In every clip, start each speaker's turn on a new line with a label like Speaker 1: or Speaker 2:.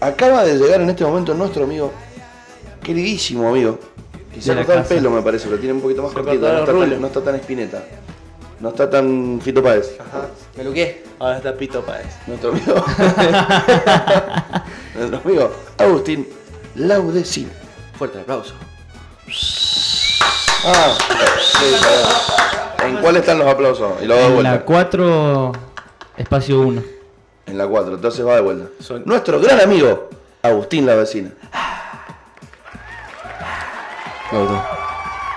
Speaker 1: Acaba de llegar en este momento nuestro amigo, queridísimo amigo, que se
Speaker 2: De
Speaker 1: ha
Speaker 2: la
Speaker 1: cortado el
Speaker 2: casa.
Speaker 1: pelo, me parece, lo tiene un poquito más
Speaker 3: Se
Speaker 1: cortito,
Speaker 3: cortó
Speaker 1: no
Speaker 3: el
Speaker 1: está, tan,
Speaker 3: rulo.
Speaker 1: no está tan espineta, no está tan Fito Páez.
Speaker 2: Ah.
Speaker 3: Me luqué. Ahora está Pito Páez.
Speaker 1: Nuestro amigo, nuestro amigo Agustín Laudecina.
Speaker 3: Fuerte aplauso.
Speaker 1: Ah, sí, pará. ¿En cuál están los aplausos? Y lo hago de
Speaker 2: En
Speaker 1: vuelta.
Speaker 2: la 4, espacio 1.
Speaker 1: En la 4, entonces va de vuelta.
Speaker 3: Son-
Speaker 1: Nuestro gran amigo, Agustín la vecina.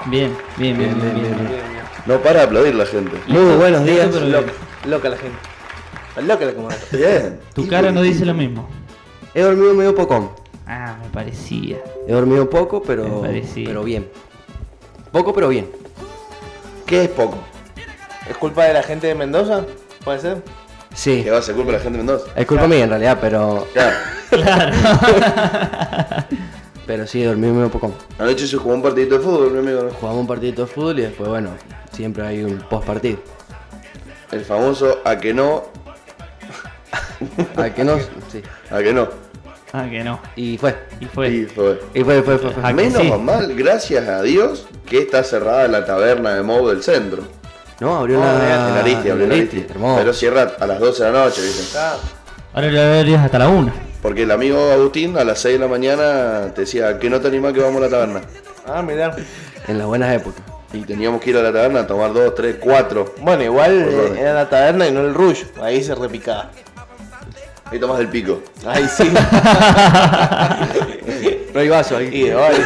Speaker 2: Bien, bien, bien, bien. bien, bien.
Speaker 1: No para de aplaudir la gente.
Speaker 3: Muy Uh, buenos
Speaker 2: Listo,
Speaker 3: días.
Speaker 2: pero
Speaker 3: Loca,
Speaker 2: bien.
Speaker 3: loca la gente. Loca la comunidad.
Speaker 1: Bien.
Speaker 2: Tu cara no dice lo mismo.
Speaker 4: He dormido medio poco.
Speaker 2: Ah, me parecía.
Speaker 4: He dormido poco,
Speaker 2: Me
Speaker 4: pero,
Speaker 2: parecía.
Speaker 4: pero bien. Poco, pero bien.
Speaker 1: ¿Qué es poco?
Speaker 3: ¿Es culpa de la gente de Mendoza? ¿Puede ser?
Speaker 4: Sí.
Speaker 1: Que va a ser culpa de la gente de Mendoza.
Speaker 4: Es culpa mía en realidad, pero,
Speaker 1: Claro.
Speaker 4: pero sí, he dormido medio poco.
Speaker 1: Anoche se jugó un partidito de fútbol, mi amigo. ¿no?
Speaker 4: Jugamos un partidito de fútbol y después, bueno, siempre hay un post partido.
Speaker 1: El famoso a que no,
Speaker 4: Al que no. Sí.
Speaker 1: a que no.
Speaker 2: Ah, que no.
Speaker 4: Y fue.
Speaker 2: Y fue.
Speaker 1: Y fue.
Speaker 4: Y fue, fue, fue. fue.
Speaker 2: Ah, que
Speaker 1: Menos
Speaker 2: sí.
Speaker 1: mal, gracias a Dios, que está cerrada la taberna de Mou del centro. Ah,
Speaker 4: No, abrió
Speaker 3: No,
Speaker 4: la.
Speaker 1: en Aristi, abrió en Aristi.
Speaker 4: Hermoso.
Speaker 1: Pero cierra a las 12 de la noche, dicen.
Speaker 3: Ah,
Speaker 2: Ahora lo verías hasta la 1.
Speaker 1: Porque el amigo Agustín a las 6 de la mañana te decía, "¿A que no te animás que vamos a la taberna.
Speaker 3: ah, mirá.
Speaker 4: En las buenas épocas.
Speaker 1: Y teníamos que ir a la taberna a tomar 2, 3, 4.
Speaker 3: Bueno, igual eh,
Speaker 1: Horror.
Speaker 3: era la taberna y no el rush. Ahí se repicaba.
Speaker 1: Ahí tomás del pico.
Speaker 3: Ahí sí.
Speaker 4: No hay vaso ahí.
Speaker 3: y de baile,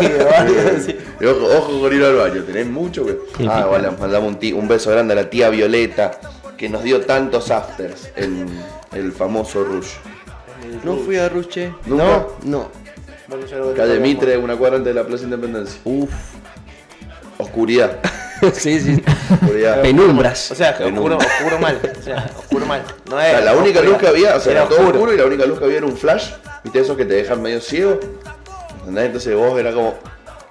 Speaker 3: y de baile, sí.
Speaker 1: Y ojo, ojo con ir al baño, tenés mucho que.
Speaker 2: Sí,
Speaker 1: Ah,
Speaker 2: pica.
Speaker 1: igual le mandamos un, ti- un beso grande a la tía Violeta, que nos dio tantos afters en el famoso Rush.
Speaker 4: No fui a Ruche.
Speaker 1: ¿Nunca?
Speaker 4: No.
Speaker 3: Bueno, ya lo-
Speaker 1: Calle Mitre, una cuadra antes de la Plaza Independencia.
Speaker 4: Uf.
Speaker 1: Oscuridad.
Speaker 4: sí, sí.
Speaker 1: Oscuridad.
Speaker 4: Penumbras.
Speaker 3: O sea,
Speaker 1: En
Speaker 3: oscuro,
Speaker 1: un-
Speaker 3: oscuro mal. O sea, oscuro mal. No
Speaker 1: O sea,
Speaker 3: era,
Speaker 1: la única luz que había, o sea,
Speaker 3: era
Speaker 1: era todo
Speaker 3: oscuro.
Speaker 1: oscuro y la única luz que había era un flash, viste esos que te dejan medio ciego. ¿Entendés? Entonces vos era como.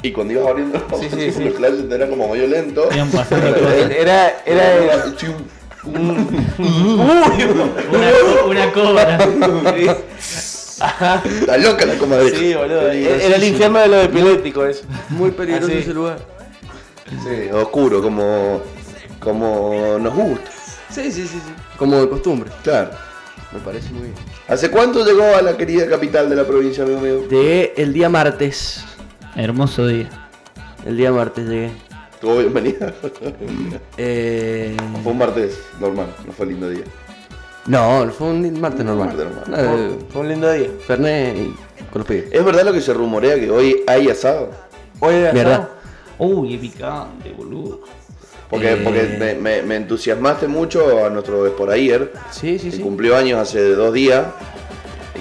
Speaker 1: Y cuando ibas abriendo los
Speaker 3: Sí, sí, sí.
Speaker 1: los flashes era como medio lento.
Speaker 2: Iban pasando cosas.
Speaker 3: Era, era, era
Speaker 2: Una, co- una cobra.
Speaker 1: Está loca la comadre.
Speaker 3: Sí, boludo. Era era el infierno de los epilépticos eso.
Speaker 4: Muy peligroso
Speaker 3: Así.
Speaker 4: ese lugar.
Speaker 1: Sí, oscuro, como, como nos gusta.
Speaker 4: Sí, sí, sí, sí. Como de costumbre.
Speaker 1: Claro.
Speaker 4: Me parece muy bien.
Speaker 1: ¿Hace cuánto llegó a la querida capital de la provincia, amigo mío?
Speaker 4: Llegué el día martes.
Speaker 2: Hermoso día.
Speaker 4: El día martes llegué.
Speaker 1: Tuvo bienvenida.
Speaker 4: Eh...
Speaker 1: fue un martes normal, no fue lindo día.
Speaker 4: No, fue un martes normal.
Speaker 1: martes normal.
Speaker 4: Nada de-
Speaker 3: Fue un lindo día.
Speaker 4: Fernet y con los pibes.
Speaker 1: ¿Es verdad lo que se rumorea que hoy hay asado?
Speaker 3: Hoy era
Speaker 4: Mierda.
Speaker 3: sábado.
Speaker 2: Uy, qué picante, boludo.
Speaker 1: Porque,
Speaker 4: Eh.
Speaker 1: porque me, me- me entusiasmaste mucho a nuestro Esporayer,
Speaker 4: Sí, sí,
Speaker 1: que
Speaker 4: sí.
Speaker 1: cumplió años hace dos días,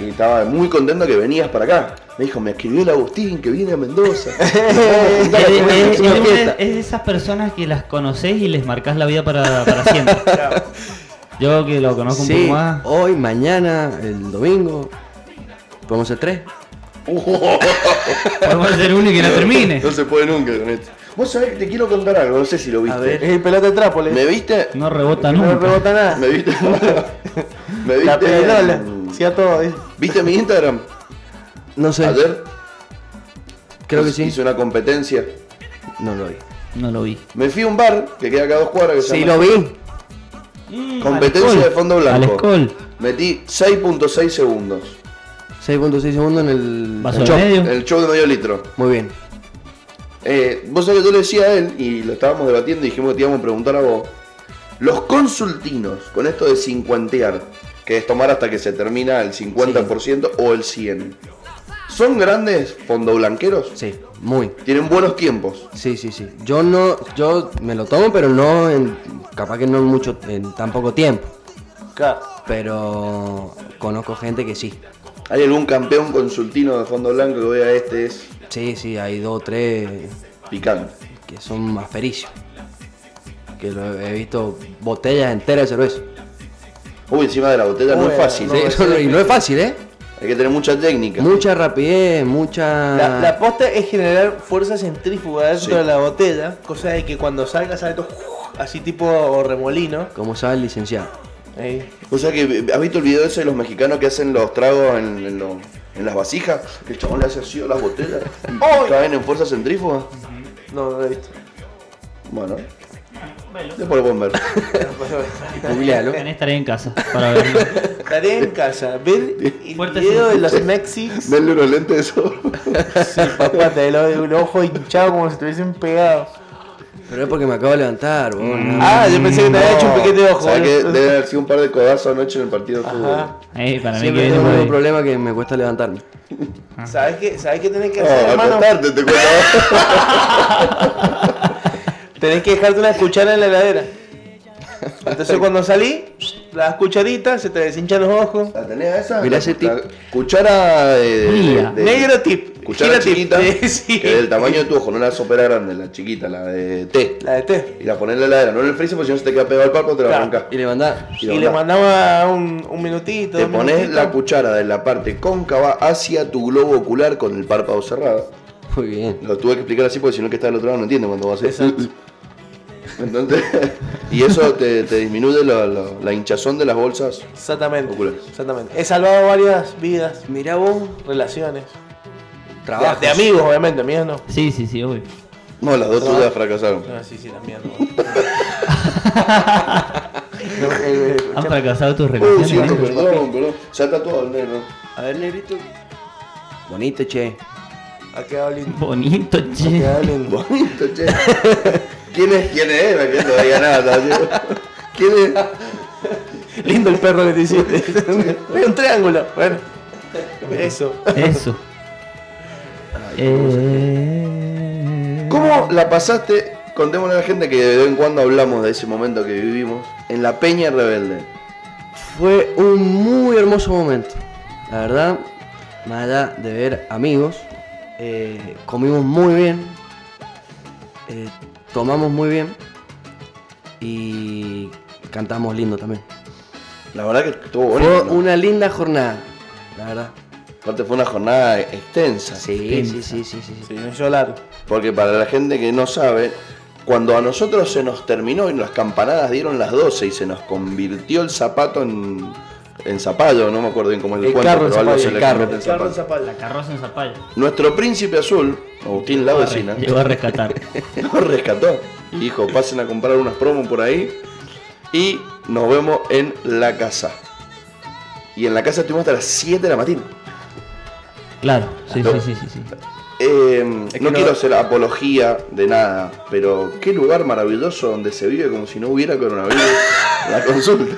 Speaker 1: y estaba muy contento que venías para acá. Me dijo, me escribió el Agustín, que viene a Mendoza.
Speaker 2: Es de,
Speaker 3: Eh,
Speaker 2: es- es
Speaker 4: una
Speaker 2: de una-
Speaker 4: fiesta.
Speaker 2: es de esas personas que las conoces y les marcas la vida para, para siempre. Yo que lo conozco un
Speaker 4: Sí,
Speaker 2: poco más.
Speaker 4: hoy, mañana, el domingo. Podemos ser tres.
Speaker 3: eh.
Speaker 2: Podemos hacer uno y que no termine.
Speaker 1: no se puede nunca con esto. Vos sabés que te quiero contar algo, no sé si lo viste.
Speaker 3: Es el pelota de trápoles.
Speaker 1: ¿Me viste?
Speaker 2: No rebota
Speaker 3: No
Speaker 2: nunca.
Speaker 3: rebota nada.
Speaker 1: ¿Me viste? ¿Me viste? Mm.
Speaker 3: La pelola.
Speaker 1: en-
Speaker 3: Sí a todo. dice.
Speaker 1: ¿Viste mi Instagram?
Speaker 4: No sé.
Speaker 1: Ayer
Speaker 4: Creo que
Speaker 1: hice-
Speaker 4: sí.
Speaker 1: hice una competencia.
Speaker 4: No lo vi.
Speaker 2: No lo vi.
Speaker 1: Me fui a un bar que queda acá a dos cuadras que se
Speaker 4: Sí,
Speaker 1: llama
Speaker 4: lo vi.
Speaker 1: Competencia
Speaker 2: Alcohol.
Speaker 1: de fondo blanco.
Speaker 2: Alcohol.
Speaker 1: Metí 6.6 segundos.
Speaker 4: 6.6 segundos en el.
Speaker 2: Vaso
Speaker 4: el
Speaker 2: de
Speaker 4: show.
Speaker 2: medio.
Speaker 1: El show de medio litro.
Speaker 4: Muy bien.
Speaker 1: Eh, vos sabés que yo le decía a él, y lo estábamos debatiendo y dijimos que te íbamos a preguntar a vos. Los consultinos, con esto de cincuentear, que es tomar hasta que se termina el 50% o el 100%, ¿son grandes fondoblanqueros?
Speaker 4: Sí, muy.
Speaker 1: Tienen buenos tiempos.
Speaker 4: Sí, sí, sí. Yo no. Yo me lo tomo, pero no en. Capaz que no en mucho. En tan poco tiempo.
Speaker 3: Claro.
Speaker 4: Pero. Conozco gente que sí.
Speaker 1: ¿Hay algún campeón consultino de fondo blanco que vea este es
Speaker 4: Sí, sí, hay dos o tres.
Speaker 1: picante?
Speaker 4: que son más pericios. Que lo he visto botellas enteras de cerveza.
Speaker 1: Uy, encima de la botella no
Speaker 3: Uy,
Speaker 1: es fácil.
Speaker 3: no,
Speaker 4: Sí,
Speaker 3: es
Speaker 4: no, no, y no es fácil, ¿eh?
Speaker 1: Hay que tener mucha técnica.
Speaker 4: Mucha rapidez, mucha...
Speaker 3: La, la posta es generar fuerza centrífuga dentro
Speaker 1: Ah. Sí.
Speaker 3: de la botella, cosa de que cuando salga sale todo así tipo remolino. ¿eh?
Speaker 4: Como sabe el licenciado.
Speaker 3: Ey.
Speaker 1: O sea que, ¿has visto el video ese de los mexicanos que hacen los tragos en, en los- en las vasijas? Que el chabón le hace así a las botellas y
Speaker 3: ¡Ay!
Speaker 1: caen en fuerza centrífuga.
Speaker 3: No, no lo he visto.
Speaker 1: Bueno, después lo pueden ver.
Speaker 4: Googlealo.
Speaker 2: Mañana estaré en casa para verlo.
Speaker 3: Estaré en casa. Ven el
Speaker 2: Fuerte
Speaker 3: video de los
Speaker 1: sí.
Speaker 3: Mexicans.
Speaker 1: Denle unos lentes de sol.
Speaker 3: Sí, papá, te lo el ojo hinchado como si estuviesen pegados.
Speaker 4: Pero es porque me acabo de levantar,
Speaker 2: Mm,
Speaker 4: vos. no.
Speaker 3: Ah, yo pensé que te había hecho un piquete de ojo.
Speaker 1: Mm. ¿Sabes que
Speaker 3: boludo.
Speaker 1: debe haber sido un par de codazos anoche en el partido de fútbol?
Speaker 3: Ajá.
Speaker 2: Eh, para mí que
Speaker 4: Siempre
Speaker 2: viene
Speaker 4: tengo
Speaker 2: por
Speaker 4: un
Speaker 2: ahí.
Speaker 4: problema que me cuesta levantarme.
Speaker 3: ¿Sabes qué, ¿Sabes qué tenés que hacer,
Speaker 1: No,
Speaker 3: hermano?
Speaker 1: Oh, acostarte, te cuento.
Speaker 3: Tenés que dejarte una cuchara en la heladera. Entonces cuando salí, las cucharitas se te deshinchan los ojos.
Speaker 1: ¿La tenés a esa?
Speaker 4: Mirá
Speaker 1: La-
Speaker 4: ese tip.
Speaker 1: la Cuchara eh, de-
Speaker 2: Fría.
Speaker 1: de-
Speaker 3: Negro tip.
Speaker 1: Cuchara chiquita,
Speaker 3: gira tip. Sí.
Speaker 1: que es del tamaño de tu ojo, no la sopera grande, la chiquita, la de té.
Speaker 3: La de té.
Speaker 1: Y la ponés en la heladera, no en el freezer porque si no se te queda pegado al cuerpo te la
Speaker 3: Claro.
Speaker 1: arrancás.
Speaker 4: Y le mandá.
Speaker 1: Y
Speaker 3: Y,
Speaker 1: lo
Speaker 3: le
Speaker 1: mandás.
Speaker 3: mandaba un, un minutito.
Speaker 1: Te
Speaker 3: dos
Speaker 1: pones la
Speaker 3: minutitos.
Speaker 1: cuchara de la parte cóncava hacia tu globo ocular con el párpado cerrado.
Speaker 4: Muy bien.
Speaker 1: Lo tuve que explicar así porque si no que está del otro lado no entiende cuando vas a hacer.
Speaker 3: Exacto.
Speaker 1: Entonces, y eso te, te disminuye la, la- la hinchazón de las bolsas.
Speaker 3: Exactamente.
Speaker 1: Oculares.
Speaker 3: Exactamente. He salvado varias vidas,
Speaker 4: Mirá vos,
Speaker 3: relaciones. De,
Speaker 4: trabajo.
Speaker 3: de amigos, obviamente, mías no.
Speaker 2: Sí, sí, sí, obvio.
Speaker 1: No, las dos tuyas fracasaron.
Speaker 3: No, sí, sí, las mías no. No, eh, eh,
Speaker 2: Han fracasado tus
Speaker 1: Uh, sí,
Speaker 2: relaciones. ¿eh?
Speaker 1: perdón, perdón, perdón. Ya está todo el negro.
Speaker 4: A ver, negrito. Bonito, che.
Speaker 3: Ha quedado lindo.
Speaker 2: Bonito,
Speaker 3: Ha
Speaker 2: che.
Speaker 3: quedado lindo.
Speaker 1: Bonito, che. ¿Quién es? ¿Quién es? Me quedo, no diga nada. está bien. ¿Quién es?
Speaker 3: lindo el perro que te hiciste. Es un triángulo. Bueno. Eso.
Speaker 2: Eso. Eh,
Speaker 1: ¿Cómo la pasaste? Contémosle a la gente que de vez en cuando hablamos de ese momento que vivimos en la Peña Rebelde.
Speaker 4: Fue un muy hermoso momento. La verdad, más allá de ver amigos, eh, comimos muy bien, eh, tomamos muy bien y cantamos lindo también.
Speaker 1: La verdad que estuvo
Speaker 4: Fue
Speaker 1: bonito. ¿no?
Speaker 4: una linda jornada, la verdad.
Speaker 1: Aparte fue una jornada extensa.
Speaker 4: Sí, sí, sí, sí, sí. sí.
Speaker 3: Sí, un yo largo.
Speaker 1: Porque para la gente que no sabe, cuando a nosotros se nos terminó y las campanadas dieron las 12 y se nos convirtió el zapato en, en zapallo, no me acuerdo bien cómo es el,
Speaker 4: El
Speaker 1: cuento,
Speaker 4: carro en
Speaker 1: pero algo
Speaker 4: zapallo,
Speaker 1: se
Speaker 4: el
Speaker 1: le
Speaker 4: carro.
Speaker 1: convierte en
Speaker 3: Carlos
Speaker 1: zapallo.
Speaker 3: Zapala.
Speaker 2: Carroza en Zapallo.
Speaker 1: Nuestro príncipe azul, Agustín La Vecina,
Speaker 2: Llegó a rescatar.
Speaker 1: nos rescató. Y dijo, pasen a comprar unas promos por ahí y nos vemos en la casa. Y en la casa estuvimos hasta las 7 de la mañana.
Speaker 2: Claro, sí,
Speaker 1: No.
Speaker 2: sí, sí, sí, sí.
Speaker 1: Eh,
Speaker 4: que
Speaker 1: no
Speaker 4: no-
Speaker 1: quiero hacer apología de nada, pero qué lugar maravilloso donde se vive como si no hubiera coronavirus. la consulta.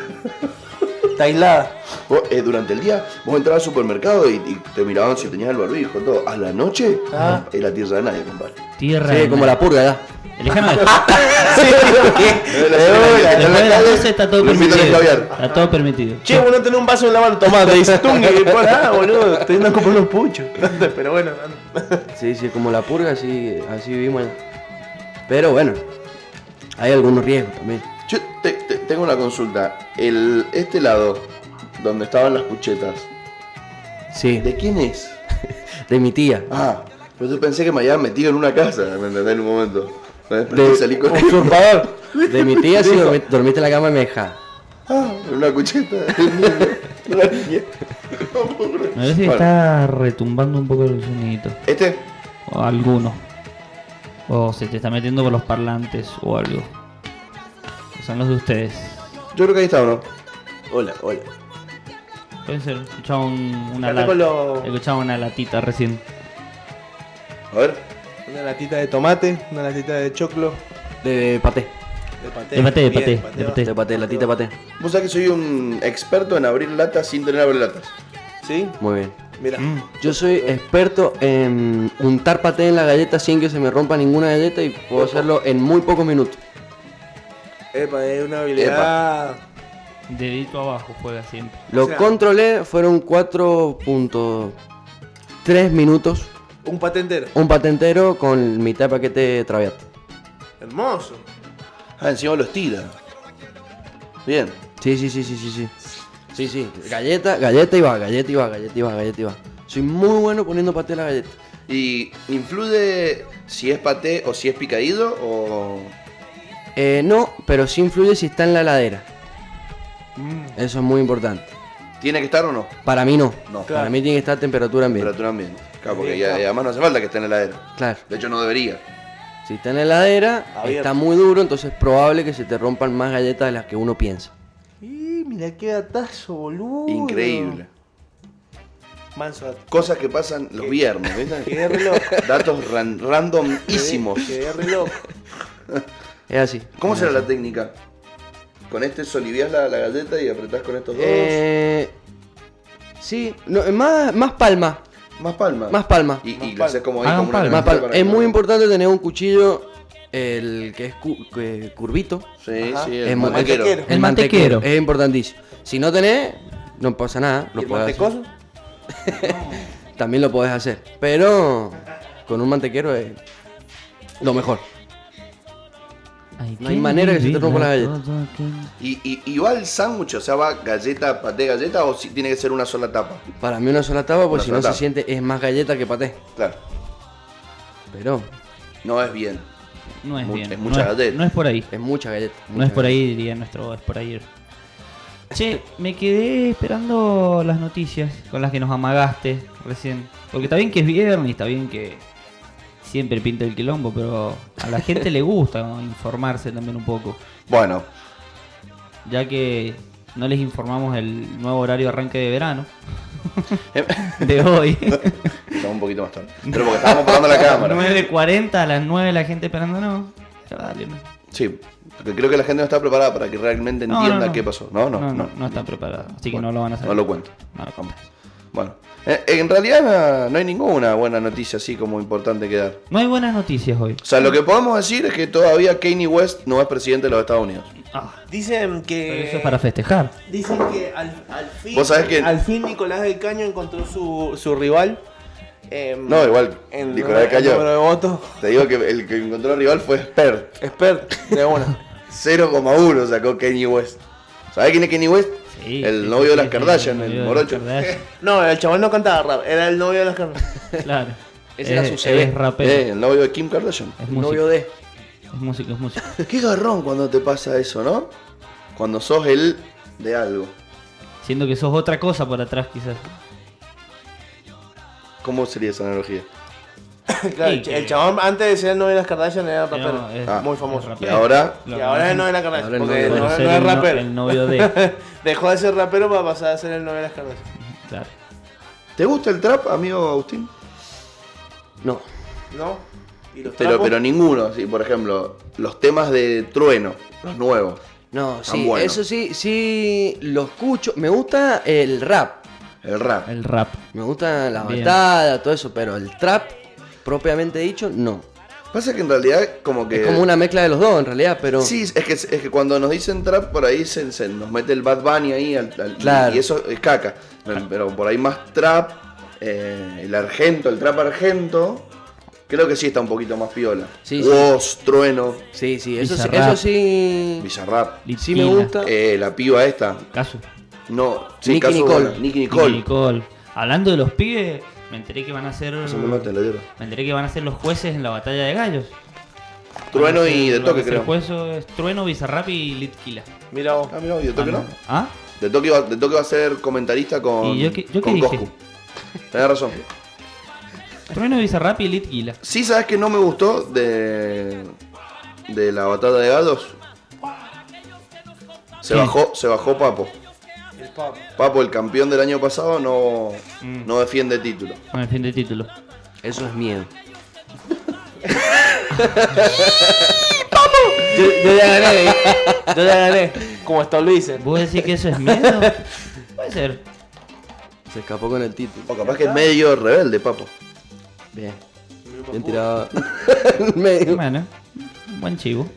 Speaker 3: Está aislada.
Speaker 1: Vos, eh, durante el día, vos entrabas al supermercado y, y te miraban si tenías el barbijo, todo. A la noche,
Speaker 3: Ah.
Speaker 1: es la tierra de nadie, compadre.
Speaker 2: Tierra.
Speaker 4: Sí,
Speaker 2: de
Speaker 4: como
Speaker 2: nadie.
Speaker 4: la purga, ya.
Speaker 2: El lejano de-
Speaker 1: la tierra de nadie, está en la
Speaker 2: Después de las
Speaker 1: calle,
Speaker 2: 12 está todo
Speaker 1: lo invitan a
Speaker 2: permitido.
Speaker 1: esclaviar.
Speaker 2: Está todo permitido.
Speaker 3: Che, vos no tenés un vaso en la mano. Tomá, te dice Tungue. y por ah, boludo. Estoy yendo a comprar unos puchos. Pero bueno.
Speaker 4: Sí, sí, como la purga, así, así vivimos. allá. Pero bueno, hay algunos riesgos también.
Speaker 1: Yo te- te- tengo una consulta. El, este lado, donde estaban las cuchetas,
Speaker 4: Sí,
Speaker 1: ¿de quién es?
Speaker 4: de mi tía.
Speaker 1: Ah, pues yo pensé que me habían metido en una casa, ¿me entendés? En un momento. Me desperté y
Speaker 4: De-
Speaker 1: salí con
Speaker 4: usurpador. De mi tía, sí, dormi- dormiste en la cama de mi hija.
Speaker 1: Ah, en una cucheta. Una niña. No puedo creer.
Speaker 2: Me parece que
Speaker 1: Bueno,
Speaker 2: está retumbando un poco el sonidito.
Speaker 1: Este,
Speaker 2: O alguno. O se te está metiendo por los parlantes o algo. Son los de ustedes.
Speaker 1: yo creo que ahí está, ¿o ¿no?
Speaker 4: Hola, hola.
Speaker 2: Puede ser, escuchaba un- una,
Speaker 3: Ya
Speaker 2: lata
Speaker 3: tengo lo-
Speaker 2: escuchaba una latita recién.
Speaker 1: A ver.
Speaker 3: Una latita de tomate, una latita de choclo,
Speaker 4: De paté.
Speaker 3: de paté.
Speaker 2: De paté, de paté,
Speaker 3: bien,
Speaker 2: de paté.
Speaker 4: De paté, latita de paté.
Speaker 1: Vos sabés que soy un experto en abrir latas sin tener abrir latas.
Speaker 3: ¿Sí?
Speaker 4: Muy bien.
Speaker 3: Mira.
Speaker 4: Yo soy experto en untar paté en la galleta sin que se me rompa ninguna galleta y puedo hacerlo en muy pocos minutos.
Speaker 3: Epa, es una habilidad.
Speaker 2: Dedito abajo juega siempre.
Speaker 4: Lo
Speaker 3: O sea-
Speaker 4: controlé, fueron 4.3 minutos.
Speaker 3: Un paté entero.
Speaker 4: Un paté entero con mitad de paquete traviat.
Speaker 3: Hermoso.
Speaker 1: Ah, encima los tira. Bien.
Speaker 4: Sí, sí, sí, sí, sí, sí. Sí, sí. Galleta, galleta y va, galleta y va, galleta y va, galleta y va. Soy muy bueno poniendo paté en la galleta.
Speaker 1: ¿Y influye si es paté o si es picadillo o...?
Speaker 4: Eh, no, pero sí influye si está en la heladera.
Speaker 3: Mm.
Speaker 4: Eso es muy importante.
Speaker 1: ¿Tiene que estar o no?
Speaker 4: Para mí no.
Speaker 1: No.
Speaker 4: Para mí tiene que estar temperatura ambiente.
Speaker 1: Temperatura ambiente. Claro, porque
Speaker 3: Sí,
Speaker 1: ya-
Speaker 3: claro.
Speaker 1: además no hace falta que esté en la heladera.
Speaker 4: Claro.
Speaker 1: De hecho, no debería.
Speaker 4: Si está en la heladera,
Speaker 3: Abierto.
Speaker 4: está muy duro, entonces es probable que se te rompan más galletas de las que uno piensa.
Speaker 3: Y mira qué datazo, boludo.
Speaker 1: Increíble.
Speaker 3: Manso dato.
Speaker 1: Cosas que pasan los viernes, ¿viste?
Speaker 3: Quedé re loco.
Speaker 1: Datos ran- randomísimos.
Speaker 3: Quedé re loco.
Speaker 4: Es así.
Speaker 1: ¿Cómo será la técnica? Con este soliviás la, la galleta y apretás con estos dos.
Speaker 4: Eh, sí, no, eh, más, más palma.
Speaker 1: más palma.
Speaker 4: más
Speaker 1: Ah.
Speaker 4: palma.
Speaker 1: Y, y
Speaker 3: Más
Speaker 1: lo
Speaker 3: palma.
Speaker 1: haces como ahí,
Speaker 2: Hagan
Speaker 1: como una
Speaker 2: palma.
Speaker 1: galleta
Speaker 4: Más palma.
Speaker 1: para
Speaker 4: Es
Speaker 1: que-
Speaker 4: muy importante tener un cuchillo, el que es cu- que- curvito.
Speaker 1: Sí,
Speaker 3: Ajá.
Speaker 1: sí,
Speaker 4: Es
Speaker 1: el
Speaker 4: muy-
Speaker 1: mantequero.
Speaker 2: El mantequero.
Speaker 4: Es importantísimo. Si no tenés, no pasa nada.
Speaker 3: ¿Y
Speaker 4: Lo
Speaker 3: el
Speaker 4: podés hacer.
Speaker 3: mantecoso?
Speaker 4: También lo podés hacer. Pero con un mantequero es lo mejor.
Speaker 2: Ay,
Speaker 4: No hay
Speaker 2: qué
Speaker 4: manera que se te rompa la
Speaker 2: divino
Speaker 4: galleta.
Speaker 2: todo, qué-
Speaker 1: Y, y, y va el sándwich, o sea, va galleta, paté, galleta, o si tiene que ser una sola tapa.
Speaker 4: Para mí una sola tapa,
Speaker 1: Una
Speaker 4: pues si
Speaker 1: sola
Speaker 4: no se
Speaker 1: tapa.
Speaker 4: siente, es más galleta que paté.
Speaker 1: Claro,
Speaker 4: Pero
Speaker 1: no es bien.
Speaker 2: No es
Speaker 1: Mu-
Speaker 2: bien.
Speaker 1: es mucha
Speaker 2: no, es,
Speaker 1: galleta.
Speaker 2: no es por ahí.
Speaker 4: es mucha galleta.
Speaker 2: No
Speaker 4: mucha
Speaker 2: es por
Speaker 4: galleta.
Speaker 2: ahí, diría nuestro. Es por ahí. Che, me quedé esperando las noticias con las que nos amagaste recién. Porque está bien que es viernes, está bien que siempre pinta el quilombo, pero a la gente le gusta ¿no? informarse también un poco.
Speaker 1: Bueno,
Speaker 2: Ya que no les informamos el nuevo horario de arranque de verano
Speaker 1: eh,
Speaker 2: de hoy.
Speaker 1: estamos un poquito más tarde. Pero porque estábamos parando la cámara.
Speaker 2: 9.40 a las 9 la gente esperándonos. Dale, no.
Speaker 1: Sí, porque creo que la gente no está preparada para que realmente
Speaker 2: No,
Speaker 1: entienda
Speaker 2: no, no.
Speaker 1: qué pasó. No, no, no.
Speaker 2: no, están preparados, así que
Speaker 1: Bueno,
Speaker 2: no lo van a hacer.
Speaker 1: No lo cuento.
Speaker 2: No lo contas.
Speaker 1: Bueno, eh, en realidad no hay ninguna buena noticia así como importante que dar.
Speaker 2: No hay buenas noticias hoy.
Speaker 1: O sea, lo que podemos decir es que todavía Kanye West no es presidente de los Estados Unidos.
Speaker 2: Ah,
Speaker 3: Dicen
Speaker 2: pero
Speaker 3: que.
Speaker 2: eso es para festejar.
Speaker 3: Dicen que al, al fin.
Speaker 1: Vos sabés que-
Speaker 3: Al fin Nicolás del Caño encontró su, su rival. em,
Speaker 1: No, igual, Nicolás
Speaker 3: en
Speaker 1: del
Speaker 3: número- en
Speaker 1: Caño.
Speaker 3: número de votos.
Speaker 1: Te digo que el que encontró rival fue Spert.
Speaker 3: Expert, de una.
Speaker 1: 0,1 sacó Kanye West. ¿Sabés quién es Kanye West?
Speaker 2: Sí,
Speaker 1: el
Speaker 2: sí,
Speaker 1: novio
Speaker 2: sí,
Speaker 1: de las
Speaker 2: sí,
Speaker 1: Kardashian,
Speaker 2: novio
Speaker 1: el
Speaker 2: de
Speaker 1: morocho.
Speaker 2: las Kardashian,
Speaker 3: No, el chaval no cantaba rap, era el novio de las carreras.
Speaker 2: Claro.
Speaker 4: Ese era
Speaker 2: Es-
Speaker 4: su CV.
Speaker 2: Es rapero.
Speaker 1: Eh, el novio de Kim Kardashian.
Speaker 2: es
Speaker 4: Novio
Speaker 2: músico.
Speaker 4: de.
Speaker 2: Es músico, es músico.
Speaker 1: Qué garrón cuando te pasa eso, ¿no? Cuando sos el de algo.
Speaker 2: Siendo que sos otra cosa por atrás, quizás.
Speaker 1: Eh, ¿Cómo sería esa analogía?
Speaker 3: Claro,
Speaker 2: Sí,
Speaker 3: el,
Speaker 2: que-
Speaker 3: chabón antes de ser el novio de las Kardashian era rapero.
Speaker 2: No, es-
Speaker 1: Ah,
Speaker 3: muy famoso.
Speaker 2: es
Speaker 1: Y
Speaker 2: Claro.
Speaker 1: ahora,
Speaker 3: Y ahora es el novio de las
Speaker 4: Ahora
Speaker 3: Kardashian.
Speaker 4: el
Speaker 3: Porque
Speaker 4: novio
Speaker 3: no,
Speaker 4: de-
Speaker 3: no
Speaker 2: Por ser
Speaker 3: es
Speaker 2: el no-
Speaker 3: rapero.
Speaker 2: el novio de.
Speaker 3: Dejó de ser rapero para pasar a ser el novio de las Kardashian.
Speaker 2: Claro.
Speaker 1: ¿te gusta el trap, amigo Agustín?
Speaker 4: No.
Speaker 3: ¿No? Y los
Speaker 1: Pero,
Speaker 3: trapos,
Speaker 1: Este pero ninguno, sí, por ejemplo, los temas de Trueno, los nuevos.
Speaker 4: No,
Speaker 1: Tan
Speaker 4: sí,
Speaker 1: bueno.
Speaker 4: eso sí, sí lo escucho. Me gusta el rap.
Speaker 1: El rap.
Speaker 2: El rap.
Speaker 4: Me gusta la
Speaker 2: Bien.
Speaker 4: batalla, todo eso, pero el trap, propiamente dicho, no.
Speaker 1: Pasa que en realidad como que...
Speaker 4: Es como una mezcla de los dos en realidad, pero.
Speaker 1: Eh, Sí, es que, es que cuando nos dicen trap, por ahí se, se nos mete el Bad Bunny ahí al- al- y-
Speaker 4: Claro. Ah.
Speaker 1: y eso es caca. Pero por ahí más trap, eh, el argento, el trap argento, creo que sí está un poquito más piola.
Speaker 4: Sí, sí.
Speaker 1: Woz, Trueno,
Speaker 4: Sí, sí, eso, sí,
Speaker 2: Bizarrap.
Speaker 4: eso sí.
Speaker 1: Bizarrap.
Speaker 4: Sí me
Speaker 2: Litina,
Speaker 4: gusta.
Speaker 1: Eh, la piba esta,
Speaker 2: Caso.
Speaker 1: no, sí,
Speaker 4: Nicki
Speaker 1: caso
Speaker 4: Nicole.
Speaker 1: bueno, Nicki Nicole.
Speaker 2: Y Nicole. Hablando de los pibes, me enteré que van a ser.
Speaker 1: Eso me mata,
Speaker 2: Me
Speaker 1: la lloro.
Speaker 2: enteré que van a ser los jueces en la batalla de gallos.
Speaker 1: Trueno
Speaker 2: Van a
Speaker 1: y
Speaker 2: ser-
Speaker 1: de
Speaker 2: van
Speaker 1: toque,
Speaker 2: a ser
Speaker 1: creo.
Speaker 2: Jueces, trueno, Bizarrap y Litquila.
Speaker 3: Mira vos.
Speaker 1: Ah, mirá, y de toque no.
Speaker 2: ¿Ah?
Speaker 1: De toque, va, de toque va a ser comentarista con,
Speaker 2: ¿Y yo qué- yo qué
Speaker 1: con
Speaker 2: dije?
Speaker 1: Coscu. Tenés razón.
Speaker 2: Trueno, Bizarrap y Litquila.
Speaker 1: Sí, sabes que no me gustó de, de la batalla de gatos. Se
Speaker 2: ¿Qué?
Speaker 1: bajó, se bajó Papo.
Speaker 3: El papo.
Speaker 1: Papo, el campeón del año pasado, no,
Speaker 2: Mm.
Speaker 1: no defiende título.
Speaker 2: Con el fin de título.
Speaker 4: Eso es miedo.
Speaker 3: Yo, yo ya gané, ¿eh? yo ya gané. Como está Luis. eh.
Speaker 2: ¿Vos decís que eso es miedo? Puede ser.
Speaker 4: Se escapó con el título.
Speaker 1: O capaz que es medio rebelde, Papo.
Speaker 4: Bien. Bien tirado. al medio.
Speaker 2: Bueno, buen chivo.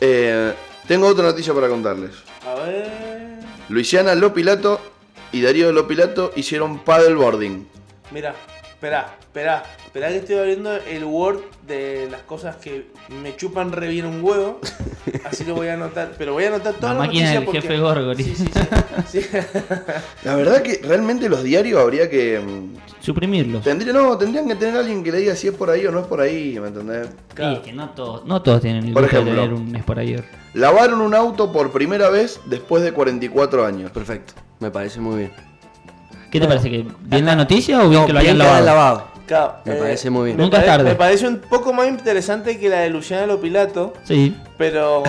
Speaker 1: Eh, tengo otra noticia para contarles.
Speaker 3: A ver.
Speaker 1: Luisiana Lopilato y Darío Lopilato hicieron paddleboarding.
Speaker 3: Mira, espera, espera. Espera que estoy abriendo el Word de las cosas que me chupan re bien un huevo. Así lo voy a anotar. Pero voy a anotar todas
Speaker 2: La
Speaker 3: las
Speaker 2: máquina
Speaker 3: noticias
Speaker 2: del
Speaker 3: porque...
Speaker 2: jefe Gorgori.
Speaker 3: Sí, sí, sí. Sí.
Speaker 1: La verdad que realmente los diarios habría que, mm,
Speaker 2: Suprimirlos.
Speaker 1: Tendría, no, tendrían que tener alguien que le diga si es por ahí o no es por ahí, ¿me entendés?
Speaker 3: Claro.
Speaker 2: Y es que no todos, no todos tienen el
Speaker 1: Por
Speaker 2: gusto de
Speaker 1: ejemplo.
Speaker 2: tener un Sporayer.
Speaker 1: Lavaron un auto por primera vez después de 44 años.
Speaker 5: Perfecto, me parece muy bien.
Speaker 2: ¿Qué te parece? ¿Que bien la noticia o bien que lo hayan
Speaker 5: bien
Speaker 2: lavado?
Speaker 3: Claro, eh,
Speaker 5: Me parece muy bien.
Speaker 3: me
Speaker 2: Nunca es tarde.
Speaker 3: Me parece un poco más interesante que la de Luciano Lopilato,
Speaker 2: Sí.
Speaker 3: pero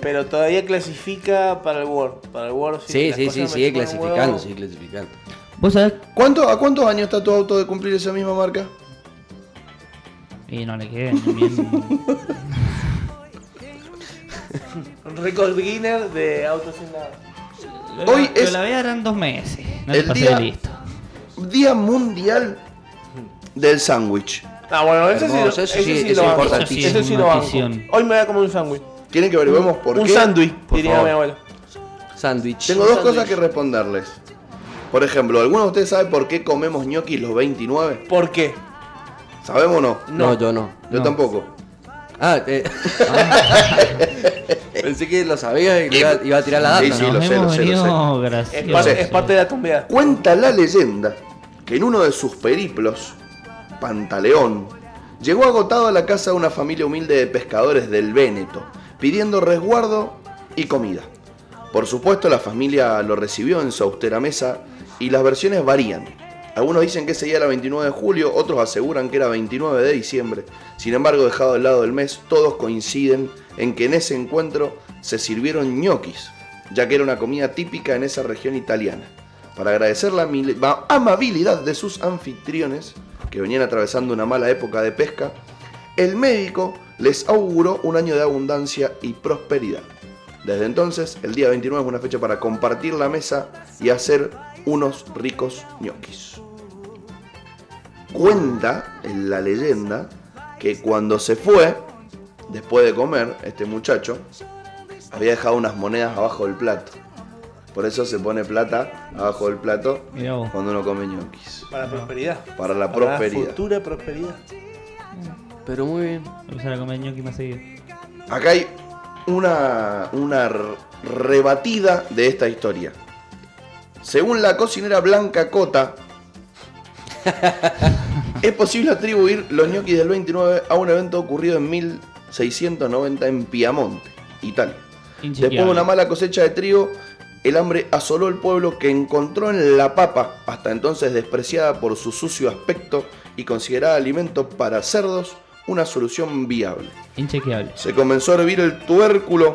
Speaker 3: pero todavía clasifica para el World. Para el World
Speaker 5: Sí,
Speaker 3: las
Speaker 5: sí,
Speaker 3: cosas
Speaker 5: sí,
Speaker 3: me
Speaker 5: sigue
Speaker 3: chupan un huevo.
Speaker 5: clasificando, sigue clasificando.
Speaker 2: ¿Vos sabés?
Speaker 1: ¿Cuánto, ¿A cuántos años está tu auto de cumplir esa misma marca?
Speaker 2: Y no le queden bien.
Speaker 3: Un récord Guinness de autos sin nada.
Speaker 2: Lo-
Speaker 1: Hoy
Speaker 2: lo
Speaker 1: es-
Speaker 2: lavé ahora en dos meses. No
Speaker 1: El
Speaker 2: te pasé
Speaker 1: día-
Speaker 2: de listo.
Speaker 1: Día Mundial del Sándwich.
Speaker 3: Ah, bueno, eso sí, lo-
Speaker 5: Hermoso,
Speaker 3: eso
Speaker 5: eso
Speaker 3: sí,
Speaker 5: sí,
Speaker 3: lo
Speaker 5: eso
Speaker 3: banco.
Speaker 5: es
Speaker 3: Eso sí,
Speaker 2: importantísimo.
Speaker 3: lo banco.
Speaker 2: Notición.
Speaker 3: Hoy me voy a comer un sándwich.
Speaker 1: Quieren que averiguemos por
Speaker 3: Un
Speaker 1: qué.
Speaker 3: sándwich,
Speaker 5: Por
Speaker 3: diría
Speaker 5: favor.
Speaker 3: mi abuelo.
Speaker 5: Sándwich.
Speaker 1: Tengo dos
Speaker 3: Un sándwich.
Speaker 1: cosas que responderles. Por ejemplo, ¿alguno de ustedes sabe por qué comemos ñoquis los 29?
Speaker 3: ¿Por qué?
Speaker 1: ¿Sabemos o no?
Speaker 5: No, yo no.
Speaker 1: Yo
Speaker 2: No.
Speaker 1: tampoco.
Speaker 5: Ah, eh, pensé que lo sabía y que iba, iba a tirar la data.
Speaker 1: Sí,
Speaker 5: ¿no?
Speaker 1: sí, lo
Speaker 2: Nos
Speaker 1: sé, lo
Speaker 2: hemos
Speaker 1: sé, lo
Speaker 2: venido
Speaker 3: Es,
Speaker 2: graciosos.
Speaker 3: parte, es parte de la tumbeada.
Speaker 1: Cuenta la leyenda que en uno de sus periplos, Pantaleón, llegó agotado a la casa de una familia humilde de pescadores del Véneto, pidiendo resguardo y comida. Por supuesto, la familia lo recibió en su austera mesa y las versiones varían. Algunos dicen que ese día era 29 de julio, otros aseguran que era 29 de diciembre. Sin embargo, dejado al lado del mes, todos coinciden en que en ese encuentro se sirvieron ñoquis, ya que era una comida típica en esa región italiana. Para agradecer la amil- ma- amabilidad de sus anfitriones, que venían atravesando una mala época de pesca, el médico les auguró un año de abundancia y prosperidad. Desde entonces, el día 29 es una fecha para compartir la mesa y hacer unos ricos ñoquis. Cuenta en la leyenda que cuando se fue, después de comer, este muchacho había dejado unas monedas abajo del plato. Por eso se pone plata abajo del plato
Speaker 2: Mirá vos.
Speaker 1: cuando uno come ñoquis.
Speaker 3: Para la prosperidad.
Speaker 1: Para la
Speaker 3: La
Speaker 1: prosperidad.
Speaker 3: futura prosperidad.
Speaker 5: Pero muy bien.
Speaker 2: Empezar a comer ñoqui más seguido.
Speaker 1: Acá hay una, una r- rebatida de esta historia. Según la cocinera Blanca Cota, es posible atribuir los ñoquis del 29 a un evento ocurrido en 1690 en Piamonte, Italia. Después de una mala cosecha de trigo, el hambre asoló el pueblo que encontró en la papa, hasta entonces despreciada por su sucio aspecto y considerada alimento para cerdos, una solución viable.
Speaker 2: Inchequeable.
Speaker 1: Se comenzó a hervir el tubérculo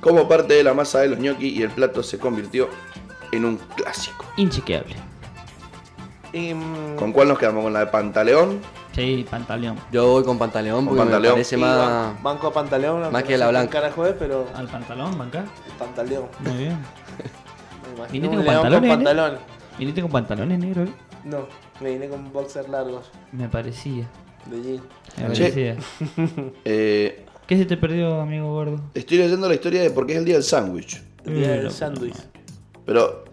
Speaker 1: como parte de la masa de los ñoquis y el plato se convirtió en un clásico.
Speaker 2: Inchequeable.
Speaker 3: Y, mm,
Speaker 1: ¿Con cuál nos quedamos? ¿Con la de Pantaleón?
Speaker 2: Sí, pantaleón.
Speaker 5: Yo voy con pantaleón
Speaker 1: Con
Speaker 5: porque me
Speaker 1: Pantaleón.
Speaker 5: parece
Speaker 3: y
Speaker 5: más.
Speaker 3: ban- Banco a Pantaleón. aunque
Speaker 5: que
Speaker 3: no
Speaker 5: la
Speaker 3: sé qué
Speaker 5: blanca.
Speaker 3: Carajo es, pero
Speaker 2: Al pantalón, banca.
Speaker 3: Pantaleón.
Speaker 2: Muy bien.
Speaker 3: Me
Speaker 2: Viniste
Speaker 3: imagino un
Speaker 2: con
Speaker 3: león
Speaker 2: pantalones, ¿eh?
Speaker 3: pantalones.
Speaker 2: Viniste con pantalones negros, eh.
Speaker 3: No, me vine con boxers largos
Speaker 2: Me parecía.
Speaker 3: de jean.
Speaker 2: Me
Speaker 1: Che.
Speaker 2: parecía.
Speaker 1: Eh,
Speaker 2: ¿Qué se te perdió, amigo gordo?
Speaker 1: estoy leyendo la historia de por qué es el día del sándwich.
Speaker 3: El día
Speaker 2: Eh,
Speaker 3: del
Speaker 2: loco,
Speaker 3: sándwich.
Speaker 1: Pero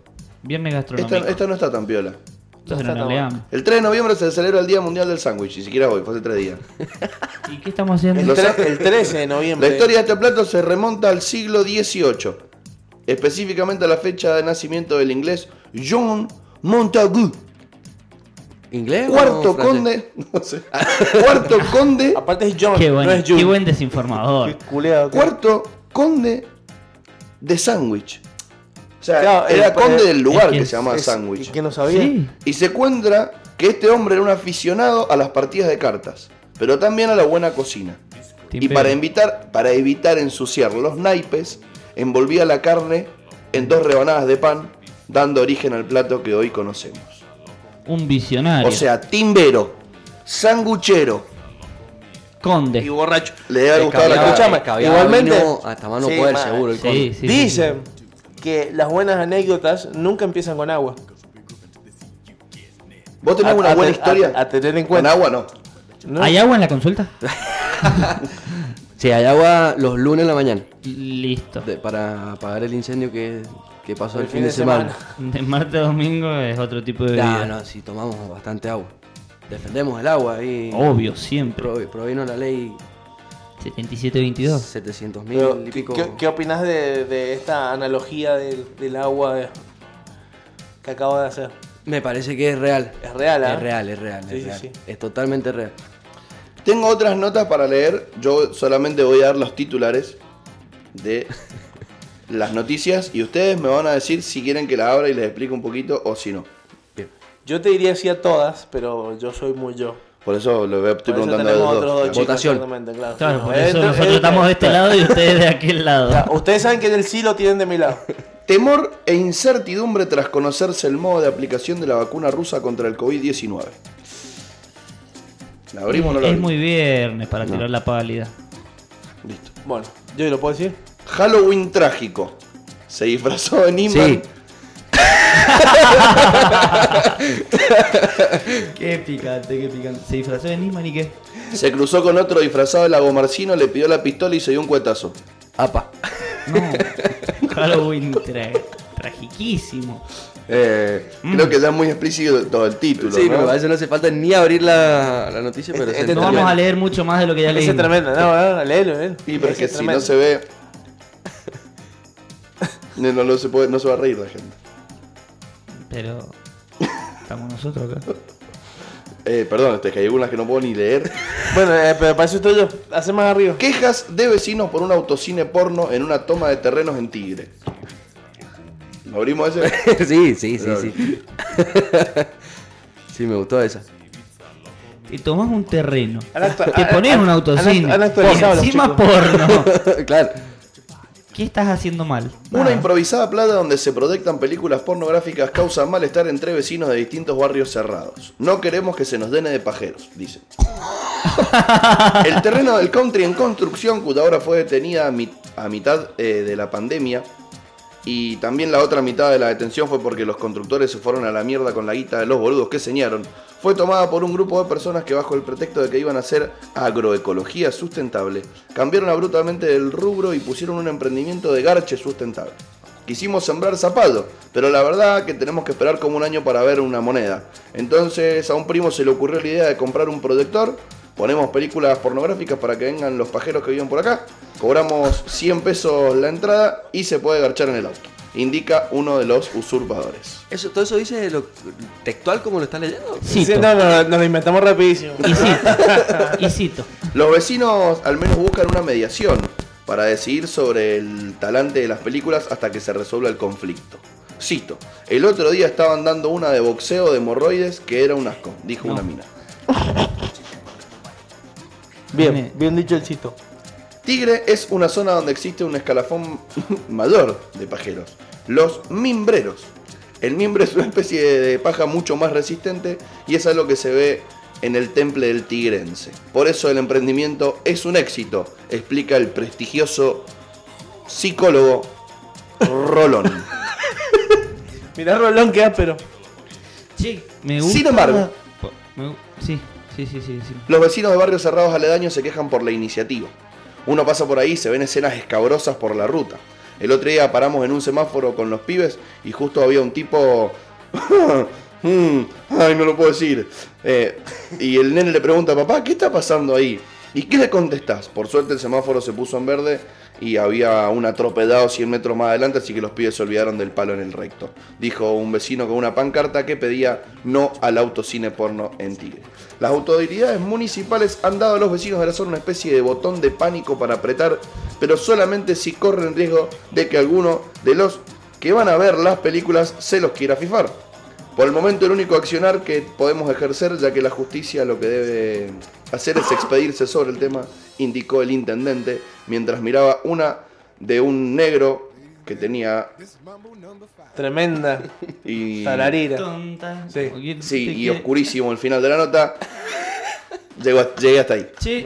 Speaker 2: Viernes
Speaker 1: esta,
Speaker 2: gastronómico.
Speaker 1: esta no está tan piola.
Speaker 2: Esto es
Speaker 3: está
Speaker 2: en
Speaker 3: tan
Speaker 2: Orleán.
Speaker 1: El 3 de noviembre se celebra el Día Mundial del Sándwich, ni siquiera hoy, fue hace tres días.
Speaker 2: ¿Y qué estamos haciendo?
Speaker 3: El,
Speaker 1: Los-
Speaker 3: tre- el 13 de noviembre.
Speaker 1: La historia de este plato se remonta al siglo XVIII, específicamente a la fecha de nacimiento del inglés John Montagu,
Speaker 5: ¿Inglés? o
Speaker 1: cuarto
Speaker 5: francés?
Speaker 1: conde, no sé, cuarto conde
Speaker 3: Aparte es John,
Speaker 2: Qué buen,
Speaker 3: no es June.
Speaker 2: qué buen desinformador.
Speaker 3: Qué culeado que-
Speaker 1: Cuarto conde de sándwich. O sea,
Speaker 3: Claro,
Speaker 1: era
Speaker 3: el-
Speaker 1: conde
Speaker 3: el-
Speaker 1: del lugar
Speaker 2: es
Speaker 1: que,
Speaker 2: que
Speaker 1: se llamaba
Speaker 3: es-
Speaker 1: sándwich.
Speaker 3: que- que no sabía?
Speaker 2: Sí.
Speaker 1: Y se encuentra que este hombre era un aficionado a las partidas de cartas, pero también a la buena cocina. Y
Speaker 2: Timbero.
Speaker 1: para, invitar, para evitar ensuciar los naipes, envolvía la carne en dos rebanadas de pan, dando origen al plato que hoy conocemos.
Speaker 2: Un visionario.
Speaker 1: O sea, timbero, sanguchero,
Speaker 2: Conde.
Speaker 3: Y borracho.
Speaker 1: le debe haber gustado la
Speaker 5: Caviar,
Speaker 1: carne.
Speaker 3: Escuchame,
Speaker 5: caviar
Speaker 3: igualmente-
Speaker 5: vino Hasta mano
Speaker 3: Sí,
Speaker 5: poder,
Speaker 3: ma-
Speaker 5: seguro. El
Speaker 2: Sí,
Speaker 5: conde.
Speaker 2: sí, sí,
Speaker 3: Dicen que las buenas anécdotas nunca empiezan con agua.
Speaker 1: ¿Vos tenés
Speaker 3: A-
Speaker 1: una
Speaker 3: a
Speaker 1: buena
Speaker 3: te-
Speaker 1: historia?
Speaker 3: A, a tener en
Speaker 1: Con
Speaker 3: cuenta.
Speaker 1: agua no.
Speaker 3: ¿no?
Speaker 2: ¿Hay agua en la consulta?
Speaker 5: Sí, hay agua los lunes en la mañana.
Speaker 2: Listo.
Speaker 5: de- para apagar el incendio que, que pasó
Speaker 3: El
Speaker 5: el, fin, de, semana.
Speaker 2: De martes a domingo es otro tipo de
Speaker 5: No,
Speaker 2: vida.
Speaker 5: no, sí, tomamos bastante agua. Defendemos el agua y.
Speaker 2: Obvio, siempre.
Speaker 5: Pro- provino la ley
Speaker 2: 7722.
Speaker 5: 700
Speaker 3: Pero,
Speaker 5: mil y
Speaker 3: ¿qué,
Speaker 5: pico.
Speaker 3: qué- qué opinás de, de esta analogía del, del agua de- que acabo de hacer?
Speaker 5: Me parece que es real.
Speaker 3: Es real, ¿ah?
Speaker 5: Es real, es real, es
Speaker 3: Sí, sí,
Speaker 5: real.
Speaker 3: sí.
Speaker 5: Es totalmente real.
Speaker 1: Tengo otras notas para leer. Yo solamente voy a dar los titulares de las noticias y ustedes me van a decir si quieren que la abra y les explique un poquito o si no.
Speaker 3: Yo te diría sí a todas, pero yo soy muy yo.
Speaker 1: Por eso lo estoy
Speaker 3: Por eso
Speaker 1: preguntando a
Speaker 3: tenemos
Speaker 1: los
Speaker 3: otros dos
Speaker 1: dos.
Speaker 3: chicos,
Speaker 5: Votación.
Speaker 3: exactamente, Claro,
Speaker 2: Claro, por
Speaker 3: Eh,
Speaker 2: eso
Speaker 3: entonces,
Speaker 2: nosotros
Speaker 3: eh,
Speaker 2: estamos de este lado y ustedes de aquel lado.
Speaker 3: claro, Ustedes saben que en el sí lo tienen de mi lado.
Speaker 1: Temor e incertidumbre tras conocerse el modo de aplicación de la vacuna rusa contra el COVID-19. ¿La abrimos o no la
Speaker 2: es
Speaker 1: abrimos?
Speaker 2: muy viernes para tirar la pálida.
Speaker 1: Listo.
Speaker 3: Bueno, yo lo puedo decir.
Speaker 1: Halloween trágico. Se disfrazó de Niman.
Speaker 5: Sí.
Speaker 2: Qué picante, qué picante. Se disfrazó de Nisman y qué.
Speaker 1: Se cruzó con otro disfrazado de Lagomarcino, le pidió la pistola y se dio un cuetazo.
Speaker 5: Apa.
Speaker 2: No. Halloween tra tragiquísimo.
Speaker 1: Eh, Creo que ya es muy explícito todo el título.
Speaker 5: Mm. Sí,
Speaker 1: ¿no?
Speaker 5: no, a eso no hace falta ni abrir la, la noticia, pero
Speaker 3: Este-
Speaker 5: se
Speaker 3: este
Speaker 2: No
Speaker 5: entiende.
Speaker 2: vamos a leer mucho más de lo que ya
Speaker 3: Ese es
Speaker 2: leímos.
Speaker 3: tremendo. No, no, léelo, léelo.
Speaker 1: Y pero es
Speaker 3: Ese
Speaker 1: que
Speaker 3: es
Speaker 1: si
Speaker 3: tremendo.
Speaker 1: no se ve. No, no lo se puede- no se va a reír la gente.
Speaker 2: Pero estamos nosotros acá.
Speaker 1: Eh, perdón, este, que hay algunas que no puedo ni leer.
Speaker 3: Bueno, eh, pero para eso estoy yo. Hace más arriba.
Speaker 1: Quejas de vecinos por un autocine porno en una toma de terrenos en Tigre. ¿Lo abrimos ese?
Speaker 5: sí, sí, sí, sí. sí, me gustó esa.
Speaker 2: Te tomás un terreno.
Speaker 3: Han actua-
Speaker 2: Te
Speaker 3: han-
Speaker 2: pones
Speaker 3: han-
Speaker 2: un autocine.
Speaker 3: han- han actualizado
Speaker 2: y
Speaker 3: los
Speaker 2: encima
Speaker 3: chicos.
Speaker 2: porno.
Speaker 5: claro.
Speaker 2: ¿Qué estás haciendo mal?
Speaker 1: Una
Speaker 2: Nada.
Speaker 1: improvisada plata donde se proyectan películas pornográficas causa malestar entre vecinos de distintos barrios cerrados. No queremos que se nos dene de pajeros, dicen. El terreno del country en construcción, cuya obra fue detenida a, mi- a mitad eh, de la pandemia. Y también la otra mitad de la detención fue porque los constructores se fueron a la mierda con la guita de los boludos que señaron. Fue tomada por un grupo de personas que bajo el pretexto de que iban a hacer agroecología sustentable, cambiaron abruptamente el rubro y pusieron un emprendimiento de garche sustentable. Quisimos sembrar zapallo, pero la verdad que tenemos que esperar como un año para ver una moneda. Entonces a un primo se le ocurrió la idea de comprar un proyector, ponemos películas pornográficas para que vengan los pajeros que viven por acá, cobramos 100 pesos la entrada y se puede garchar en el auto, indica uno de los usurpadores.
Speaker 5: Eso, ¿Todo eso dice lo, textual como lo estás leyendo?
Speaker 2: Cito.
Speaker 3: Sí, no, no, nos lo inventamos rapidísimo.
Speaker 2: Y cito. Y cito.
Speaker 1: Los vecinos al menos buscan una mediación para decidir sobre el talante de las películas hasta que se resuelva el conflicto. Cito, el otro día estaban dando una de boxeo de hemorroides que era un asco, dijo
Speaker 2: No.
Speaker 1: una mina.
Speaker 3: Bien,
Speaker 2: Tiene-
Speaker 3: bien dicho el chito.
Speaker 1: Tigre es una zona donde existe un escalafón mayor de pajeros, los mimbreros. El mimbre es una especie de, de paja mucho más resistente y es algo que se ve en el temple del tigrense. Por eso el emprendimiento es un éxito, explica el prestigioso psicólogo Rolón.
Speaker 3: Mirá Rolón que áspero.
Speaker 2: Che, me gusta.
Speaker 1: Sin embargo.
Speaker 2: Po- me gu- sí, sí, sí, sí. sí.
Speaker 1: Los vecinos de barrios cerrados aledaños se quejan por la iniciativa. Uno pasa por ahí y se ven escenas escabrosas por la ruta. El otro día paramos en un semáforo con los pibes y justo había un tipo... Mm, Ay, no lo puedo decir. Eh, y el nene le pregunta, papá, ¿qué está pasando ahí? ¿Y qué le contestás? Por suerte el semáforo se puso en verde y había un atropellado 100 metros más adelante, así que los pibes se olvidaron del palo en el recto. Dijo un vecino con una pancarta que pedía no al autocine porno en Tigre. Las autoridades municipales han dado a los vecinos de la zona una especie de botón de pánico para apretar, pero solamente si corren riesgo de que alguno de los que van a ver las películas se los quiera fifar. Por el momento el único accionar que podemos ejercer, ya que la justicia lo que debe hacer es expedirse sobre el tema, indicó el intendente, mientras miraba una de un negro que tenía
Speaker 3: Tremenda.
Speaker 1: y
Speaker 3: Tararira.
Speaker 2: Tonta.
Speaker 3: Sí.
Speaker 2: como quien
Speaker 1: sí,
Speaker 2: te
Speaker 1: y
Speaker 2: quiere.
Speaker 1: oscurísimo el final de la nota. Llegó a- llegué hasta ahí.
Speaker 2: Che,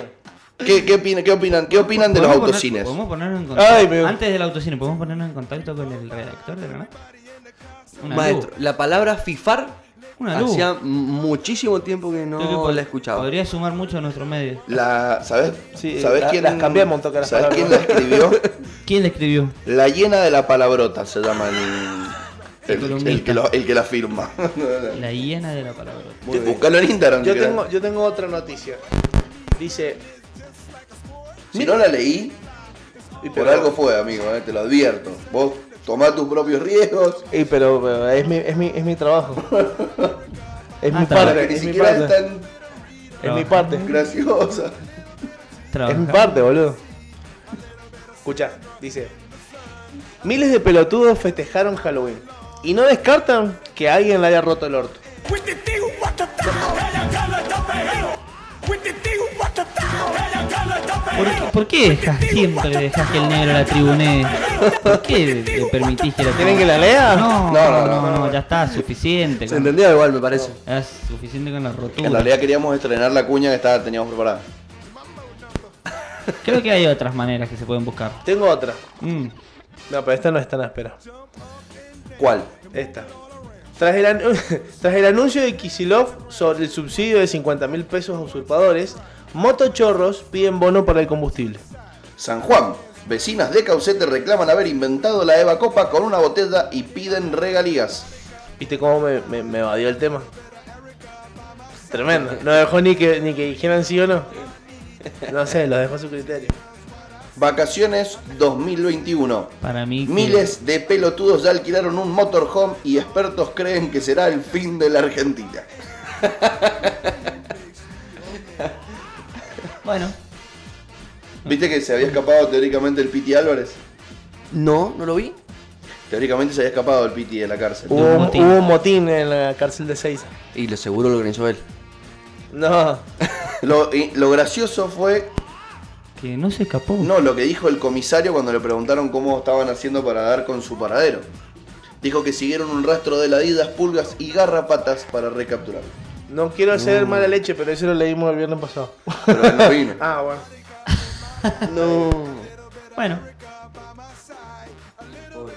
Speaker 1: ¿Qué, qué opina- qué opinan, qué opinan de los
Speaker 2: ¿podemos poner-
Speaker 1: autocines?
Speaker 2: podemos ponernos en contacto.
Speaker 3: Ay, me-
Speaker 2: Antes del autocine, ¿podemos ponernos en contacto con el redactor de la nota? Una
Speaker 5: Maestro,
Speaker 2: luz.
Speaker 5: la palabra fifar
Speaker 2: Una luz.
Speaker 5: hacía m- muchísimo tiempo que no
Speaker 2: Creo que pod-
Speaker 5: la escuchaba.
Speaker 2: Podría sumar mucho a nuestro medio.
Speaker 1: La, ¿Sabes,
Speaker 3: Sí,
Speaker 1: ¿sabes
Speaker 3: la-
Speaker 1: quién,
Speaker 3: las cambiamos, toca las
Speaker 1: ¿sabes
Speaker 3: palabras.
Speaker 1: quién la escribió?
Speaker 2: ¿Quién le escribió?
Speaker 1: La llena de la palabrota se llama el, el- el que, lo- el que la firma.
Speaker 2: La hiena de la palabra.
Speaker 1: Buscalo en Instagram.
Speaker 3: Yo
Speaker 1: si querés.
Speaker 3: tengo, yo tengo otra noticia. Dice.
Speaker 1: Si no la leí,
Speaker 3: y
Speaker 1: por
Speaker 3: pero-
Speaker 1: algo fue, amigo, eh, te lo advierto. Vos Tomá tus propios riesgos.
Speaker 3: Y pero, pero es, mi, es, mi, es mi trabajo. Es
Speaker 2: Ah,
Speaker 3: mi
Speaker 2: está
Speaker 1: Para
Speaker 3: parte,
Speaker 1: que ni
Speaker 3: es mi
Speaker 1: siquiera es
Speaker 3: parte.
Speaker 1: tan
Speaker 3: Es mi parte.
Speaker 1: graciosa.
Speaker 3: Es mi
Speaker 2: Trabajar.
Speaker 3: parte, boludo.
Speaker 6: Escucha, dice.
Speaker 3: Miles de pelotudos festejaron Halloween. Y no descartan que alguien le haya roto el orto.
Speaker 2: ¿Por, qué- por qué dejas siempre dejas que el negro la tribune? ¿Por qué le permitís que la
Speaker 3: ¿Quieren que
Speaker 2: tribune?
Speaker 3: la lea?
Speaker 1: No,
Speaker 2: No, no,
Speaker 1: no,
Speaker 2: no,
Speaker 1: no,
Speaker 2: no, ya está, suficiente.
Speaker 4: Se entendía igual, me parece.
Speaker 2: Es suficiente con la
Speaker 1: En
Speaker 2: rotura.
Speaker 1: realidad queríamos estrenar la cuña que estaba, teníamos preparada.
Speaker 2: Creo que hay otras maneras que se pueden buscar.
Speaker 3: Tengo otra.
Speaker 2: Mm.
Speaker 3: No, pero esta no es tan áspera.
Speaker 1: ¿Cuál?
Speaker 3: Esta. Tras el, anu- tras el anuncio de Kisilov sobre el subsidio de 50 mil pesos a usurpadores, motochorros piden bono para el combustible.
Speaker 1: San Juan. Vecinas de Caucete reclaman haber inventado la Eva Copa con una botella y piden regalías.
Speaker 3: ¿Viste cómo me, me, me evadió el tema? Tremendo. No dejó ni que, ni que dijeran sí o no. No sé, lo dejó a su criterio.
Speaker 1: Vacaciones 2021.
Speaker 2: Para mí. que-
Speaker 1: Miles de pelotudos ya alquilaron un motorhome y expertos creen que será el fin de la Argentina.
Speaker 2: Bueno,
Speaker 1: ¿Viste que se había escapado teóricamente el Piti Álvarez?
Speaker 4: No, no lo vi.
Speaker 1: Teóricamente se había escapado el Piti de la cárcel.
Speaker 4: Uh.
Speaker 3: Hubo un,
Speaker 2: motín.
Speaker 3: hubo un motín en la cárcel de Seiza.
Speaker 4: Y lo seguro lo organizó él.
Speaker 3: No,
Speaker 1: Lo, y lo gracioso fue,
Speaker 2: que no se escapó.
Speaker 1: no, lo que dijo el comisario cuando le preguntaron cómo estaban haciendo para dar con su paradero. Dijo que siguieron un rastro de ladidas, pulgas y garrapatas para recapturarlo.
Speaker 3: no quiero hacer
Speaker 2: Mm.
Speaker 3: mala leche, pero eso lo leímos el viernes pasado.
Speaker 1: Pero él no vino.
Speaker 3: Ah, bueno.
Speaker 4: No.
Speaker 2: Bueno.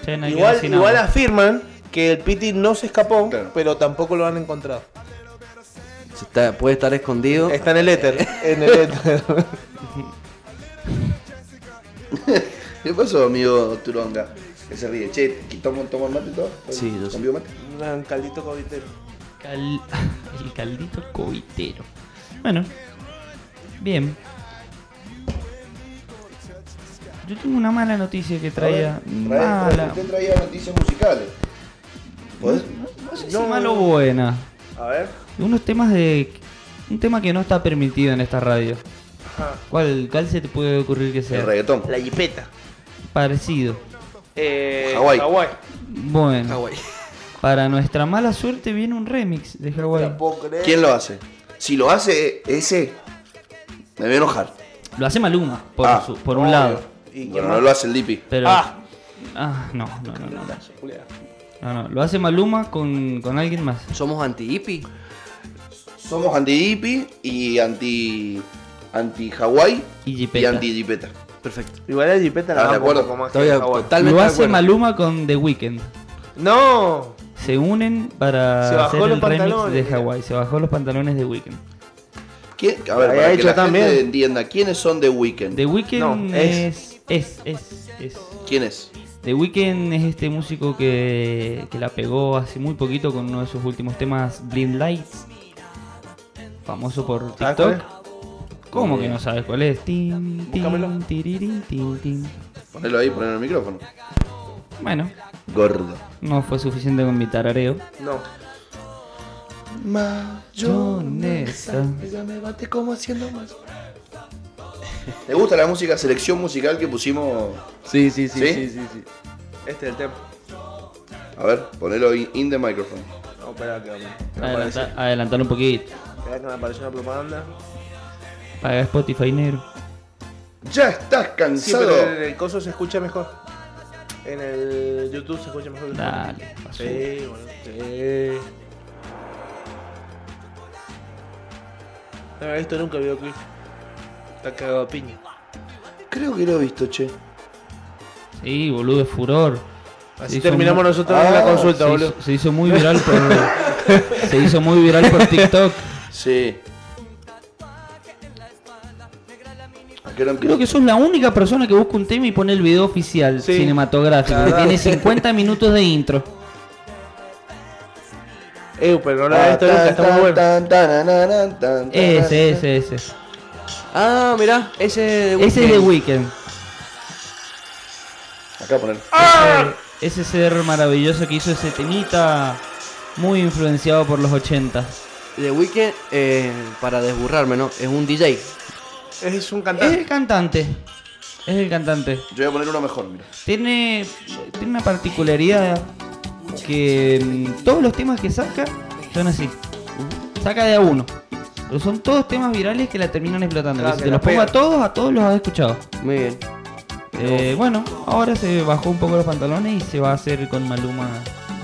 Speaker 2: Che, no hay que
Speaker 3: Igual,
Speaker 2: decir nada.
Speaker 3: igual afirman que el Piti no se escapó,
Speaker 1: Claro.
Speaker 3: pero tampoco lo han encontrado.
Speaker 4: Se está- puede estar escondido.
Speaker 3: Está en el éter. En el éter.
Speaker 1: ¿Qué pasó, amigo Turonga? Que se ríe. Che, ¿tomo, tomo el mate y todo?
Speaker 4: Sí, yo sí.
Speaker 1: ¿Cambió mate?
Speaker 3: Un caldito cobitero.
Speaker 2: Cal- El caldito cobitero. Bueno. Bien. Yo tengo una mala noticia que traía.
Speaker 1: Trae- trae-
Speaker 2: Mala.
Speaker 1: Usted traía noticias musicales. ¿Podés?
Speaker 2: No sé si mala o buena.
Speaker 3: A ver.
Speaker 2: Unos temas de. Un tema que no está permitido en esta radio.
Speaker 3: Ajá.
Speaker 2: ¿Cuál, cuál se te puede ocurrir que
Speaker 1: El
Speaker 2: sea?
Speaker 1: reggaetón.
Speaker 3: La jipeta.
Speaker 2: Parecido.
Speaker 3: Eh,
Speaker 1: Hawái.
Speaker 2: Bueno,
Speaker 4: Hawái.
Speaker 2: para nuestra mala suerte viene un remix de Hawái.
Speaker 1: ¿Quién lo hace? Si lo hace ese, me voy a enojar.
Speaker 2: Lo hace Maluma, por,
Speaker 1: Ah,
Speaker 2: su- por un lado.
Speaker 3: ¿Y quién
Speaker 1: Bueno,
Speaker 3: más?
Speaker 1: no lo hace el Lipi.
Speaker 2: Pero.
Speaker 3: Ah.
Speaker 2: Ah, no, no, no, no. No, no, Lo hace Maluma con, con alguien más.
Speaker 4: Somos anti-hippie.
Speaker 1: Somos anti-Lipi y anti. anti-Hawái
Speaker 2: Y
Speaker 1: y
Speaker 2: Jipeta.
Speaker 1: anti-Jipeta.
Speaker 4: Perfecto.
Speaker 3: Igual la jipeta
Speaker 1: Ah,
Speaker 3: la
Speaker 1: de
Speaker 3: vamos
Speaker 1: acuerdo.
Speaker 3: un poco más que
Speaker 4: Estoy a-
Speaker 3: Hawái.
Speaker 4: totalmente
Speaker 2: Lo
Speaker 4: de
Speaker 2: hace
Speaker 4: acuerdo.
Speaker 2: Maluma con The Weeknd.
Speaker 3: No.
Speaker 2: Se unen para
Speaker 3: Se bajó
Speaker 2: hacer
Speaker 3: los
Speaker 2: el remix
Speaker 3: pantalones,
Speaker 2: de
Speaker 3: mira.
Speaker 2: Hawái. Se bajó los pantalones de Weeknd.
Speaker 1: ¿Quién? A ver,
Speaker 3: Había
Speaker 1: para que
Speaker 3: hecho
Speaker 1: la gente
Speaker 3: también.
Speaker 1: entienda, ¿quiénes son The Weeknd?
Speaker 2: The Weeknd es...
Speaker 3: No, es-
Speaker 2: Es, es, es.
Speaker 1: ¿Quién es?
Speaker 2: The Weeknd es este músico que, que la pegó hace muy poquito con uno de sus últimos temas, Blind Lights. Famoso por
Speaker 3: ¿Sabes cuál Eh,
Speaker 2: TikTok. ¿Cómo que no sabes cuál es? Tin, tin,
Speaker 3: Búscamelo.
Speaker 2: tirirín, tin, tin.
Speaker 1: Ponelo ahí, ponelo en el micrófono.
Speaker 2: Bueno,
Speaker 1: Gordo.
Speaker 2: no fue suficiente con mi tarareo.
Speaker 3: No.
Speaker 2: Mayonesa.
Speaker 1: ¿Te gusta la música, selección musical que pusimos?
Speaker 4: Sí, sí, sí,
Speaker 1: ¿Sí?
Speaker 4: sí, sí, sí.
Speaker 3: Este es el tema.
Speaker 1: A ver, ponelo ahí, in the microphone.
Speaker 3: No, espera que me, me aparece.
Speaker 2: Adelanta- adelantarlo un poquito.
Speaker 3: Espera que me apareció una propaganda.
Speaker 2: Paga Spotify negro.
Speaker 1: Ya estás
Speaker 3: Sí,
Speaker 1: cansado.
Speaker 3: pero en el coso se escucha mejor. En el YouTube se escucha mejor. que el
Speaker 2: Dale, basura.
Speaker 3: Sí, bueno, sí. No había visto nunca el videoclip. Está cagado a piña.
Speaker 1: Creo que lo he visto, che.
Speaker 2: Sí, boludo, es furor.
Speaker 3: Así
Speaker 2: hizo
Speaker 3: terminamos
Speaker 2: mu-
Speaker 3: nosotros
Speaker 1: Ah,
Speaker 3: en la consulta,
Speaker 2: se
Speaker 3: boludo.
Speaker 2: hizo, se hizo muy viral por. se hizo muy viral por TikTok.
Speaker 1: Sí. ¿A qué hora empieza?
Speaker 2: Creo que sos la única persona que busca un tema y pone el video oficial
Speaker 3: Sí.
Speaker 2: cinematográfico. que tiene 50 minutos de intro.
Speaker 3: Eh, pero no lo había visto nunca, está muy bueno.
Speaker 1: Tan, tan, tan, tan, tan, tan,
Speaker 2: Ese, ese, ese.
Speaker 4: Ah, mirá, ese de
Speaker 2: Ese es The Weeknd.
Speaker 1: Acá poner.
Speaker 2: ese ser maravilloso que hizo ese temita muy influenciado por los 80.
Speaker 4: The Weeknd, eh, para desburrarme, ¿no? Es un DJ.
Speaker 3: Es un
Speaker 2: Es
Speaker 3: cantante.
Speaker 2: el cantante. Es el cantante.
Speaker 1: Yo voy a poner uno mejor, mira.
Speaker 2: Tiene, tiene una particularidad que mm, todos los temas que saca son así. Saca de a uno. Pero son todos temas virales que la terminan explotando.
Speaker 3: Claro,
Speaker 2: que si
Speaker 3: que
Speaker 2: te
Speaker 3: la
Speaker 2: los pongo a
Speaker 3: pega.
Speaker 2: todos, a todos los has escuchado.
Speaker 4: Muy bien.
Speaker 2: Eh, bueno, ahora se bajó un poco los pantalones y se va a hacer con Maluma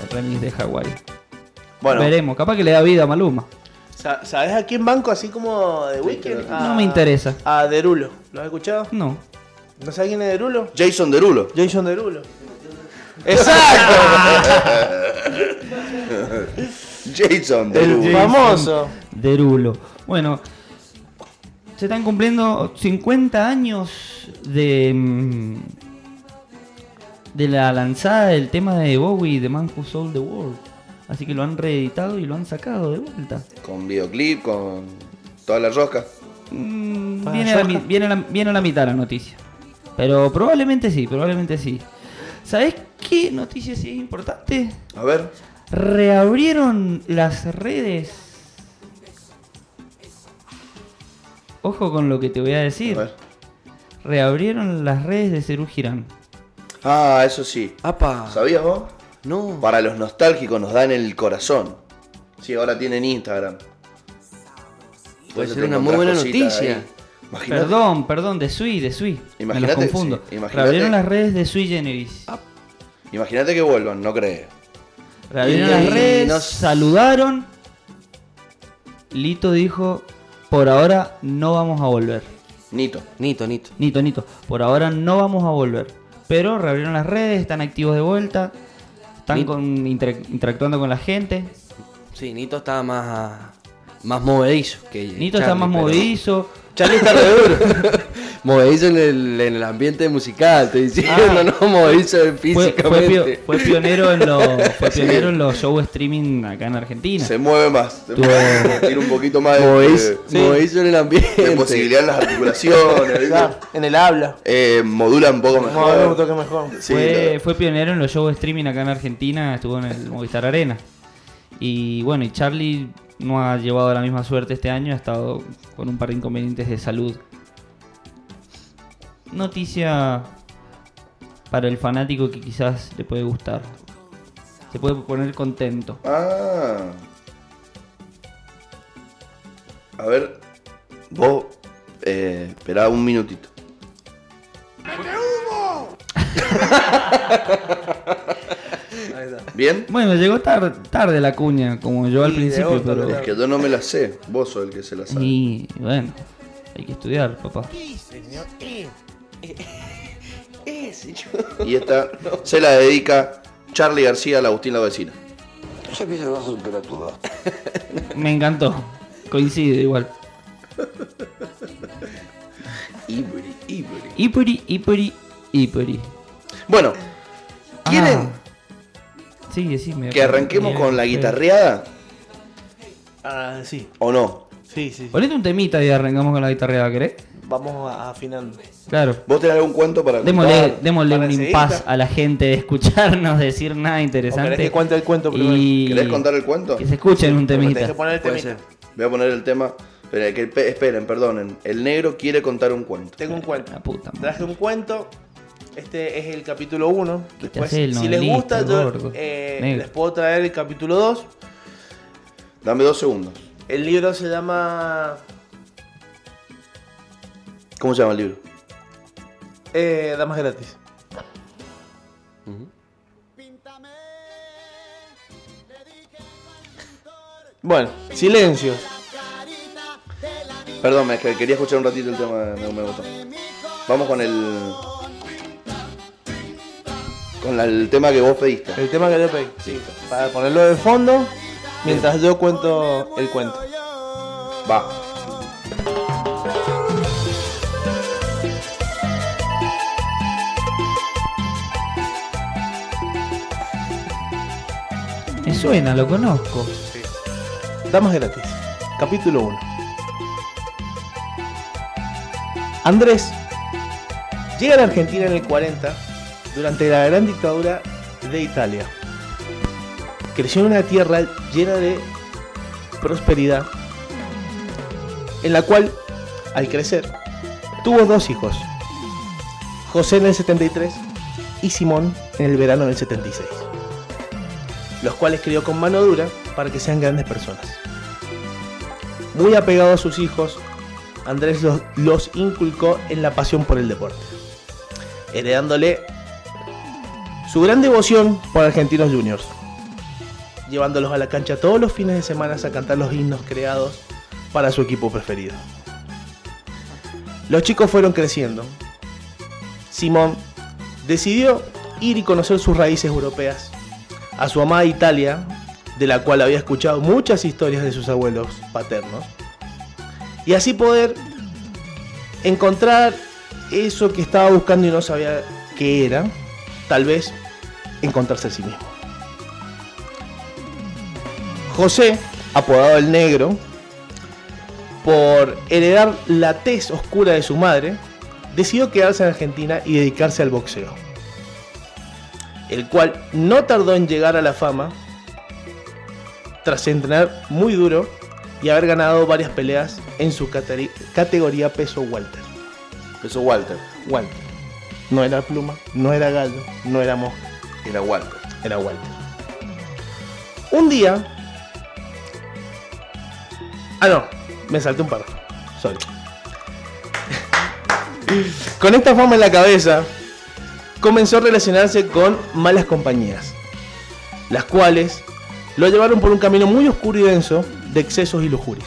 Speaker 2: el remix de Hawái.
Speaker 1: Bueno,
Speaker 2: Veremos, capaz que le da vida a Maluma.
Speaker 3: Sa- ¿Sabes a quién banco así como The Weeknd?
Speaker 1: claro.
Speaker 3: A-
Speaker 2: No me interesa.
Speaker 3: A Derulo. ¿Lo has escuchado?
Speaker 2: No.
Speaker 3: ¿No sabes quién es Derulo?
Speaker 1: Jason Derulo.
Speaker 3: Jason Derulo. ¡Exacto!
Speaker 1: Jason Derulo.
Speaker 3: El famoso.
Speaker 2: Derulo. Bueno, se están cumpliendo 50 años de mm, de la lanzada del tema de Bowie, The Man Who Sold the World. Así que lo han reeditado y lo han sacado de vuelta.
Speaker 1: Con videoclip, con toda la rosca.
Speaker 2: Mm,
Speaker 3: Para
Speaker 2: viene, a la, mi-
Speaker 3: Jorge.
Speaker 2: viene, a la, viene a la mitad la noticia. Pero probablemente sí, probablemente sí. ¿Sabés qué noticia sí es importante?
Speaker 1: A ver.
Speaker 2: Reabrieron las redes. Ojo con lo que te voy a
Speaker 1: a
Speaker 2: decir.
Speaker 1: ver.
Speaker 2: Reabrieron las redes de Cerú Girán.
Speaker 1: Ah, eso sí.
Speaker 4: Apa.
Speaker 1: ¿Sabías vos?
Speaker 4: No.
Speaker 1: Para los nostálgicos nos dan el corazón. Sí, ahora tienen Instagram.
Speaker 4: Puede
Speaker 1: Entonces
Speaker 4: ser
Speaker 1: te
Speaker 4: una muy
Speaker 1: encontrás
Speaker 4: buena
Speaker 1: cositas
Speaker 4: noticia.
Speaker 1: ahí. Imagínate.
Speaker 2: Perdón, perdón, de Sui, de Sui. Me los
Speaker 1: Imagínate,
Speaker 2: confundo.
Speaker 1: sí, imagínate.
Speaker 2: Reabrieron las redes de Sui Generis.
Speaker 1: Imagínate que vuelvan, no crees.
Speaker 2: Reabrieron
Speaker 4: Y-
Speaker 2: las redes,
Speaker 4: nos-
Speaker 2: saludaron. Lito dijo, por ahora no vamos a volver.
Speaker 1: Nito.
Speaker 4: Nito, Nito.
Speaker 2: Nito, Nito, por ahora no vamos a volver. Pero reabrieron las redes, están activos de vuelta, están
Speaker 4: Ni-
Speaker 2: con- interac- interactuando con la gente.
Speaker 4: Sí, Nito está más. ah, Más movedizo que
Speaker 2: Nito
Speaker 4: Charlie,
Speaker 2: está más
Speaker 4: pero-
Speaker 2: movedizo.
Speaker 4: Charlie está re duro. movedizo en el, en el ambiente musical, te diciendo, no, movedizo
Speaker 2: Ah. Fue, fue pio-
Speaker 4: físicamente.
Speaker 2: fue pionero, en los, fue pionero en los show streaming acá en Argentina.
Speaker 1: Se mueve más. Se
Speaker 2: Tú-
Speaker 1: mueve- Tiene un poquito más de,
Speaker 4: Movedizo,
Speaker 1: de-
Speaker 4: movedizo en el
Speaker 1: de
Speaker 4: ambiente.
Speaker 1: posibilidad en las articulaciones. ¿viste?
Speaker 3: Ya, en el habla.
Speaker 1: Eh, modula un poco
Speaker 3: Vamos a ver un
Speaker 1: mejor.
Speaker 3: toque mejor.
Speaker 1: Sí,
Speaker 2: fue,
Speaker 1: lo-
Speaker 2: fue pionero en los show streaming acá en Argentina, estuvo en el Movistar Arena. Y bueno, y Charlie no ha llevado la misma suerte este año, ha estado con un par de inconvenientes de salud. Noticia para el fanático que quizás le puede gustar. Se puede poner contento.
Speaker 1: Ah. A ver, vos, eh, esperá un minutito. ¿Bien?
Speaker 2: Bueno, llegó tar- tarde la cuña, como yo al
Speaker 3: Y de
Speaker 2: principio,
Speaker 3: otra,
Speaker 2: pero...
Speaker 3: de
Speaker 1: Es que yo no me la sé, vos sos el que se la sabe.
Speaker 2: Y bueno, hay que estudiar, papá.
Speaker 1: Y esta se la dedica Charlie García a la Agustín la vecina.
Speaker 7: Yo pienso que vas a superar tu edad.
Speaker 2: Me encantó. Coincide igual.
Speaker 1: Ibri, Ibri.
Speaker 2: Ipuri, Ipuri, Ipuri.
Speaker 1: Bueno,
Speaker 2: Ah.
Speaker 1: ¿quieren
Speaker 3: Ah.
Speaker 2: Sí, sí, me
Speaker 1: que arranquemos con la guitarreada
Speaker 3: Ah, sí.
Speaker 1: o no?
Speaker 3: Sí, sí.
Speaker 2: Ponete un temita y arrancamos con la guitarreada, ¿querés?
Speaker 3: Vamos a- afinando.
Speaker 2: Claro.
Speaker 1: ¿Vos tenés algún cuento para
Speaker 2: Démosle,
Speaker 1: contar?
Speaker 2: démosle
Speaker 3: para
Speaker 2: un
Speaker 3: seguir,
Speaker 2: impas
Speaker 3: ¿no?
Speaker 2: a la gente de escucharnos decir nada interesante.
Speaker 3: ¿O querés que cuente el cuento primero?
Speaker 2: Y-
Speaker 1: ¿Querés contar el cuento?
Speaker 2: Que se escuchen un
Speaker 3: Pero tenés
Speaker 2: temita.
Speaker 3: que poner el
Speaker 4: Puede
Speaker 3: temita.
Speaker 4: ser.
Speaker 1: Voy a poner el tema. Esperen, que- pe- esperen, perdonen. El negro quiere contar un cuento.
Speaker 3: Tengo un cuento.
Speaker 2: La puta madre.
Speaker 3: Traje un cuento. Este es el capítulo 1.
Speaker 2: ¿Qué te
Speaker 3: Después,
Speaker 2: hace el
Speaker 3: si les
Speaker 2: novelista,
Speaker 3: gusta, yo
Speaker 2: gordo?
Speaker 3: eh,
Speaker 2: Negro.
Speaker 3: les puedo traer el capítulo 2.
Speaker 1: Dame dos segundos.
Speaker 3: El libro se llama
Speaker 1: ¿Cómo se llama el libro?
Speaker 3: eh, Damas Gratis. Bueno, silencio.
Speaker 1: Perdón, es que quería escuchar un ratito el tema de me, me gustó. Vamos con el. Con la- el tema que vos pediste.
Speaker 3: El tema que yo pedí. Para ponerlo de fondo mientras yo cuento el cuento.
Speaker 1: Va.
Speaker 2: Me suena, lo conozco.
Speaker 3: Damas gratis. Capítulo 1. Andrés llega a la Argentina en el 40 durante la gran dictadura de Italia. Creció en una tierra llena de prosperidad, en la cual, al crecer, tuvo dos hijos, José en el 73 y Simón en el verano del 76, los cuales crió con mano dura para que sean grandes personas. Muy apegado a sus hijos, Andrés los, los inculcó en la pasión por el deporte, heredándole su gran devoción por Argentinos Juniors, llevándolos a la cancha todos los fines de semana a cantar los himnos creados para su equipo preferido. Los chicos fueron creciendo. Simón decidió ir y conocer sus raíces europeas, a su amada Italia, de la cual había escuchado muchas historias de sus abuelos paternos, y así poder encontrar eso que estaba buscando y no sabía qué era, tal vez encontrarse a sí mismo. José, apodado el negro, por heredar la tez oscura de su madre, decidió quedarse en Argentina y dedicarse al boxeo, el cual no tardó en llegar a la fama tras entrenar muy duro y haber ganado varias peleas en su cateri- categoría peso welter.
Speaker 1: Peso Walter.
Speaker 3: Walter. No era Pluma, no era Gallo, no era Mosca,
Speaker 1: Era Walter.
Speaker 3: era Walter. Un día. Ah, no, me salté un par. Sorry. con esta fama en la cabeza, comenzó a relacionarse con malas compañías, las cuales lo llevaron por un camino muy oscuro y denso de excesos y lujuria.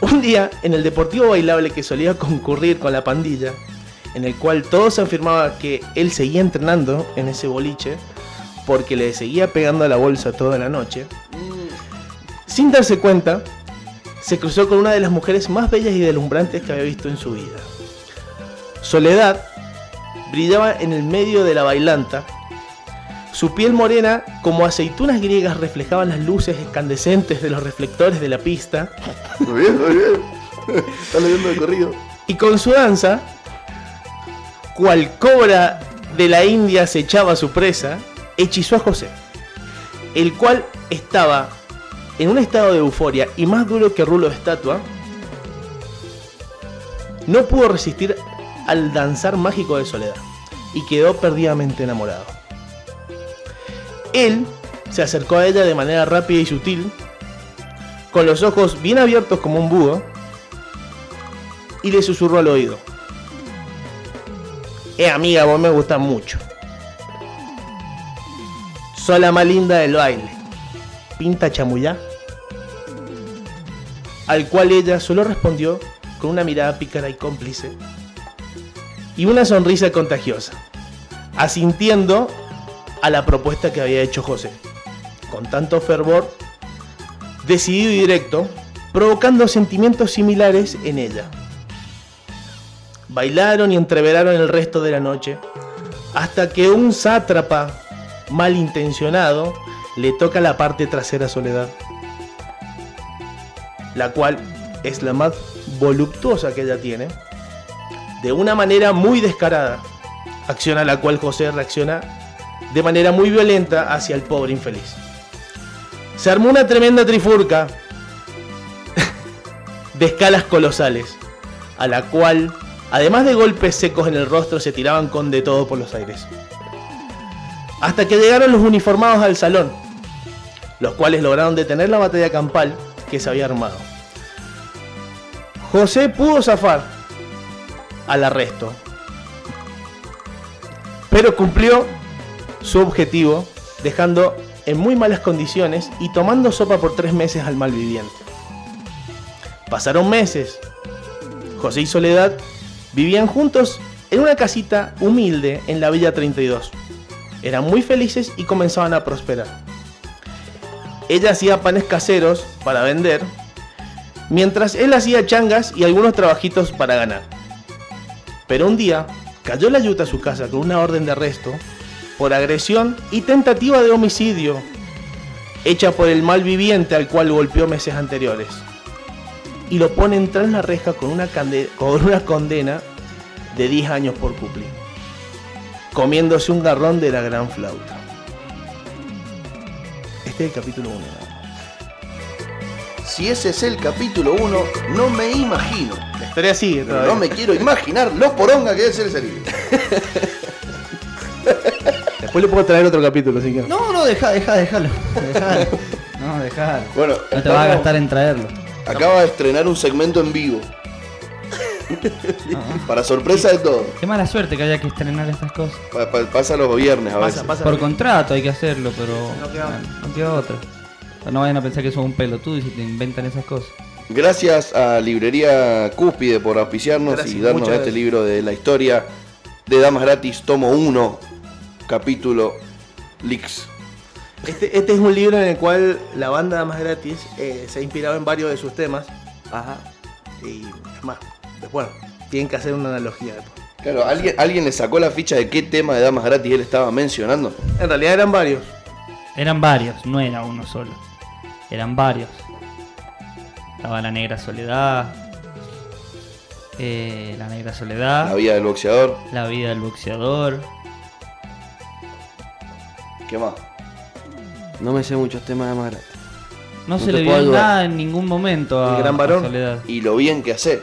Speaker 3: Un día, en el deportivo bailable que solía concurrir con la pandilla, en el cual todos afirmaban que él seguía entrenando en ese boliche porque le seguía pegando a la bolsa toda la noche. Sin darse cuenta, se cruzó con una de las mujeres más bellas y deslumbrantes que había visto en su vida. Soledad brillaba en el medio de la bailanta. Su piel morena, como aceitunas griegas, reflejaban las luces escandescentes de los reflectores de la pista.
Speaker 1: Muy bien, muy bien. Estás leyendo de corrido.
Speaker 3: y con su danza, cual cobra de la India acechaba a su presa, hechizó a José, el cual estaba en un estado de euforia y más duro que rulo de estatua, no pudo resistir al danzar mágico de soledad y quedó perdidamente enamorado. Él se acercó a ella de manera rápida y sutil, con los ojos bien abiertos como un búho, y le susurró al oído. Eh, amiga, vos me gustas mucho. Sos la más linda del baile. Pinta chamullá. Al cual ella solo respondió con una mirada pícara y cómplice y una sonrisa contagiosa, asintiendo a la propuesta que había hecho José, con tanto fervor, decidido y directo, provocando sentimientos similares en ella. Bailaron y entreveraron el resto de la noche, hasta que un sátrapa malintencionado le toca la parte trasera a Soledad, la cual es la más voluptuosa que ella tiene, de una manera muy descarada, acción a la cual José reacciona de manera muy violenta hacia el pobre infeliz. Se armó una tremenda trifurca de escalas colosales, a la cual, además de golpes secos en el rostro, se tiraban con de todo por los aires. Hasta que llegaron los uniformados al salón, los cuales lograron detener la batalla campal que se había armado. José pudo zafar al arresto, pero cumplió su objetivo, dejando en muy malas condiciones y tomando sopa por tres meses al malviviente. Pasaron meses. José y Soledad vivían juntos en una casita humilde en la Villa 32. Eran muy felices y comenzaban a prosperar. Ella hacía panes caseros para vender, mientras él hacía changas y algunos trabajitos para ganar. Pero un día cayó la yuta a su casa con una orden de arresto por agresión y tentativa de homicidio hecha por el malviviente al cual golpeó meses anteriores. Y lo ponen tras la reja con una, cande- con una condena de 10 años por cumplir, comiéndose un garrón de la gran flauta. Este es el capítulo 1.
Speaker 1: Si ese es el capítulo 1, no me imagino.
Speaker 3: La historia sigue
Speaker 1: No,
Speaker 3: todavía.
Speaker 1: me quiero imaginar lo poronga que debe ser ese libro.
Speaker 3: Después le puedo traer otro capítulo, así que.
Speaker 2: No, no, deja, deja, déjalo. Dejalo. No, dejalo.
Speaker 1: Bueno,
Speaker 2: no te vas a
Speaker 1: estamos-
Speaker 2: gastar en traerlo.
Speaker 1: Acaba de estrenar un segmento en vivo. Para sorpresa de todos.
Speaker 2: Qué mala suerte que haya que estrenar estas cosas.
Speaker 1: Pa- pa- pasa los viernes a veces.
Speaker 3: Pasa, pasa.
Speaker 2: Por contrato hay que hacerlo, pero
Speaker 3: No queda
Speaker 2: bueno, no queda otra. Pero No vayan a pensar que sos un pelotudo y si te inventan esas cosas.
Speaker 1: Gracias a Librería Cúspide por auspiciarnos
Speaker 3: Gracias,
Speaker 1: y darnos
Speaker 3: muchas
Speaker 1: este
Speaker 3: gracias.
Speaker 1: libro de la historia de Damas Gratis, tomo 1, capítulo Leaks.
Speaker 3: Este, este es un libro en el cual la banda más gratis eh, se ha inspirado en varios de sus temas.
Speaker 4: Ajá.
Speaker 3: Y es más, pues, bueno, tienen que hacer una analogía después.
Speaker 1: Claro, ¿alguien, alguien le sacó la ficha de qué tema de Damas Gratis él estaba mencionando.
Speaker 3: En realidad eran varios.
Speaker 2: Eran varios, no era uno solo. Eran varios. Estaba la negra soledad. eh, la negra soledad.
Speaker 1: La vida del boxeador.
Speaker 2: La vida del boxeador.
Speaker 1: ¿Qué más?
Speaker 4: No me sé muchos temas de más gratis.
Speaker 2: No,
Speaker 4: No
Speaker 2: se
Speaker 4: te
Speaker 2: le
Speaker 4: puedo
Speaker 2: vio
Speaker 4: ayudar.
Speaker 2: nada en ningún momento a,
Speaker 3: El gran
Speaker 2: a
Speaker 3: varón.
Speaker 2: Soledad.
Speaker 1: Y lo bien que hace.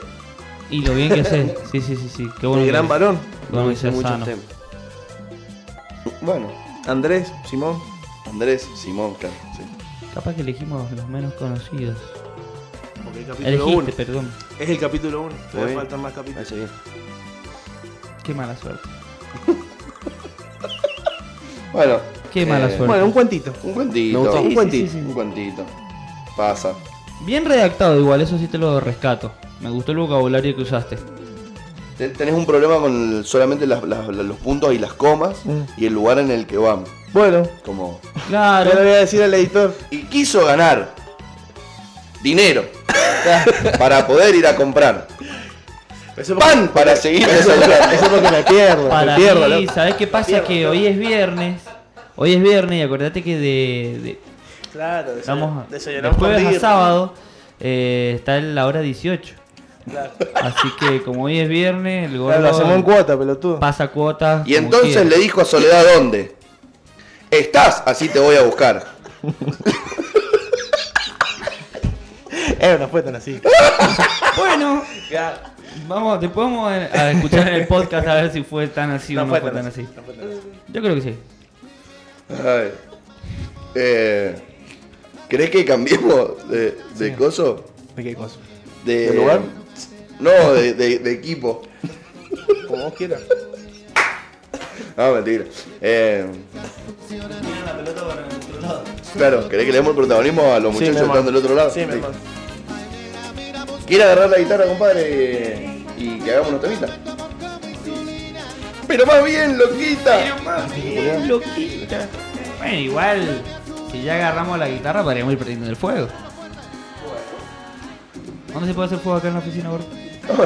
Speaker 2: Y lo bien que hace. Sí, sí, sí, sí. Qué bueno.
Speaker 3: el
Speaker 2: que-
Speaker 3: gran varón,
Speaker 2: qué bueno
Speaker 4: No me
Speaker 2: que
Speaker 4: sé
Speaker 2: sea
Speaker 4: muchos
Speaker 2: sano.
Speaker 4: temas.
Speaker 1: Bueno,
Speaker 3: Andrés, Simón.
Speaker 1: Andrés Simón, claro. sí.
Speaker 2: Capaz que elegimos los menos conocidos.
Speaker 3: Porque el capítulo 1
Speaker 2: Elegiste, perdón.
Speaker 3: es el capítulo 1.
Speaker 4: Muy
Speaker 3: Todavía
Speaker 4: bien.
Speaker 3: faltan más
Speaker 4: Me
Speaker 3: capítulos.
Speaker 4: hace bien.
Speaker 2: Qué mala suerte.
Speaker 1: Bueno.
Speaker 2: Qué mala suerte.
Speaker 3: Eh, Bueno, un cuentito.
Speaker 1: Un
Speaker 4: Me
Speaker 1: cuentito.
Speaker 4: gustó.
Speaker 1: Un
Speaker 2: Sí,
Speaker 1: cuentito.
Speaker 2: sí, sí, sí.
Speaker 1: Un cuentito. Pasa.
Speaker 2: Bien redactado igual, eso sí te lo rescato. Me gustó el vocabulario que usaste.
Speaker 1: Te- Tenés un problema con el- solamente las- las- las- los puntos y las comas
Speaker 3: Mm.
Speaker 1: y el lugar en el que van.
Speaker 3: Bueno,
Speaker 1: Como.
Speaker 3: ahora le
Speaker 2: Claro.
Speaker 3: voy a decir al editor.
Speaker 1: Y quiso ganar dinero para poder ir a comprar
Speaker 3: Eso
Speaker 1: pan para seguir desayunando.
Speaker 3: Eso es porque me pierdo.
Speaker 2: Para
Speaker 3: me pierdo,
Speaker 2: mí,
Speaker 3: loco.
Speaker 2: ¿sabés qué pasa? Que hoy es viernes. Hoy es viernes y acordate que de, de-
Speaker 3: Claro,
Speaker 2: estamos
Speaker 3: desayunamos,
Speaker 2: de
Speaker 3: desayunamos
Speaker 2: jueves
Speaker 3: con
Speaker 2: a
Speaker 3: birra.
Speaker 2: sábado eh, está en la hora 18.
Speaker 3: Claro.
Speaker 2: Así que como hoy es viernes, el
Speaker 3: Claro, lo hacemos en
Speaker 2: gordo
Speaker 3: cuota, pelotudo.
Speaker 2: pasa cuotas.
Speaker 1: Y
Speaker 2: como
Speaker 1: entonces
Speaker 2: quiera.
Speaker 1: le dijo a Soledad dónde. Estás, así te voy a buscar.
Speaker 3: Eh, no fue tan así.
Speaker 2: Bueno,
Speaker 3: Ya,
Speaker 2: vamos, después vamos a- a escuchar en el podcast a ver si fue tan así o no fue tan así.
Speaker 3: no fue tan así.
Speaker 2: Yo creo que sí.
Speaker 1: Ay. Eh, ¿Crees que cambiemos de, de coso?
Speaker 3: ¿De qué cosa?
Speaker 1: ¿De,
Speaker 3: ¿De lugar?
Speaker 1: No, de, de- de equipo.
Speaker 3: Como vos quieras.
Speaker 1: No, mentira. Eh, claro, ¿querés que le demos el protagonismo a los muchachos que están del otro lado?
Speaker 3: Sí, mi
Speaker 1: Sí.
Speaker 3: hermano.
Speaker 1: ¿Quiere agarrar la guitarra, compadre? Y que hagamos unos temitas. Pero más bien, loquita.
Speaker 2: Bien loquita. Bueno, igual, si ya agarramos la guitarra, podríamos ir perdiendo el fuego. ¿Dónde se puede hacer fuego acá en la oficina, gordo?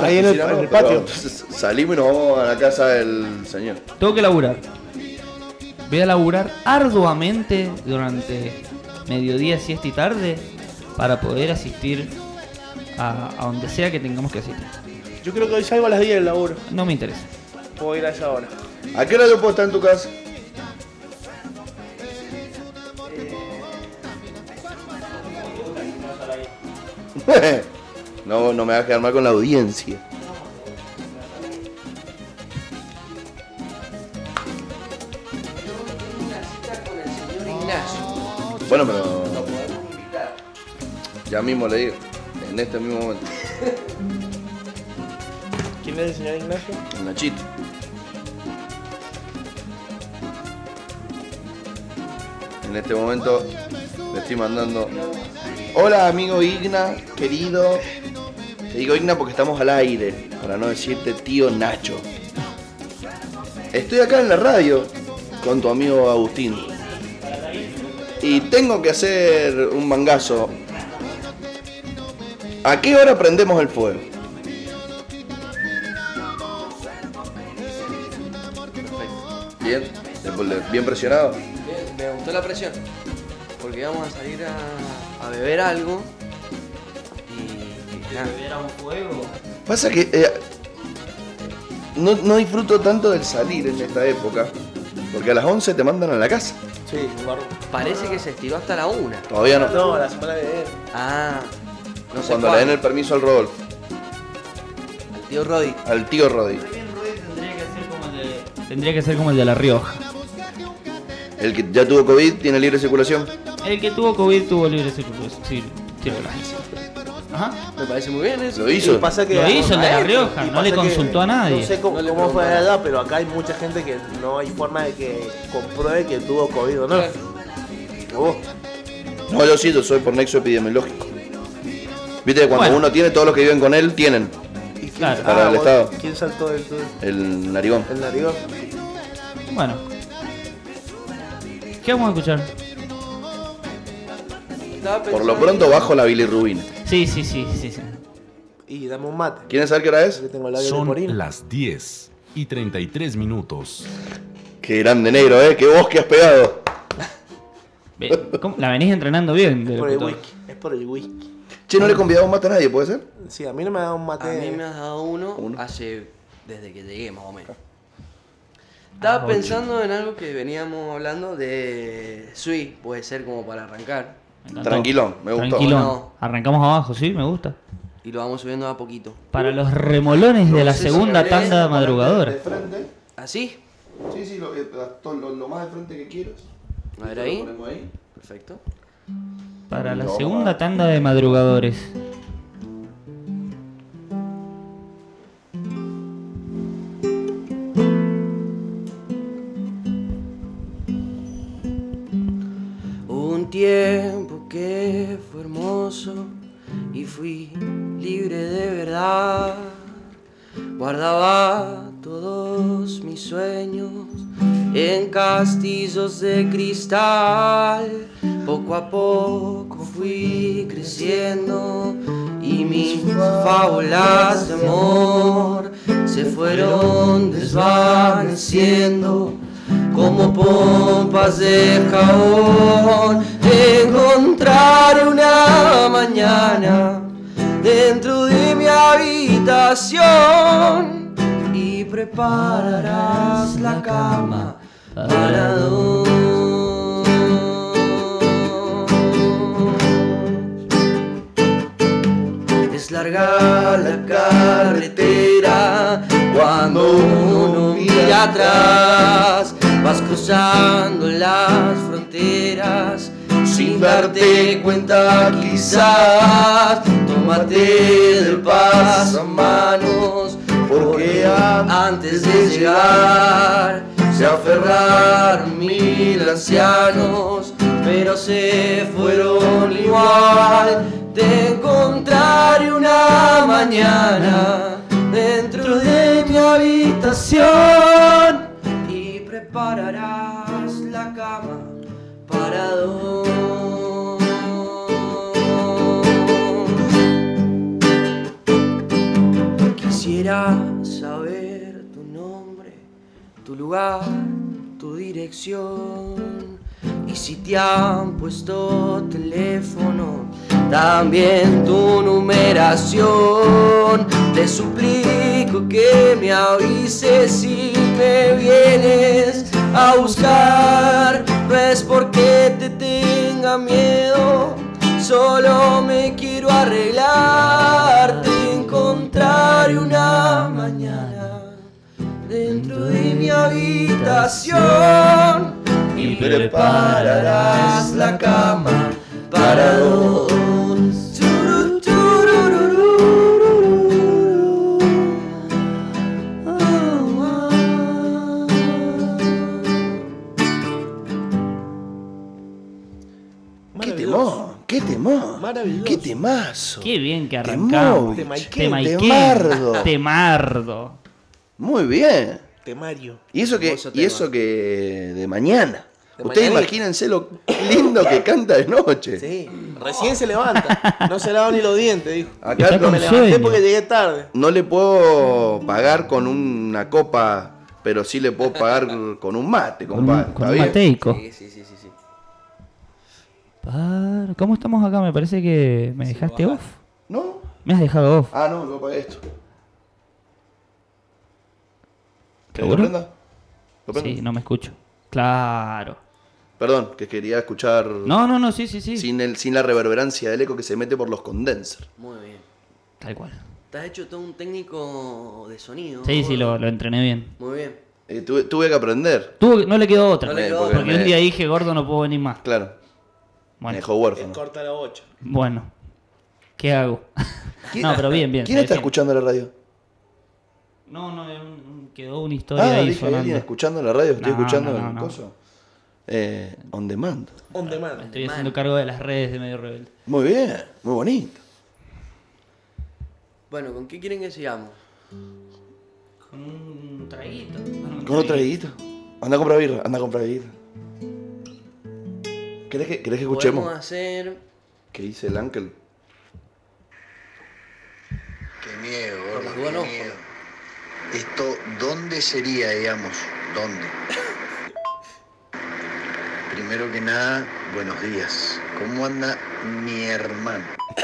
Speaker 3: Ahí en el- en el patio.
Speaker 1: Pero Salimos y nos vamos a la casa del señor.
Speaker 2: Tengo que laburar. Voy a laburar arduamente durante mediodía, siesta y tarde para poder asistir a, a donde sea que tengamos que asistir.
Speaker 3: Yo creo que hoy salgo a las 10 del laburo.
Speaker 2: No me interesa.
Speaker 3: Puedo ir a esa hora.
Speaker 1: ¿A qué hora yo puedo estar en tu casa? no, no me vas a quedar mal con la audiencia. Bueno, pero ya mismo le digo, en este mismo momento,
Speaker 3: ¿Quién es el señor Ignacio?
Speaker 1: en Nachito. En este momento le estoy mandando. Hola amigo Igna, querido. Te digo Igna porque estamos al aire, para no decirte tío Nacho. Estoy acá en la radio con tu amigo Agustín. Y tengo que hacer un mangazo. ¿A qué hora prendemos el fuego? Bien, bien presionado.
Speaker 4: Bien, me gustó la presión. Porque íbamos a salir a, a beber algo. Y. y nada.
Speaker 1: Pasa que eh, no, no disfruto tanto del salir en esta época, porque a las 11 te mandan a la casa.
Speaker 8: Sí, guardo.
Speaker 4: Parece que se estiró hasta la una.
Speaker 1: Todavía no.
Speaker 3: No, la semana que viene.
Speaker 4: Ah, no sé
Speaker 1: Cuando le den
Speaker 4: cuándo.
Speaker 1: el permiso al Rodolfo,
Speaker 4: Al tío Roddy.
Speaker 1: al tío Roddy,
Speaker 2: Tendría que ser como el de- Tendría que ser como el de La Rioja.
Speaker 1: el que ya tuvo COVID, tiene libre circulación.
Speaker 2: El que tuvo COVID tuvo libre circulación. Sí, circulación. Ajá.
Speaker 4: Me parece muy bien eso.
Speaker 1: Lo hizo.
Speaker 3: Y pasa que-
Speaker 2: Lo hizo el de La
Speaker 3: y
Speaker 2: Rioja, no
Speaker 3: pasa
Speaker 2: le
Speaker 3: que-
Speaker 2: consultó a nadie.
Speaker 3: No sé cómo,
Speaker 4: No le
Speaker 3: cómo fue
Speaker 4: preguntó a nadie.
Speaker 3: allá, pero acá hay mucha gente que no hay forma de que compruebe que tuvo COVID o no. Vos,
Speaker 1: No, yo sí, yo soy por nexo epidemiológico. Viste que cuando
Speaker 2: Bueno.
Speaker 1: uno tiene, todos los que viven con él tienen
Speaker 3: ¿y quién- Ah,
Speaker 2: Claro.
Speaker 1: Para el
Speaker 3: vos-
Speaker 1: Estado.
Speaker 3: ¿Quién saltó del del-
Speaker 1: el narigón.
Speaker 3: del narigón?
Speaker 2: Bueno. ¿Qué vamos a escuchar?
Speaker 4: Estaba
Speaker 1: Por lo
Speaker 4: pensando-
Speaker 1: pronto bajo la bilirrubina.
Speaker 2: Sí, sí, sí, sí, sí.
Speaker 3: Y dame un mate.
Speaker 1: ¿Quieren saber qué hora es?
Speaker 3: que tengo el labio de
Speaker 9: Son
Speaker 3: morir.
Speaker 9: las 10 y 33 minutos.
Speaker 1: Qué grande negro, eh, qué bosque has pegado.
Speaker 2: Ve- ¿cómo? La venís entrenando bien. de
Speaker 3: por el
Speaker 2: locutor.
Speaker 3: whisky. Es por el whisky.
Speaker 1: Che, no le convidamos más a nadie, ¿puede ser?
Speaker 3: Sí, a mí no me ha dado un mate.
Speaker 4: A mí me has dado uno,
Speaker 1: Uno. Ah.
Speaker 4: hace desde que llegué más o menos. Estaba pensando en algo que veníamos hablando de Sui, puede ser como para arrancar.
Speaker 2: Me encantó.
Speaker 1: Tranquilón, me gustó.
Speaker 2: Tranquilón.
Speaker 4: No.
Speaker 2: Arrancamos abajo, sí, me gusta.
Speaker 4: Y lo vamos subiendo a poquito.
Speaker 2: Para los remolones de
Speaker 4: No
Speaker 2: la
Speaker 4: sé si
Speaker 2: segunda
Speaker 4: habré
Speaker 2: tanda
Speaker 4: hecho
Speaker 2: madrugadora.
Speaker 1: frente.
Speaker 4: ¿Así?
Speaker 1: Sí, sí, lo, más de frente que quieras.
Speaker 4: A ver ahí. Perfecto.
Speaker 2: Para la
Speaker 1: No,
Speaker 2: segunda tanda de madrugadores.
Speaker 4: Hubo un tiempo que fue hermoso y fui libre de verdad. Guardaba todos mis sueños en castillos de cristal. Poco a poco fui creciendo y mis fábulas de amor se fueron desvaneciendo como pompas de jabón. Te encontraré una mañana dentro de mi habitación y prepararás la cama para dos. Es larga la carretera cuando uno mira atrás. Vas cruzando las fronteras sin darte cuenta quizás. Tómate del pasamanos porque antes de llegar se aferraron mil ancianos, pero se fueron igual. Te encontraré una mañana dentro de mi habitación y prepararás la cama para dos. Quisiera saber tu nombre, tu lugar, tu dirección. Y si te han puesto teléfono, también tu numeración. Te suplico que me avises si me vienes a buscar. No es porque te tenga miedo, solo me quiero arreglar. Te encontraré una mañana dentro de mi habitación y prepararás la cama para dos. Churu, churururururu. Ah, ah.
Speaker 1: Qué
Speaker 3: Maravilloso.
Speaker 1: temón, qué temón.
Speaker 3: Maravilloso.
Speaker 1: Qué temazo.
Speaker 2: Qué bien que arrancamos.
Speaker 1: Temovich,
Speaker 2: Temaiken,
Speaker 1: Temardo.
Speaker 2: Temardo.
Speaker 1: Muy bien.
Speaker 3: Temario.
Speaker 1: Y eso que,
Speaker 4: Hermoso
Speaker 1: y
Speaker 4: tema.
Speaker 1: eso que de mañana.
Speaker 3: De
Speaker 1: Ustedes
Speaker 3: mañana.
Speaker 1: imagínense lo lindo que canta de noche.
Speaker 3: Sí. Recién se levanta. No se lava ni los dientes, dijo.
Speaker 1: Acá
Speaker 2: Está
Speaker 1: no,
Speaker 2: con
Speaker 3: Me
Speaker 2: sueño.
Speaker 3: levanté porque llegué tarde.
Speaker 1: no le puedo pagar con una copa, pero sí le puedo pagar con un mate,
Speaker 2: Con un,
Speaker 1: compadre.
Speaker 2: con
Speaker 1: ¿Está
Speaker 2: un
Speaker 1: bien?
Speaker 2: mateico.
Speaker 4: Sí, sí, sí, sí, sí.
Speaker 2: Par- ¿Cómo estamos acá? Me parece que me dejaste off.
Speaker 1: ¿No?
Speaker 2: Me has dejado off.
Speaker 1: Ah, no, yo pagué esto. ¿Querés que
Speaker 2: ¿Seguro?
Speaker 1: ¿Lo prenda? ¿Lo prendo?
Speaker 2: Sí, no me escucho. Claro.
Speaker 1: Perdón, que quería escuchar
Speaker 2: No, no, no, sí, sí, sí.
Speaker 1: sin, el, sin la reverberancia del eco que se mete por los condensers.
Speaker 4: Muy bien.
Speaker 2: Tal cual.
Speaker 4: Te has hecho todo un técnico de sonido.
Speaker 2: Sí,
Speaker 4: ¿no?
Speaker 2: sí, lo, lo entrené bien.
Speaker 4: Muy bien.
Speaker 1: Eh, tuve, tuve que aprender.
Speaker 2: Tuvo que- no le quedó otra.
Speaker 4: No le quedó
Speaker 1: porque
Speaker 4: otra.
Speaker 2: Porque un día dije, gordo, no puedo venir más.
Speaker 1: Claro, me
Speaker 2: Bueno,
Speaker 1: dejó
Speaker 3: Es
Speaker 1: huérfano.
Speaker 3: corta la bocha.
Speaker 2: bueno ¿qué hago? no, pero bien, bien.
Speaker 1: ¿Quién
Speaker 2: se ve
Speaker 1: está
Speaker 2: bien.
Speaker 1: escuchando la radio?
Speaker 2: No, no, es un- quedó una historia
Speaker 1: Ah,
Speaker 2: ahí
Speaker 1: dije, ¿hay alguien
Speaker 2: sonando.
Speaker 1: escuchando la radio? Estoy
Speaker 2: No,
Speaker 1: escuchando
Speaker 2: no, no,
Speaker 1: el
Speaker 2: no.
Speaker 1: coso. Eh, on demand.
Speaker 3: On demand.
Speaker 2: Estoy haciendo cargo de las redes de Medio Rebelde.
Speaker 1: Muy bien, muy bonito.
Speaker 4: Bueno, ¿con qué quieren que sigamos?
Speaker 2: Con un traguito.
Speaker 1: Con otro traguito. Anda a comprar birra, anda a comprar birra. ¿Querés que, querés que
Speaker 4: Podemos
Speaker 1: escuchemos?
Speaker 4: hacer.
Speaker 1: ¿Qué dice el ángel?
Speaker 10: Qué miedo, gordo,
Speaker 4: Porque vos no,
Speaker 10: qué miedo. Esto, ¿dónde sería, digamos? ¿Dónde? Primero que nada, buenos días. ¿Cómo anda mi hermano?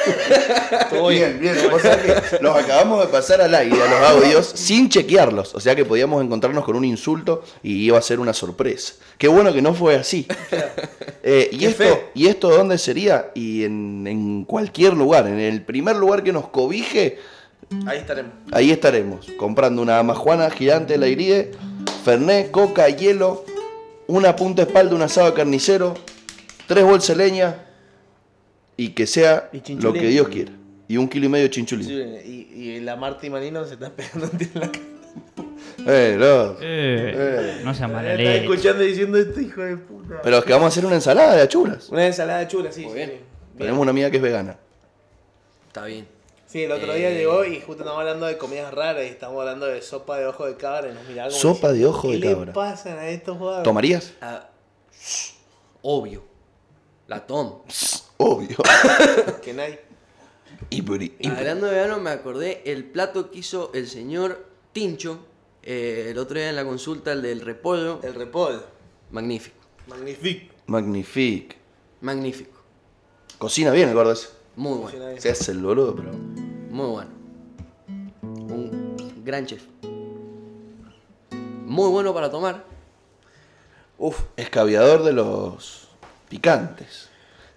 Speaker 1: Bien, bien. O sea que los acabamos de pasar al aire, a los audios, sin chequearlos. O sea que podíamos encontrarnos con un insulto y iba a ser una sorpresa. Qué bueno que no fue así. Eh, y,
Speaker 3: Qué
Speaker 1: esto,
Speaker 3: feo.
Speaker 1: ¿Y esto dónde sería? Y en, en cualquier lugar, en el primer lugar que nos cobije,
Speaker 3: Ahí estaremos.
Speaker 1: ahí estaremos. Comprando una majuana gigante de la Iride, Fernet, coca, hielo, una punta de espalda, un asado de carnicero, tres bolsas de leña y que sea
Speaker 11: Y
Speaker 1: lo
Speaker 11: chinchulín.
Speaker 1: que Dios quiera. Y un kilo y medio de chinchulín.
Speaker 3: Sí, Y, y la Marta y Manino se están pegando en la cara.
Speaker 1: Eh, no.
Speaker 2: Eh, no sean mala
Speaker 3: Están
Speaker 2: leche.
Speaker 3: escuchando diciendo este hijo de puta.
Speaker 1: Pero es que vamos a hacer una ensalada de achuras.
Speaker 3: Una ensalada chula, sí. sí,
Speaker 4: bien.
Speaker 3: sí.
Speaker 1: Tenemos una amiga que es vegana.
Speaker 4: Está bien.
Speaker 3: Sí, el otro día
Speaker 4: Eh.
Speaker 3: llegó y justo estamos hablando de comidas raras y estamos hablando de sopa de ojo de cabra y nos miraba como
Speaker 1: Sopa
Speaker 3: diciendo,
Speaker 1: de ojo de
Speaker 3: ¿qué
Speaker 1: cabra.
Speaker 3: le pasan a estos jugadores?
Speaker 1: ¿Tomarías?
Speaker 4: Ah, obvio. La tomo.
Speaker 1: Obvio.
Speaker 3: Que nadie.
Speaker 1: Y por- y por-
Speaker 4: Hablando de verano, me acordé el plato que hizo el señor Tincho eh, el otro día en la consulta, el del repollo.
Speaker 3: El repollo.
Speaker 4: Magnífico.
Speaker 3: Magnifique.
Speaker 1: Magnifique.
Speaker 4: Magnífico.
Speaker 1: Cocina bien, el gordo ese.
Speaker 4: Muy bueno.
Speaker 1: Se hace el boludo, pero.
Speaker 4: Muy bueno. Un gran chef. Muy bueno para tomar.
Speaker 3: Uf,
Speaker 1: Escaviador de los picantes.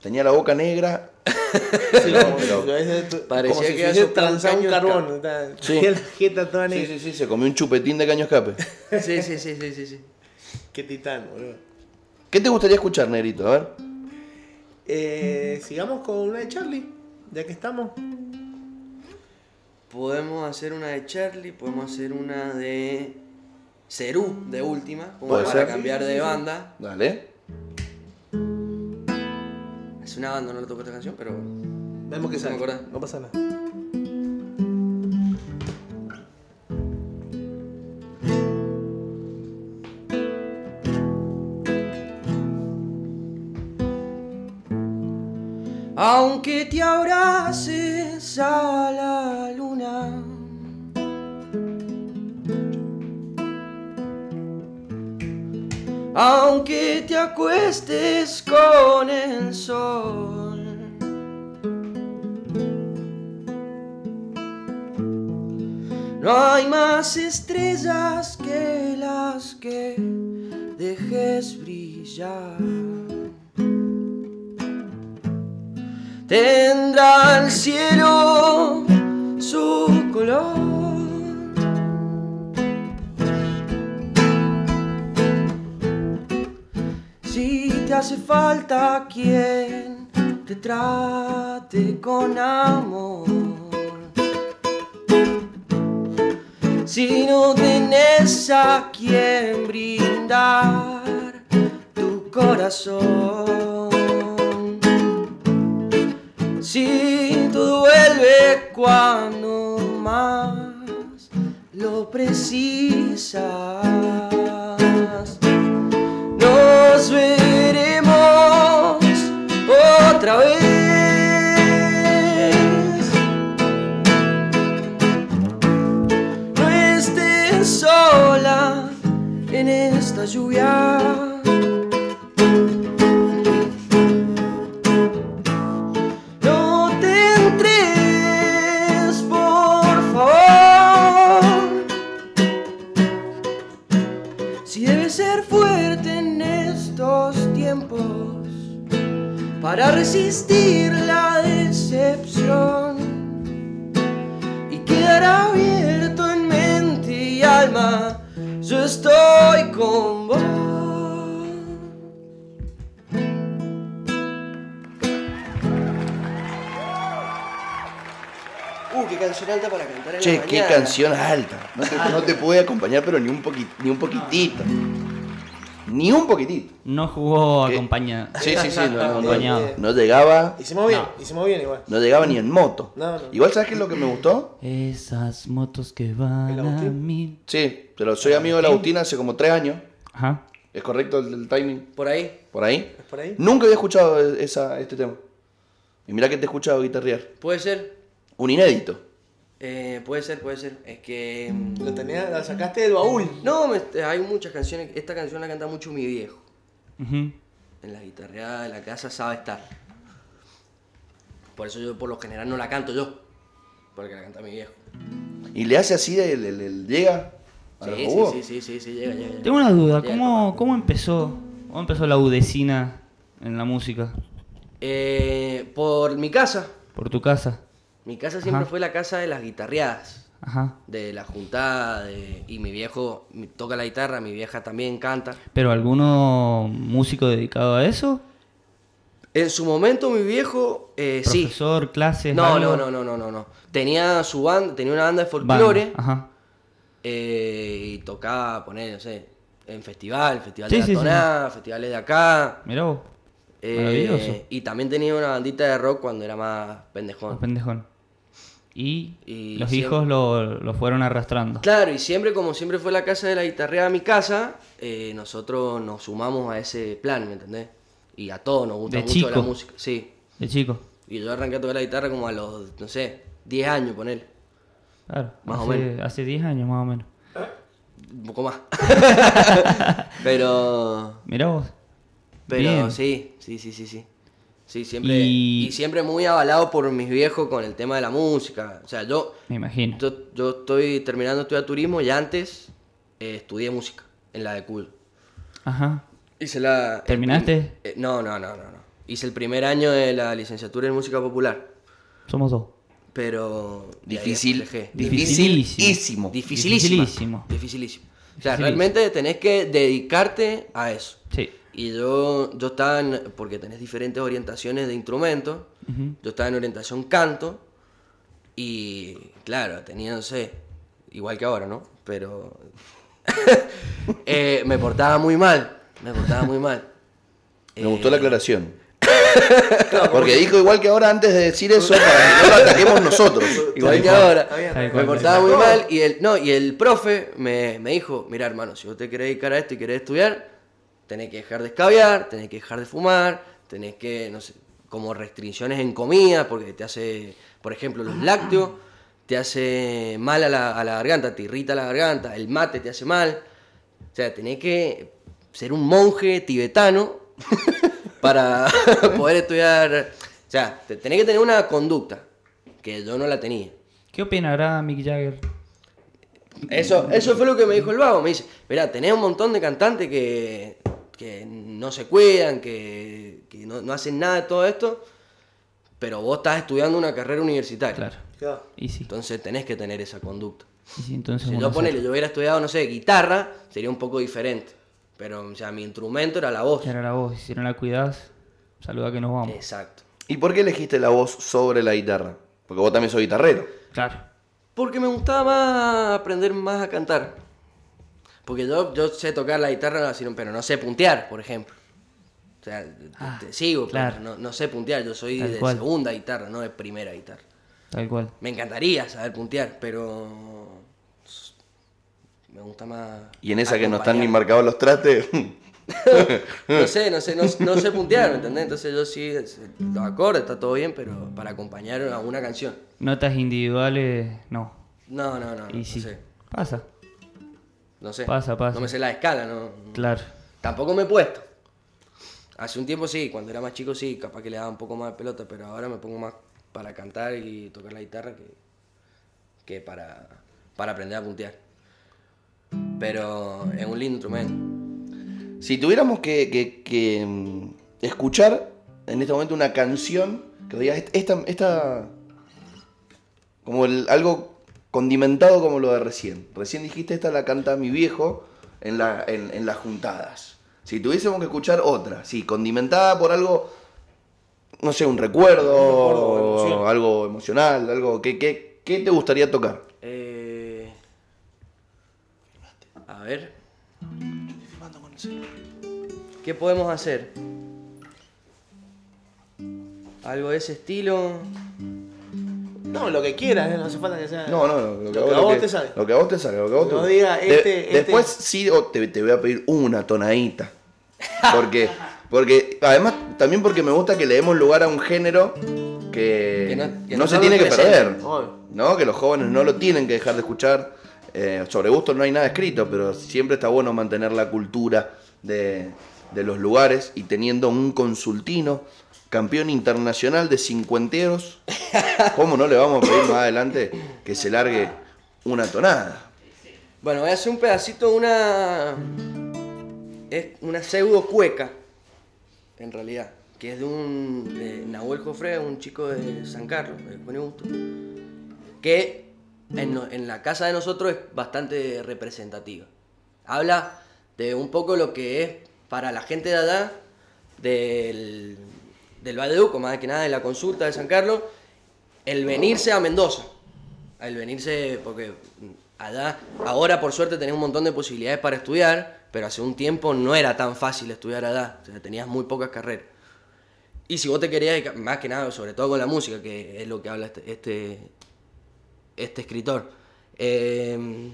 Speaker 1: Tenía la boca negra.
Speaker 3: sí, como si hubiese-
Speaker 4: Parecía
Speaker 3: como si
Speaker 4: que
Speaker 3: hubiese
Speaker 4: había soplado un
Speaker 3: transado un
Speaker 4: caño de
Speaker 3: carbón. está-
Speaker 1: Sí.
Speaker 3: tenía la jeta toda
Speaker 1: Sí,
Speaker 3: negra.
Speaker 1: sí, sí, se comió un chupetín de caño escape.
Speaker 4: Sí, sí, sí, sí, sí. sí.
Speaker 3: Qué titán, boludo.
Speaker 1: ¿Qué te gustaría escuchar, negrito? A ver.
Speaker 3: Eh, sigamos con una de Charlie, ya que estamos.
Speaker 4: Podemos hacer una de Charlie, podemos hacer una de Cerú, de última, como
Speaker 1: Puede
Speaker 4: para
Speaker 1: ser.
Speaker 4: cambiar de banda.
Speaker 1: Dale.
Speaker 4: Es una banda, no le toco esta canción, pero
Speaker 3: Vemos que
Speaker 4: No me
Speaker 3: sale.
Speaker 4: acordás.
Speaker 3: No pasa nada.
Speaker 4: Aunque te abraces a la luna, aunque te acuestes con el sol, no hay más estrellas que las que dejes brillar. tendrá el cielo su color. Si te hace falta quien te trate con amor. Si no tenés a quien brindar tu corazón. Si todo vuelve cuando más lo precisas. Nos veremos otra vez. No estés sola en esta lluvia. No te entres, por favor. Si debes ser fuerte en estos tiempos. resistir la decepción y quedar abierto en mente y alma. Yo estoy con vos. Uh, qué canción alta para cantar en
Speaker 1: Che,
Speaker 4: la mañana.
Speaker 1: qué canción alta. No te, no te pude acompañar, pero ni un, poqui- ni un poquitito. Ni un poquitito.
Speaker 2: No jugó
Speaker 1: ¿Qué?
Speaker 2: acompañado.
Speaker 1: Ah. Sí, sí, sí. No, no-
Speaker 2: Acompañado.
Speaker 1: no llegaba.
Speaker 3: Hicimos bien, hicimos bien igual.
Speaker 1: No llegaba ni en moto.
Speaker 3: No, no.
Speaker 1: Igual, ¿sabes qué es lo que me gustó?
Speaker 2: Esas motos que van
Speaker 3: ¿El
Speaker 2: a
Speaker 3: Agustín?
Speaker 2: mil.
Speaker 1: Sí, pero
Speaker 3: Ah,
Speaker 1: soy amigo de la Agustina hace como tres años.
Speaker 2: Ajá.
Speaker 1: ¿Es correcto el, el timing?
Speaker 4: Por ahí.
Speaker 1: ¿Por ahí?
Speaker 3: ¿Es por ahí?
Speaker 1: Nunca había escuchado e- esa, este tema. Y mirá que te he escuchado guitarrear.
Speaker 4: Puede ser.
Speaker 1: Un inédito.
Speaker 4: Eh, puede ser, puede ser. Es que. mm,
Speaker 3: Lo tenía, la sacaste del baúl.
Speaker 4: No, me- eh, hay muchas canciones. Esta canción la canta mucho mi viejo.
Speaker 2: Ujú.
Speaker 4: En la guitarreada de la casa sabe estar. Por eso yo por lo general no la canto yo. Porque la canta mi viejo.
Speaker 1: Y le hace así, el, el- el- llega a los
Speaker 4: Sí, sí,
Speaker 1: bobos.
Speaker 4: sí, sí, sí, sí, llega, llega. llega.
Speaker 2: Tengo una duda,
Speaker 4: Llega,
Speaker 2: ¿cómo,
Speaker 4: capaz.
Speaker 2: cómo empezó? ¿Cómo empezó la udecina en la música?
Speaker 4: Eh, por mi casa.
Speaker 2: ¿Por tu casa?
Speaker 4: Mi casa siempre
Speaker 2: Ajá.
Speaker 4: fue la casa de las guitarreadas.
Speaker 2: Ajá.
Speaker 4: De la juntada. de- Y mi viejo mi- toca la guitarra, mi vieja también canta.
Speaker 2: ¿Pero alguno músico dedicado a eso?
Speaker 4: En su momento mi viejo, eh, sí.
Speaker 2: ¿Profesor, clases?
Speaker 4: No,
Speaker 2: algo?
Speaker 4: no, no, no, no, no, no. Tenía su banda, tenía una banda de
Speaker 2: Banda,
Speaker 4: folclore
Speaker 2: Ajá.
Speaker 4: eh, y tocaba, poner, no sé, en festival, festival
Speaker 2: Sí,
Speaker 4: de
Speaker 2: sí, sí.
Speaker 4: la Toná, festivales de acá.
Speaker 2: Mirá vos.
Speaker 4: eh,
Speaker 2: Maravilloso.
Speaker 4: y también tenía una bandita de rock cuando era más
Speaker 2: Los
Speaker 4: pendejón.
Speaker 2: pendejón. Y,
Speaker 4: Y
Speaker 2: los
Speaker 4: siempre-
Speaker 2: hijos lo, lo fueron arrastrando.
Speaker 4: Claro, y siempre, como siempre fue la casa de la guitarrera mi casa, eh, nosotros nos sumamos a ese plan, ¿me entendés? Y a todos nos gusta
Speaker 2: De
Speaker 4: mucho la
Speaker 2: chico.
Speaker 4: música, sí.
Speaker 2: De chico.
Speaker 4: Y yo arranqué a tocar la guitarra como a los, no sé, 10 años, poner,
Speaker 2: Claro.
Speaker 4: Más o
Speaker 2: hace,
Speaker 4: menos.
Speaker 2: Hace 10 años más o menos.
Speaker 4: un poco más. Pero...
Speaker 2: Mirá vos.
Speaker 4: Pero
Speaker 2: Bien.
Speaker 4: sí, sí, sí, sí, sí. Sí, siempre.
Speaker 2: Y-
Speaker 4: Y... siempre muy avalado por mis viejos con el tema de la música. O sea, yo,
Speaker 2: Me imagino.
Speaker 4: yo, yo estoy terminando de estudiar turismo y antes eh, estudié música en la de CUL.
Speaker 2: Ajá.
Speaker 4: Hice la. el
Speaker 2: ¿Terminaste?
Speaker 4: prim- eh, no, no, no, no, no. Hice el primer año de la licenciatura en música popular.
Speaker 2: Somos dos.
Speaker 4: Pero. de ahí
Speaker 1: Difícil.
Speaker 4: despejé.
Speaker 1: Dificilísimo.
Speaker 2: Dificilísimo.
Speaker 4: Dificilísimo. Dificilísimo. Dificilísimo. O sea,
Speaker 2: Dificilísimo.
Speaker 4: realmente tenés que dedicarte a eso.
Speaker 2: Sí.
Speaker 4: Y yo, yo estaba en, porque tenés diferentes orientaciones de instrumentos,
Speaker 2: Ujú.
Speaker 4: yo estaba en orientación canto y claro, tenía, no sé, igual que ahora, ¿no? Pero eh, me portaba muy mal, me portaba muy mal.
Speaker 1: Me
Speaker 4: Eh,
Speaker 1: gustó la aclaración. Porque dijo igual que ahora antes de decir eso para que no lo ataquemos nosotros.
Speaker 4: Igual que ahora,
Speaker 3: Está bien,
Speaker 2: Tal
Speaker 4: me
Speaker 2: cual.
Speaker 4: portaba muy mal y el, no, y el profe me, me dijo, mira hermano, si vos te querés dedicar a esto y querés estudiar, tenés que dejar de escabiar, tenés que dejar de fumar, tenés que, no sé, como restricciones en comida, porque te hace, por ejemplo, los lácteos, te hace mal a la, a la garganta, te irrita la garganta, el mate te hace mal. O sea, tenés que ser un monje tibetano para poder estudiar. O sea, te- tenés que tener una conducta que yo no la tenía.
Speaker 2: ¿Qué opinará Mick Jagger?
Speaker 4: Eso, eso fue lo que me dijo el vago. Me dice, mirá, tenés un montón de cantantes que, que no se cuidan, que, que no, no hacen nada de todo esto, pero vos estás estudiando una carrera universitaria.
Speaker 2: Claro.
Speaker 3: Quedó.
Speaker 2: Y sí.
Speaker 4: Entonces tenés que tener esa conducta.
Speaker 2: Y sí, entonces
Speaker 4: Si
Speaker 2: uno
Speaker 4: yo
Speaker 2: hace-
Speaker 4: ponele, yo hubiera estudiado, no sé, guitarra, sería un poco diferente. Pero, o sea, mi instrumento era la voz.
Speaker 2: Era la voz. y Si no la cuidás, saluda que nos vamos.
Speaker 4: Exacto.
Speaker 1: ¿Y por qué elegiste la voz sobre la guitarra? Porque vos también sos guitarrero.
Speaker 2: Claro.
Speaker 4: Porque me gustaba más aprender más a cantar. Porque yo, yo sé tocar la guitarra, sino- pero no sé puntear, por ejemplo. O sea, te-
Speaker 2: Ah,
Speaker 4: te sigo,
Speaker 2: claro.
Speaker 4: claro. no, no sé puntear. Yo soy
Speaker 2: Tal
Speaker 4: de
Speaker 2: cual.
Speaker 4: segunda guitarra, no de primera guitarra.
Speaker 2: Tal cual.
Speaker 4: Me encantaría saber puntear, pero me gusta más.
Speaker 1: Y en esa que no están ni
Speaker 4: acompañar.
Speaker 1: marcados los trastes.
Speaker 4: No sé, no sé, no, no sé puntear, ¿me entendés? Entonces yo sí, es- los acordes está todo bien, pero para acompañar a una canción.
Speaker 2: Notas individuales, no.
Speaker 4: No, no, no, no,
Speaker 2: Y sí.
Speaker 4: no sé.
Speaker 2: Pasa.
Speaker 4: No sé.
Speaker 2: Pasa, pasa.
Speaker 4: No me sé la escala, no.
Speaker 2: Claro.
Speaker 4: Tampoco me he puesto. Hace un tiempo sí, cuando era más chico sí, capaz que le daba un poco más de pelota, pero ahora me pongo más para cantar y tocar la guitarra que, que para, para aprender a puntear. Pero es un lindo instrumento.
Speaker 1: Si tuviéramos que, que- que, mm, escuchar en este momento una canción que digas, "Est- esta, esta como el, algo condimentado como lo de recién. Recién dijiste, esta la canta mi viejo en, la, en, en las juntadas. Si tuviésemos que escuchar otra, sí, condimentada por algo, no sé, un recuerdo,
Speaker 3: Un recuerdo, emoción.
Speaker 1: algo emocional, algo que, que, ¿qué te gustaría tocar?
Speaker 4: Eh, a ver. ¿Qué podemos hacer? Algo de ese estilo.
Speaker 3: No, lo que quieras, eh, no hace falta que sea.
Speaker 1: No, no, no. Lo que,
Speaker 3: Lo que a vos te sale.
Speaker 1: Lo que a vos te sale, lo que a vos
Speaker 3: No
Speaker 1: te-
Speaker 3: diga,
Speaker 1: De-
Speaker 3: este- este-
Speaker 1: Después sí o te, te voy a pedir una tonadita. Porque, porque, además, también porque me gusta que le demos lugar a un género que,
Speaker 4: Que
Speaker 1: no,
Speaker 4: no- que
Speaker 1: se
Speaker 4: no
Speaker 1: tiene que
Speaker 4: presente.
Speaker 1: perder.
Speaker 3: Obvio.
Speaker 1: ¿no? Que los jóvenes no lo tienen que dejar de escuchar. Eh, sobre gusto no hay nada escrito, pero siempre está bueno mantener la cultura de, de los lugares y teniendo un consultino, campeón internacional de cincuenteros. ¿Cómo no le vamos a pedir más adelante que se largue una tonada?
Speaker 4: Bueno, voy a hacer un pedacito de una. Es una pseudo cueca, en realidad. Que es de un. de Nahuel Jofre, un chico de San Carlos, de Buen Gusto. Que en, no- en la casa de nosotros es bastante representativa. Habla de un poco lo que es para la gente de allá, del. del Valdeduco, más que nada de la consulta de San Carlos, el venirse a Mendoza al venirse, porque allá, ahora por suerte tenés un montón de posibilidades para estudiar, pero hace un tiempo no era tan fácil estudiar allá, o sea, tenías muy pocas carreras. Y si vos te querías, dedicar- más que nada, sobre todo con la música, que es lo que habla este, este, este escritor. Eh,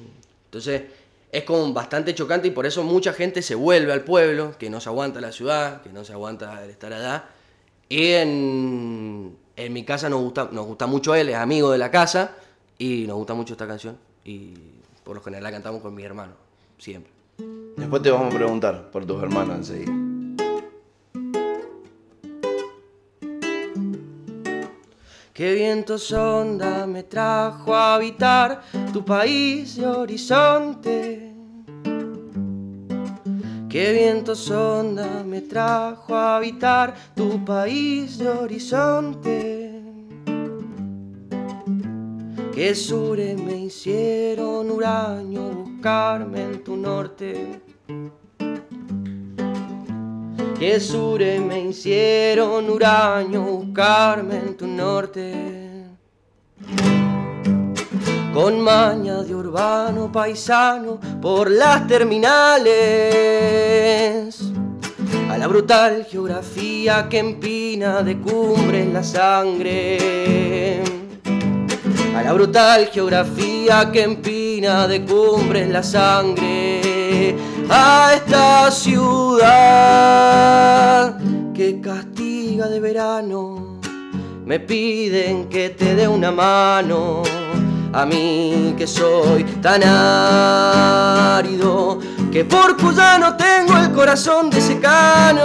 Speaker 4: entonces, es como bastante chocante y por eso mucha gente se vuelve al pueblo, que no se aguanta la ciudad, que no se aguanta el estar allá. Y en, en mi casa nos gusta, nos gusta mucho él, es amigo de la casa y nos gusta mucho esta canción. Y por lo general la cantamos con mi hermano, siempre.
Speaker 1: Después te vamos a preguntar por tus hermanos enseguida.
Speaker 4: Qué viento sonda me trajo a habitar tu país de horizonte. Qué viento sonda me trajo a habitar tu país de horizonte. Qué sures me hicieron huraño buscarme en tu norte. Que sures me hicieron huraño buscarme en tu norte. Con maña de urbano paisano por las terminales. A la brutal geografía que empina de cumbres la sangre. A la brutal geografía que empina de cumbres la sangre. A esta ciudad que castiga de verano. Me piden que te dé una mano. A mí que soy tan árido que por cuyano tengo el corazón de secano.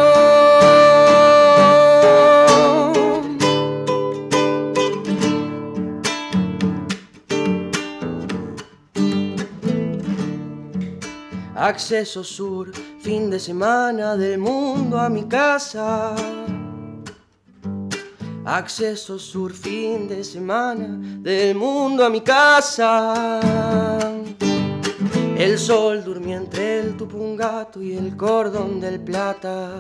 Speaker 4: Acceso Sur, fin de semana del mundo a mi casa. Acceso Sur, fin de semana del mundo a mi casa. El sol durmió entre el tupungato y el cordón del plata.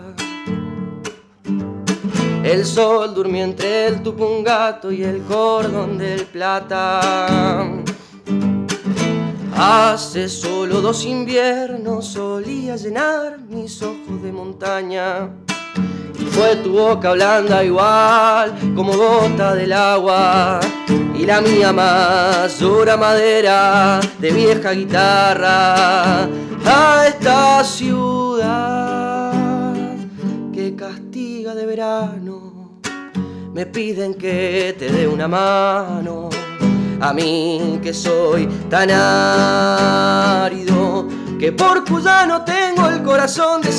Speaker 4: El sol durmió entre el tupungato y el cordón del plata. Hace solo dos inviernos solía llenar mis ojos de montaña. Y fue tu boca blanda igual como gota del agua. Y la mía más dura madera de vieja guitarra. A esta ciudad que castiga de verano me piden que te dé una mano. A mí que soy tan árido, que por cuyano tengo el corazón de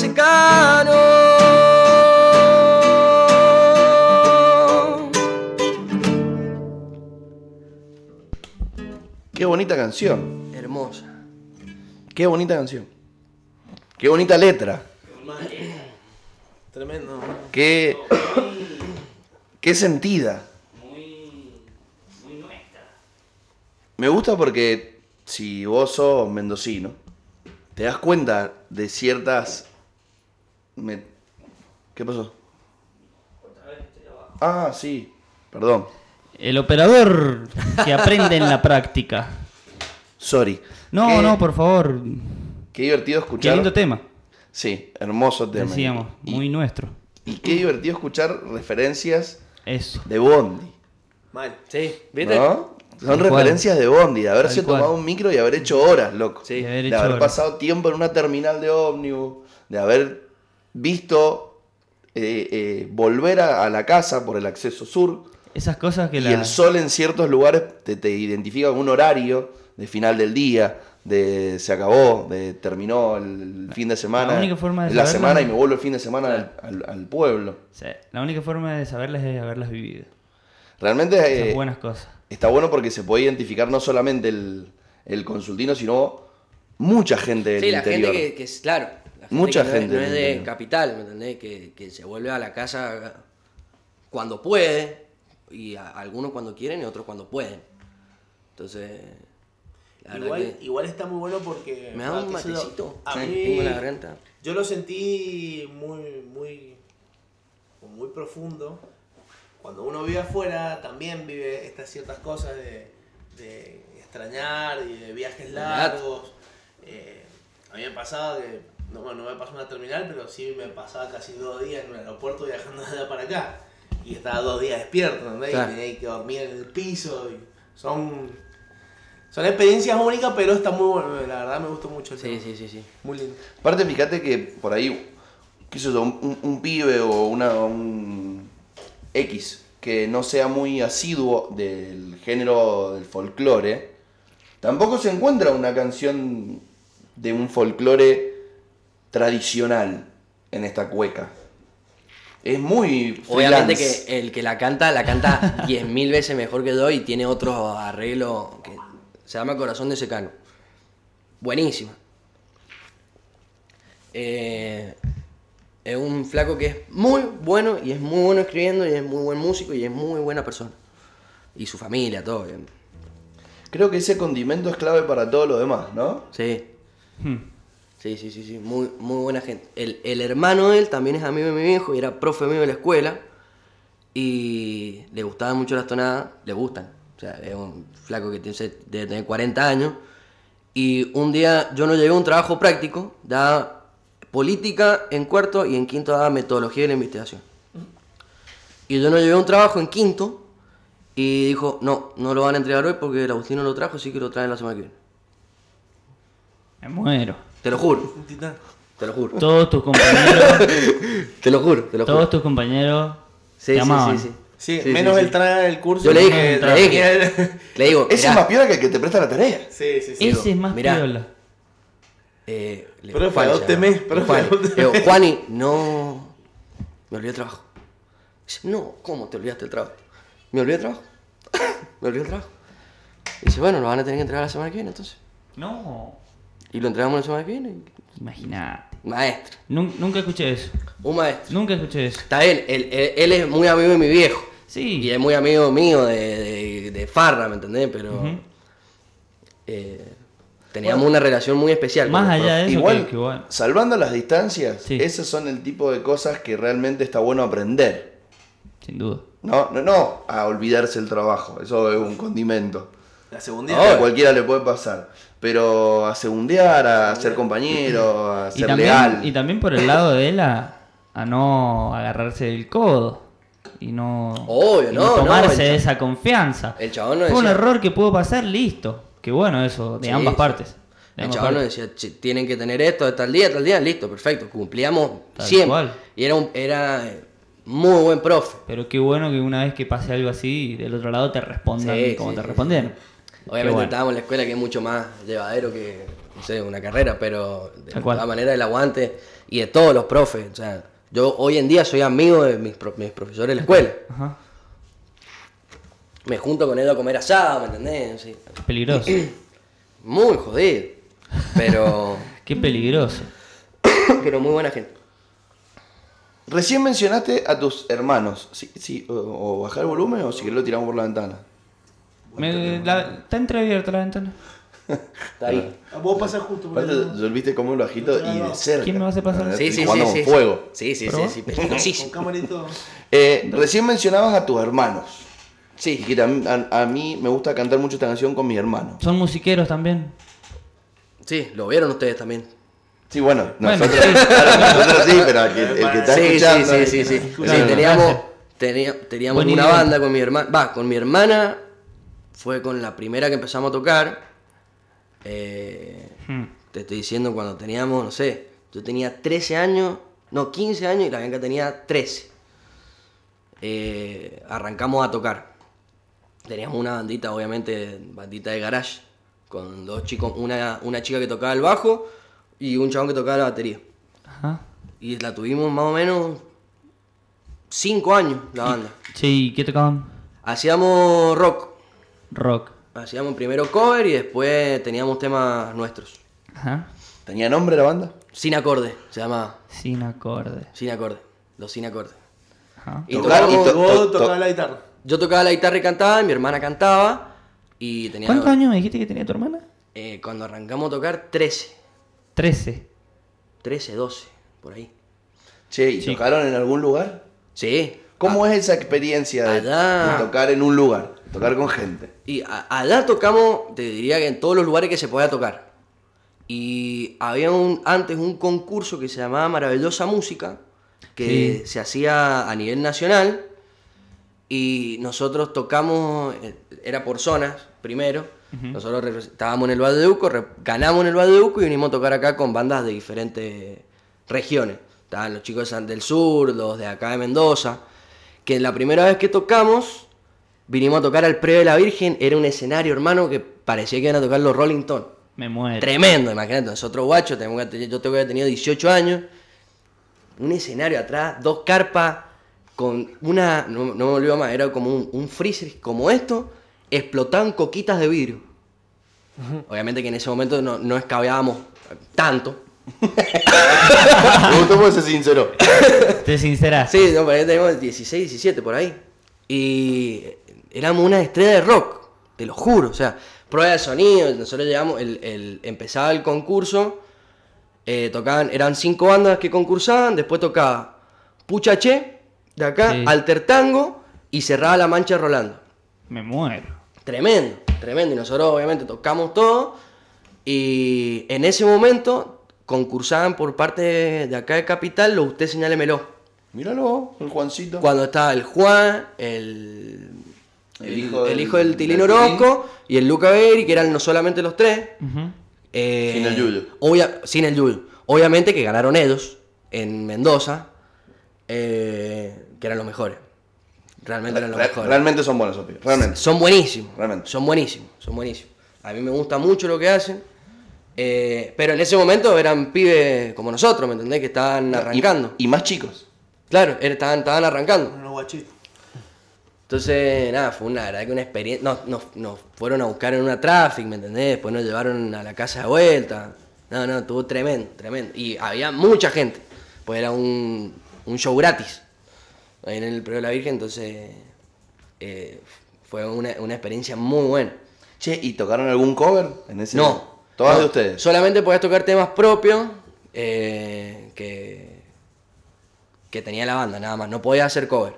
Speaker 4: secano.
Speaker 1: Qué bonita canción.
Speaker 4: Hermosa.
Speaker 1: Qué bonita canción. Qué bonita letra.
Speaker 3: Tremendo.
Speaker 1: Qué, Qué sentida. Me gusta porque si vos sos mendocino, te das cuenta de ciertas... me- ¿Qué pasó? Ah, sí, perdón.
Speaker 2: El operador que aprende en la práctica.
Speaker 1: Sorry.
Speaker 2: No,
Speaker 1: Qué-
Speaker 2: no, por favor.
Speaker 1: Qué divertido
Speaker 2: Qué
Speaker 1: escuchar.
Speaker 2: lindo tema.
Speaker 1: Sí, hermoso tema.
Speaker 2: Decíamos,
Speaker 1: Y-
Speaker 2: muy nuestro.
Speaker 1: Y qué divertido escuchar referencias
Speaker 2: Eso.
Speaker 1: de Bondi.
Speaker 3: Mal.
Speaker 4: Sí, ¿viste?
Speaker 1: ¿No? Son
Speaker 2: Tal
Speaker 1: referencias de Bondi, de haberse
Speaker 2: Tal cual.
Speaker 1: tomado un micro y haber hecho horas, loco.
Speaker 4: Sí,
Speaker 2: de haber
Speaker 1: de
Speaker 2: hecho
Speaker 1: haber
Speaker 2: horas.
Speaker 1: pasado tiempo en una terminal de ómnibus, de haber visto eh, eh, volver a, a la casa por el acceso sur.
Speaker 2: Esas cosas que
Speaker 1: Y
Speaker 2: la.
Speaker 1: el sol en ciertos lugares te, te identifica con un horario de final del día, de se acabó, de terminó el fin de semana.
Speaker 2: única forma de
Speaker 1: la
Speaker 2: saberlo-
Speaker 1: semana y me vuelvo el fin de semana al, al- al pueblo.
Speaker 2: o sea, la única forma de saberlas es haberlas vivido.
Speaker 1: Realmente
Speaker 2: Esas
Speaker 1: eh,
Speaker 2: buenas cosas.
Speaker 1: está bueno porque se puede identificar no solamente el, el consultino, sino mucha gente del
Speaker 4: Sí, la
Speaker 1: interior.
Speaker 4: gente que, que es, claro, la gente
Speaker 1: Mucha
Speaker 4: que no
Speaker 1: gente
Speaker 4: es, no es
Speaker 1: del
Speaker 4: de
Speaker 1: interior.
Speaker 4: capital, ¿me entendés? Que, que se vuelve a la casa cuando puede, y a- algunos cuando quieren y otros cuando pueden. Entonces, la verdad
Speaker 3: Igual,
Speaker 4: que...
Speaker 3: igual está muy bueno porque.
Speaker 4: ¿Me da un
Speaker 3: ah, qué sé yo,
Speaker 4: matecito?
Speaker 3: A
Speaker 4: Sí,
Speaker 3: mí-
Speaker 4: tengo la garganta.
Speaker 3: Yo lo sentí muy, muy, como muy profundo. Cuando uno vive afuera, también vive estas ciertas cosas de, de extrañar y de viajes largos. Eh, a mí me pasaba que, no, bueno, no me pasó en una terminal, pero sí me pasaba casi dos días en un aeropuerto viajando de allá para acá. Y estaba dos días despierto, ¿entendés?
Speaker 4: Claro.
Speaker 3: Y tenía que dormir en el piso. y son, son experiencias únicas, pero está muy bueno. La verdad me gustó mucho. el
Speaker 4: Sí,
Speaker 3: tema.
Speaker 4: sí, sí, sí.
Speaker 3: Muy lindo.
Speaker 1: Aparte, fíjate que por ahí, qué sé yo, un, un- un pibe o una, un X que no sea muy asiduo del género del folclore, tampoco se encuentra una canción de un folclore tradicional en esta cueca. Es muy
Speaker 4: Obviamente
Speaker 1: freelance.
Speaker 4: que el que la canta, la canta 10.000 veces mejor que yo y tiene otro arreglo que se llama Corazón de Secano. Buenísima. Eh, es un flaco que es muy bueno y es muy bueno escribiendo y es muy buen músico y es muy buena persona. Y su familia, todo. bien.
Speaker 1: Creo que ese condimento es clave para todo lo demás, ¿no?
Speaker 4: Sí,
Speaker 2: Hmm.
Speaker 4: sí, sí, sí, sí. Muy, muy buena gente. El, el hermano de él también es amigo de mi viejo y era profe mío de la escuela. Y le gustaban mucho las tonadas, le gustan. O sea, es un flaco que tiene, debe tener 40 años. Y un día yo no llevé un trabajo práctico, daba política en cuarto y en quinto daba metodología de la investigación. Y yo no llevé un trabajo en quinto y dijo, no, no lo van a entregar hoy porque el Agustín no lo trajo, así que lo traen la semana que viene.
Speaker 2: Me muero.
Speaker 4: Te lo juro,
Speaker 3: Un titán.
Speaker 4: te lo juro.
Speaker 2: Todos tus compañeros,
Speaker 4: Te lo juro, te lo juro.
Speaker 2: todos tus compañeros
Speaker 4: Sí,
Speaker 2: te
Speaker 4: sí,
Speaker 2: amaban.
Speaker 4: sí, sí.
Speaker 3: Sí,
Speaker 4: Sí,
Speaker 3: menos
Speaker 4: sí,
Speaker 3: el
Speaker 4: sí.
Speaker 3: traga del curso.
Speaker 4: Yo le
Speaker 3: que
Speaker 4: dije, le
Speaker 3: traía
Speaker 4: dije,
Speaker 3: el-
Speaker 4: le digo,
Speaker 1: Ese
Speaker 4: mirá,
Speaker 1: es más piola que el que te presta la tarea.
Speaker 3: Sí, sí, sí.
Speaker 2: Ese es más
Speaker 4: Mirá.
Speaker 2: piola.
Speaker 4: eh, le-
Speaker 3: Profe,
Speaker 4: Juan se
Speaker 3: adópteme,
Speaker 4: llama,
Speaker 3: profe,
Speaker 4: Juani.
Speaker 3: adópteme.
Speaker 4: Le digo, Juani, no, me olvidé el trabajo. Dice, no, ¿cómo te olvidaste el trabajo? Me olvidé el trabajo, me olvidé el trabajo. Dice, bueno, lo van a tener que entregar la semana que viene, entonces.
Speaker 2: No.
Speaker 4: Y lo entregamos la semana que viene.
Speaker 2: Imagínate.
Speaker 4: Maestro,
Speaker 2: Nun- nunca escuché eso.
Speaker 4: un maestro.
Speaker 2: Nunca escuché eso.
Speaker 4: Está bien, él, él- él es muy amigo de mi viejo.
Speaker 2: Sí.
Speaker 4: Y em- es muy amigo mío de, de- de farra, ¿me entendés? Pero
Speaker 2: Ujú.
Speaker 4: eh, teníamos una relación muy especial. con
Speaker 2: Más
Speaker 4: los
Speaker 2: allá
Speaker 4: profes.
Speaker 2: de eso,
Speaker 1: Igual,
Speaker 2: que, que bueno.
Speaker 1: salvando las distancias,
Speaker 2: Sí.
Speaker 1: esas son el tipo de cosas que realmente está bueno aprender.
Speaker 2: Sin duda.
Speaker 1: No, no, no, a olvidarse el trabajo. Eso es un condimento.
Speaker 3: La segunda.
Speaker 1: A cualquiera le puede pasar. Pero a segundear, a ser compañero, a
Speaker 2: Y
Speaker 1: ser
Speaker 2: también,
Speaker 1: leal.
Speaker 2: y también por el lado de él a, a no agarrarse del codo. Y no,
Speaker 4: Obvio,
Speaker 2: y
Speaker 4: no, no,
Speaker 2: tomarse
Speaker 4: el cha-
Speaker 2: esa confianza.
Speaker 4: el chabón no
Speaker 2: Fue un
Speaker 4: decía-
Speaker 2: error que pudo pasar, listo. Que bueno eso, de
Speaker 4: Sí,
Speaker 2: ambas
Speaker 4: sí.
Speaker 2: partes. De
Speaker 4: El
Speaker 2: ambas
Speaker 4: chaval nos
Speaker 2: partes.
Speaker 4: decía, "Che, tienen que tener esto de tal día, tal día, listo, perfecto. Cumplíamos
Speaker 2: Tal
Speaker 4: siempre.
Speaker 2: cual.
Speaker 4: Y era, un, era eh, muy buen profe.
Speaker 2: Pero qué bueno que una vez que pase algo así, del otro lado te respondan
Speaker 4: Sí,
Speaker 2: como
Speaker 4: sí,
Speaker 2: te
Speaker 4: sí,
Speaker 2: respondieron.
Speaker 4: Obviamente
Speaker 2: Qué bueno.
Speaker 4: estábamos en la escuela que es mucho más llevadero que, no sé, una carrera, pero de
Speaker 2: Tal cual.
Speaker 4: todas maneras el aguante y de todos los profes. O sea, yo hoy en día soy amigo de mis, pro- mis profesores de la escuela.
Speaker 2: Ajá.
Speaker 4: Me junto con ellos a comer asado, ¿me entendés? Sí.
Speaker 2: Peligroso.
Speaker 4: Muy jodido. Pero,
Speaker 2: qué peligroso.
Speaker 4: pero muy buena gente.
Speaker 1: Recién mencionaste a tus hermanos. Sí, sí, o, o bajar el volumen o si querés lo tiramos por la ventana.
Speaker 2: Me- la- está entreabierta la ventana.
Speaker 5: Está ahí.
Speaker 4: Oh.
Speaker 3: Vos pasás justo por
Speaker 1: Aparte,
Speaker 3: el
Speaker 1: Volviste como lo agito y de cerca.
Speaker 2: ¿Quién me va a hacer pasar?
Speaker 1: ¿verdad?
Speaker 4: Sí, sí, sí,
Speaker 1: Jugando
Speaker 4: sí.
Speaker 1: con fuego.
Speaker 4: Sí, sí, sí,
Speaker 2: ¿Probó?
Speaker 4: sí,
Speaker 3: Con
Speaker 4: peligrosísimo.
Speaker 3: cámara y todo.
Speaker 1: Eh, recién mencionabas a tus hermanos. Y
Speaker 4: Sí,
Speaker 1: que tam- a, a mí me gusta cantar mucho esta canción con mis hermanos.
Speaker 2: Son musiqueros también.
Speaker 4: sí, lo vieron ustedes también.
Speaker 1: Sí, bueno,
Speaker 2: Bueno,
Speaker 1: nosotros,
Speaker 2: sí.
Speaker 1: nosotros sí, pero el que, el que está
Speaker 4: Sí, sí,
Speaker 1: escuchando.
Speaker 4: sí, sí, sí. Sí, teníamos, tenía- teníamos
Speaker 2: Buena
Speaker 4: una
Speaker 2: idea.
Speaker 4: banda con mi hermana. Va, con mi hermana fue con la primera que empezamos a tocar. Eh,
Speaker 2: Hmm.
Speaker 4: te estoy diciendo cuando teníamos, no sé, yo tenía 13 años, no, 15 años y la Bianca tenía 13. Eh, arrancamos a tocar. Teníamos una bandita, obviamente, bandita de garage, con dos chicos, una, una chica que tocaba el bajo y un chabón que tocaba la batería.
Speaker 2: Ajá.
Speaker 4: Y la tuvimos más o menos 5 años, la banda.
Speaker 2: Sí, ¿qué tocaban?
Speaker 4: Hacíamos rock,
Speaker 2: Rock.
Speaker 4: hacíamos primero cover y después teníamos temas nuestros.
Speaker 2: Ajá.
Speaker 1: ¿Tenía nombre la banda?
Speaker 4: Sin acorde, se llamaba.
Speaker 2: Sin acordes.
Speaker 4: Sin acorde, los sin acorde.
Speaker 2: Ajá.
Speaker 4: Y
Speaker 1: Tocar
Speaker 4: tocábamos-
Speaker 1: y to-
Speaker 3: Vos
Speaker 1: to- to-
Speaker 3: tocabas la guitarra.
Speaker 4: yo tocaba la guitarra y cantaba, y mi hermana cantaba y tenía...
Speaker 2: ¿Cuántos años me dijiste que tenía tu hermana?
Speaker 4: Eh, cuando arrancamos a tocar, 13,
Speaker 2: 13.
Speaker 4: 13, 12, por ahí.
Speaker 1: Che, ¿y
Speaker 2: Sí.
Speaker 1: tocaron en algún lugar? Ah.
Speaker 4: Sí.
Speaker 1: ¿Cómo es esa experiencia de,
Speaker 4: Allá.
Speaker 1: de tocar en un lugar? Tocar con gente.
Speaker 4: Y a- allá tocamos, te diría que en todos los lugares que se podía tocar. Y había un, antes un concurso que se llamaba Maravillosa Música, que se hacía a nivel nacional. Y nosotros tocamos, eh, era por zonas primero. Nosotros repre- estábamos en el Badeuco, ganamos en el Badeuco y vinimos a tocar acá con bandas de diferentes regiones. Estaban los chicos de San- del sur, los de acá de Mendoza. Que la primera vez que tocamos, vinimos a tocar al Previo de la Virgen. Era un escenario, hermano, que parecía que iban a tocar los Rolling Stones.
Speaker 2: Me muero.
Speaker 4: Tremendo, imagínate, nosotros guachos, tenemos que tener- yo tengo que haber tenido 18 años, un escenario atrás, dos carpas, con una, no, no me olvido más, era como un, un freezer como esto, explotaban coquitas de vidrio. Obviamente que en ese momento no, no excavábamos tanto.
Speaker 1: Me gustó porque se sinceró.
Speaker 2: Te sinceras.
Speaker 4: Sí, no, por ahí tenemos 16, 17 por ahí. Y éramos una estrella de rock, te lo juro. O sea, prueba de sonido, nosotros llegamos, el, el- empezaba el concurso, eh, tocaban, eran cinco bandas que concursaban, después tocaba Puchaché, de acá,
Speaker 2: Sí.
Speaker 4: Alter Tango y cerraba La Mancha Rolando.
Speaker 2: Me muero.
Speaker 4: Tremendo, tremendo. Y nosotros obviamente tocamos todo. Y en ese momento concursaban por parte de acá de Capital, lo usted señálemelo.
Speaker 1: Míralo, el Juancito.
Speaker 4: Cuando estaba el Juan, el,
Speaker 1: El
Speaker 4: el- el
Speaker 1: hijo
Speaker 4: hijo,
Speaker 1: del-
Speaker 4: del,
Speaker 1: del
Speaker 4: Tilín
Speaker 1: Tilín.
Speaker 4: Orozco y el Luca Beri, que eran no solamente los tres.
Speaker 2: Ujú.
Speaker 4: eh,
Speaker 1: Sin el Yuyo.
Speaker 4: obvia- sin el Yuyo. Obviamente que ganaron ellos en Mendoza, eh, que eran los mejores. Realmente eran los
Speaker 1: Re-
Speaker 4: mejores.
Speaker 1: realmente son buenos, esos pibes, Realmente.
Speaker 4: Son buenísimos.
Speaker 1: Realmente.
Speaker 4: Son buenísimos. Son buenísimos. A mí me gusta mucho lo que hacen. eh, pero en ese momento eran pibes como nosotros, ¿me entendés? Que estaban arrancando.
Speaker 1: Y, y más chicos.
Speaker 4: claro, er- estaban, estaban arrancando.
Speaker 3: Unos guachitos.
Speaker 4: Entonces, nada, fue una la verdad que una experiencia. Nos, nos- nos fueron a buscar en una traffic, ¿me entendés? Después nos llevaron a la casa de vuelta. No, no, estuvo tremendo, tremendo. Y había mucha gente, pues era un, un show gratis. Ahí en el Preo de la Virgen, entonces eh, fue una, una experiencia muy buena.
Speaker 1: Che, ¿y tocaron algún cover en ese
Speaker 4: No.
Speaker 1: Todas
Speaker 4: no,
Speaker 1: de ustedes.
Speaker 4: Solamente podías tocar temas propios eh, que, que tenía la banda, nada más. No podías hacer cover.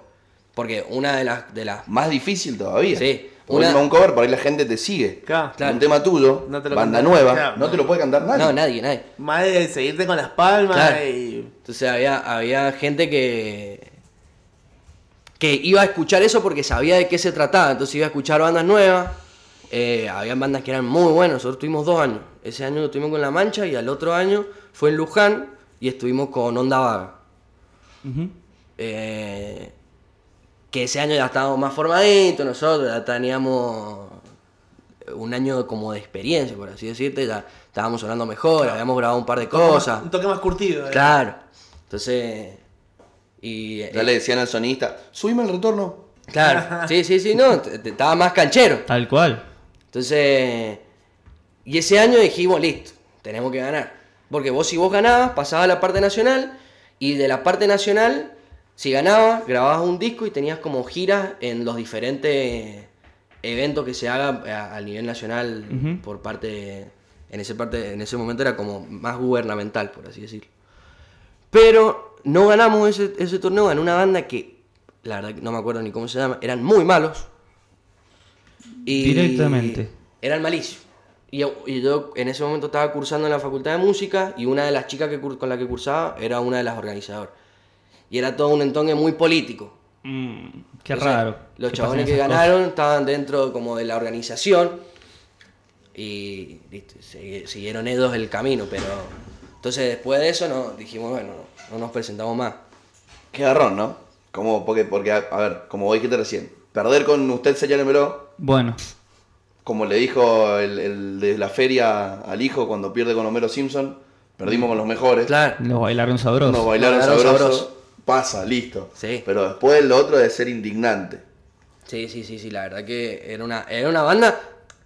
Speaker 4: Porque una de las, de las
Speaker 1: Más difícil todavía.
Speaker 4: Sí.
Speaker 1: Porque
Speaker 4: Una-
Speaker 1: encima un cover, por ahí la gente te sigue.
Speaker 3: Claro.
Speaker 1: Un tema tuyo,
Speaker 3: No te lo
Speaker 1: banda
Speaker 3: canta-
Speaker 1: nueva,
Speaker 3: claro,
Speaker 1: no, te lo puede cantar nadie.
Speaker 4: No, nadie, nadie.
Speaker 3: Más de seguirte con las palmas
Speaker 4: Claro.
Speaker 3: y.
Speaker 4: Entonces había, había gente que, que iba a escuchar eso porque sabía de qué se trataba. Entonces iba a escuchar bandas nuevas. Eh, habían bandas que eran muy buenas. Nosotros tuvimos dos años. Ese año lo estuvimos con La Mancha y al otro año fue en Luján y estuvimos con Onda Vaga.
Speaker 2: Ujú.
Speaker 4: Eh, que ese año ya estábamos más formaditos nosotros, ya teníamos un año como de experiencia, por así decirte, ya estábamos sonando mejor, habíamos grabado un par de cosas.
Speaker 3: Un toque más curtido. eh.
Speaker 4: Claro. Entonces. Y.
Speaker 1: Ya le decían al sonista, subime el retorno.
Speaker 4: Claro. Sí, sí, sí, no. te- te- Estaba más canchero.
Speaker 2: Tal cual.
Speaker 4: Entonces. Y ese año dijimos, listo, tenemos que ganar. Porque vos, si vos ganabas, pasabas a la parte nacional. Y de la parte nacional Si ganabas, grababas un disco y tenías como giras en los diferentes eventos que se hagan a, a nivel nacional
Speaker 2: Ujú.
Speaker 4: por parte. En ese, parte, en ese momento era como más gubernamental, por así decirlo. Pero no ganamos ese, ese torneo, en una banda que, la verdad, que no me acuerdo ni cómo se llama, eran muy malos. Y
Speaker 2: Directamente.
Speaker 4: Eran malísimos. Y yo, y yo en ese momento estaba cursando en la facultad de música y una de las chicas que, cur- con la que cursaba era una de las organizadoras. Y era todo un entongue muy político.
Speaker 2: Mm, qué
Speaker 4: O sea,
Speaker 2: raro.
Speaker 4: Los
Speaker 2: que
Speaker 4: chabones
Speaker 2: pasen
Speaker 4: que
Speaker 2: esas cosas.
Speaker 4: ganaron estaban dentro como de la organización y listo, segui- siguieron ellos el camino, pero entonces después de eso no dijimos, bueno, no, nos presentamos más.
Speaker 1: Qué garrón, ¿no? Como, porque, porque, a, a ver, como vos dijiste recién, perder con usted, señálemelo,
Speaker 2: Bueno,
Speaker 1: como le dijo el, el de la feria al hijo cuando pierde con Homero Simpson, perdimos con los mejores.
Speaker 4: Mm. Claro,
Speaker 2: los bailaron sabrosos.
Speaker 1: Nos bailaron
Speaker 4: Bailaron
Speaker 1: sabroso,
Speaker 4: sabroso.
Speaker 1: Pasa, listo.
Speaker 4: Sí.
Speaker 1: Pero después lo otro es ser indignante.
Speaker 4: sí, sí, sí, sí, la verdad que era una, era una banda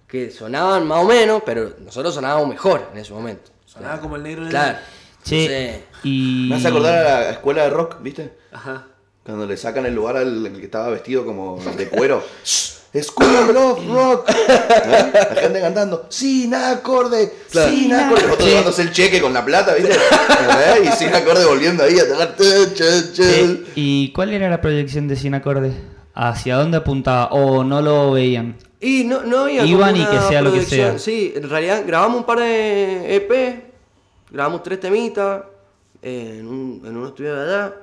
Speaker 4: que sonaban más o menos, pero nosotros sonábamos mejor en ese momento.
Speaker 3: Sonaba como el negro del-
Speaker 4: Claro.
Speaker 2: Che,
Speaker 4: Entonces,
Speaker 2: y...
Speaker 1: Me hace
Speaker 4: Mm.
Speaker 1: acordar a la escuela de rock, ¿viste?
Speaker 3: Ajá.
Speaker 1: Cuando le sacan el lugar al al que estaba vestido como de cuero. School of Love Rock. ¿Eh? La gente cantando. Sin acorde. Sin acorde. Otro llevándose el cheque con la plata, ¿viste? ¿Eh? Y sin acorde volviendo ahí a tocar. Che, che, che.
Speaker 2: Che, ¿Y cuál era la proyección de Sin Acorde? ¿Hacia dónde apuntaba? ¿O no lo veían?
Speaker 4: Y no, no había
Speaker 2: Iban
Speaker 4: como
Speaker 2: y que
Speaker 4: una
Speaker 2: sea lo que
Speaker 4: producción.
Speaker 2: sea.
Speaker 4: Sí, en realidad grabamos un par de EP, grabamos tres temitas eh, en un, en un estudio de allá,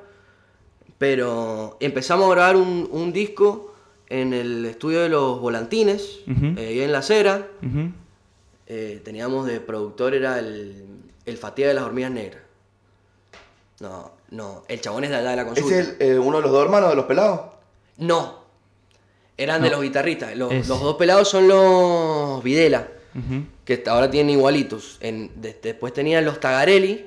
Speaker 4: pero empezamos a grabar un, un disco en el estudio de los Volantines,
Speaker 2: Ujú.
Speaker 4: eh, ahí en La Acera.
Speaker 2: Ujú.
Speaker 4: Eh, teníamos de productor era el, el Fatiga de las Hormigas Negras. No, no, el chabón es de allá de la consulta.
Speaker 1: ¿Es el, eh, uno de los dos hermanos de los pelados?
Speaker 4: No, eran de los guitarristas. Los,
Speaker 2: Ese.
Speaker 4: los dos pelados son los Videla
Speaker 2: Ujú.
Speaker 4: que ahora tienen igualitos. En- de- después tenían los Tagarelli,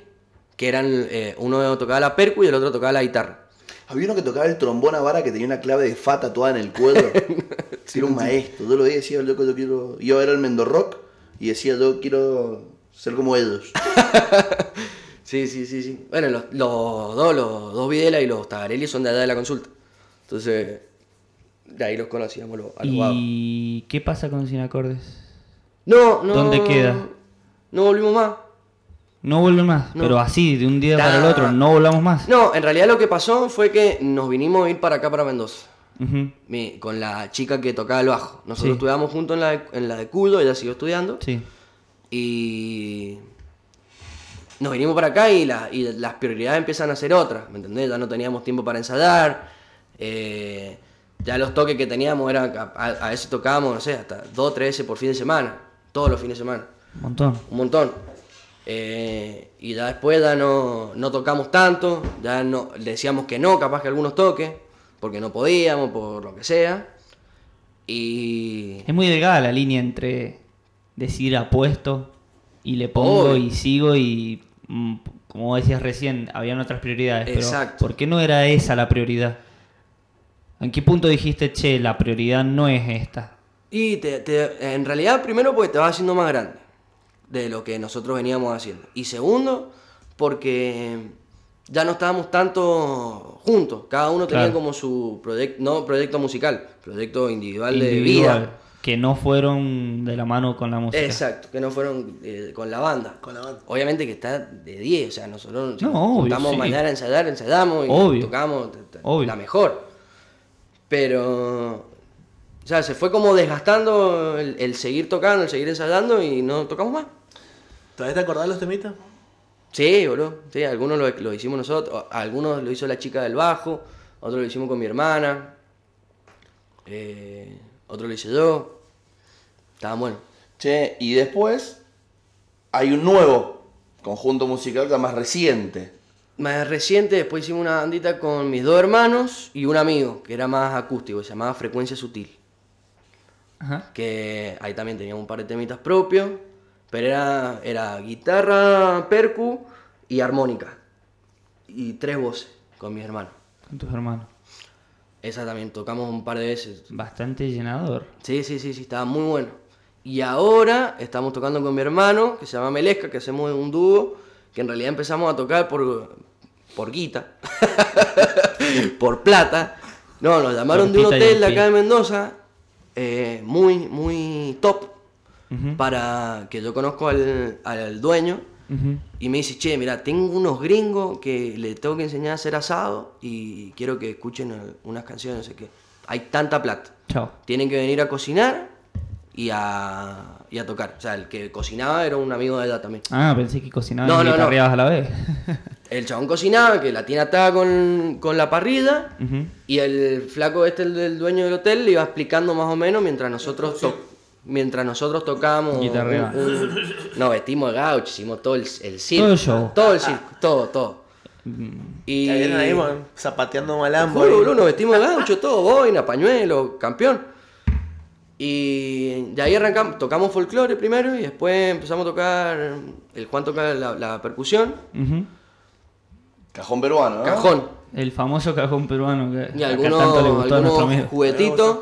Speaker 4: que eran eh, uno tocaba la percu y el otro tocaba la guitarra.
Speaker 1: Había uno que tocaba el trombón a vara que tenía una clave de fa tatuada en el cuello. era un maestro. Yo lo veía y decía, loco, yo quiero. Yo era el Mendorrock y decía, yo quiero ser como ellos.
Speaker 4: Sí, sí, sí, sí. Bueno, los, los dos, los dos Videla y los Tagarelli son de allá de la consulta. Entonces, de ahí los conocíamos los, a los vagos.
Speaker 2: ¿Y qué pasa con Sin Acordes?
Speaker 4: No, no.
Speaker 2: ¿Dónde queda?
Speaker 4: No volvimos más.
Speaker 2: No vuelven más,
Speaker 4: No.
Speaker 2: pero así, de un día
Speaker 4: Ta-
Speaker 2: para el otro, no volvamos más.
Speaker 4: No, en realidad lo que pasó fue que nos vinimos a ir para acá, para Mendoza.
Speaker 2: Ujú.
Speaker 4: Mi- con la chica que tocaba el bajo.
Speaker 2: Sí.
Speaker 4: Nosotros estudiamos juntos en la de, en la de Cudo, ella siguió estudiando.
Speaker 2: Sí.
Speaker 4: Y nos vinimos para acá y, la- y las prioridades empiezan a ser otras, ¿me entendés? Ya no teníamos tiempo para ensayar, eh, ya los toques que teníamos eran, a, a- a veces tocábamos, no sé, hasta dos, tres veces por fin de semana, todos los fines de semana,
Speaker 2: Un montón.
Speaker 4: un montón. Eh, y ya después ya no, no tocamos tanto, ya no, le decíamos que no, capaz que algunos toques, porque no podíamos, por lo que sea. Y...
Speaker 2: Es muy delgada la línea entre decir apuesto y le pongo
Speaker 4: Obvio.
Speaker 2: y sigo y mm, como decías recién, habían otras prioridades. pero
Speaker 4: Exacto.
Speaker 2: ¿Por qué no era esa la prioridad? ¿En qué punto dijiste, che, la prioridad no es esta?
Speaker 4: Y te, te- en realidad, primero, porque te vas haciendo más grande de lo que nosotros veníamos haciendo. Y segundo, porque ya no estábamos tanto juntos. Cada uno tenía
Speaker 2: Claro.
Speaker 4: como su proyecto, no proyecto musical, proyecto individual, de
Speaker 2: Individual,
Speaker 4: vida.
Speaker 2: que no fueron de la mano con la música.
Speaker 4: Exacto, que no fueron eh, con la banda.
Speaker 3: Con la banda.
Speaker 4: Obviamente que está de 10, o sea, nosotros
Speaker 2: No,
Speaker 4: nos
Speaker 2: obvio,
Speaker 4: juntamos
Speaker 2: sí.
Speaker 4: mañana a ensayar, ensayamos y
Speaker 2: Obvio.
Speaker 4: tocamos t- t-
Speaker 2: Obvio.
Speaker 4: la mejor. Pero, o sea, se fue como desgastando el, el seguir tocando, el seguir ensayando y no tocamos más.
Speaker 3: ¿Todavía te acordás los temitas?
Speaker 4: Sí, boludo, sí, algunos lo, lo hicimos nosotros, algunos lo hizo la chica del bajo, otros lo hicimos con mi hermana, eh, otro lo hice yo. Estaban buenos.
Speaker 1: Che, y después hay un nuevo conjunto musical ya más reciente.
Speaker 4: Más reciente, después hicimos una bandita con mis dos hermanos y un amigo, que era más acústico, se llamaba Frecuencia Sutil.
Speaker 2: Ajá.
Speaker 4: Que ahí también teníamos un par de temitas propios, pero era, era guitarra, percu y armónica. Y tres voces con mis hermanos.
Speaker 2: Con tus hermanos.
Speaker 4: Esa también tocamos un par de veces.
Speaker 2: Bastante llenador.
Speaker 4: Sí, sí, sí, sí, estaba muy bueno. Y ahora estamos tocando con mi hermano, que se llama Melesca, que hacemos un dúo, que en realidad empezamos a tocar por, por guita, por plata. No, nos llamaron de un
Speaker 2: Por pita y
Speaker 4: hotel de
Speaker 2: alpín.
Speaker 4: acá de Mendoza, eh, muy, muy top,
Speaker 2: Ujú.
Speaker 4: para que yo conozco al, al dueño.
Speaker 2: Ujú.
Speaker 4: Y me dice, che, mira, tengo unos gringos que le tengo que enseñar a hacer asado y quiero que escuchen al- unas canciones, no sé qué. Hay tanta plata.
Speaker 2: Chao.
Speaker 4: Tienen que venir a cocinar y a, y a tocar. O sea, el que cocinaba era un amigo de ella también.
Speaker 2: Ah, pensé que cocinabas
Speaker 4: No,
Speaker 2: y
Speaker 4: no, no.
Speaker 2: guitarreabas a la vez.
Speaker 4: El chabón cocinaba, que la tina estaba con, con la parrilla.
Speaker 2: Ujú.
Speaker 4: Y el flaco este, el, del dueño del hotel, le iba explicando más o menos mientras nosotros to- mientras nosotros tocábamos.
Speaker 2: Guitarrea.
Speaker 4: un- un- Nos vestimos de gaucho, hicimos todo el, el circo.
Speaker 2: Todo el show. Ah. Mm.
Speaker 4: Todo el circo, todo, todo. Y.
Speaker 3: Ya vienen ahí, man, zapateando
Speaker 4: Te
Speaker 3: malambo.
Speaker 4: juro,
Speaker 3: ahí.
Speaker 4: boludo, nos vestimos de gaucho, todo, boina, pañuelo, campeón. Y de ahí arrancamos, tocamos folclore primero y después empezamos a tocar. El Juan toca la, la percusión,
Speaker 2: Ujú.
Speaker 1: Cajón peruano, ¿no?
Speaker 4: cajón.
Speaker 2: El famoso cajón peruano que
Speaker 4: Y
Speaker 2: acá tanto le
Speaker 4: algunos,
Speaker 2: gustó a nuestro
Speaker 4: algunos
Speaker 2: amigo.
Speaker 4: juguetitos.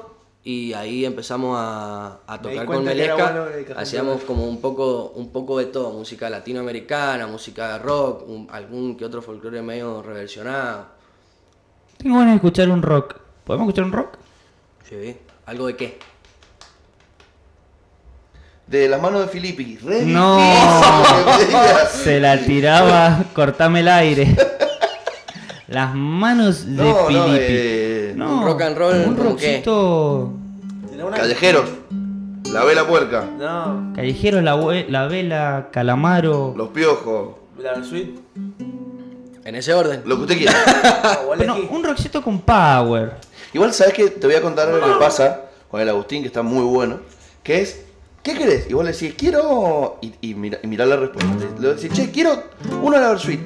Speaker 4: Y ahí empezamos a, a
Speaker 3: di
Speaker 4: tocar con
Speaker 3: cuenta que era
Speaker 4: Melesca.
Speaker 3: bueno el cajón
Speaker 4: Hacíamos
Speaker 3: peruano.
Speaker 4: como un poco, un poco de todo: música latinoamericana, música de rock, un- algún que otro folclore medio reversionado.
Speaker 2: Tengo ganas de escuchar un rock. ¿Podemos escuchar un rock?
Speaker 4: Sí, ¿Algo de qué?
Speaker 1: De las manos de Filippi. Re
Speaker 2: No.
Speaker 1: difícil, bebé.
Speaker 2: Se la tiraba, cortame el aire. Las manos de
Speaker 1: No, no,
Speaker 2: Filippi.
Speaker 1: eh,
Speaker 4: un rock and roll,
Speaker 2: Un
Speaker 4: ¿cómo qué?
Speaker 2: rockcito
Speaker 3: Tenés una-
Speaker 1: Callejeros. La vela puerca.
Speaker 3: No,
Speaker 2: callejero, la, vue- la vela, calamaro.
Speaker 1: Los piojos.
Speaker 3: la suite.
Speaker 4: En ese orden.
Speaker 1: Lo que usted quiera.
Speaker 3: Ah,
Speaker 2: Pero no, un rockcito con power.
Speaker 1: Igual, ¿sabes que Te voy a contar algo que pasa con el Agustín, que está muy bueno. Que es, ¿qué querés? Y vos le decís, quiero. Y, y mira, y mirá la respuesta. Le decís, che, quiero una de la Versuit.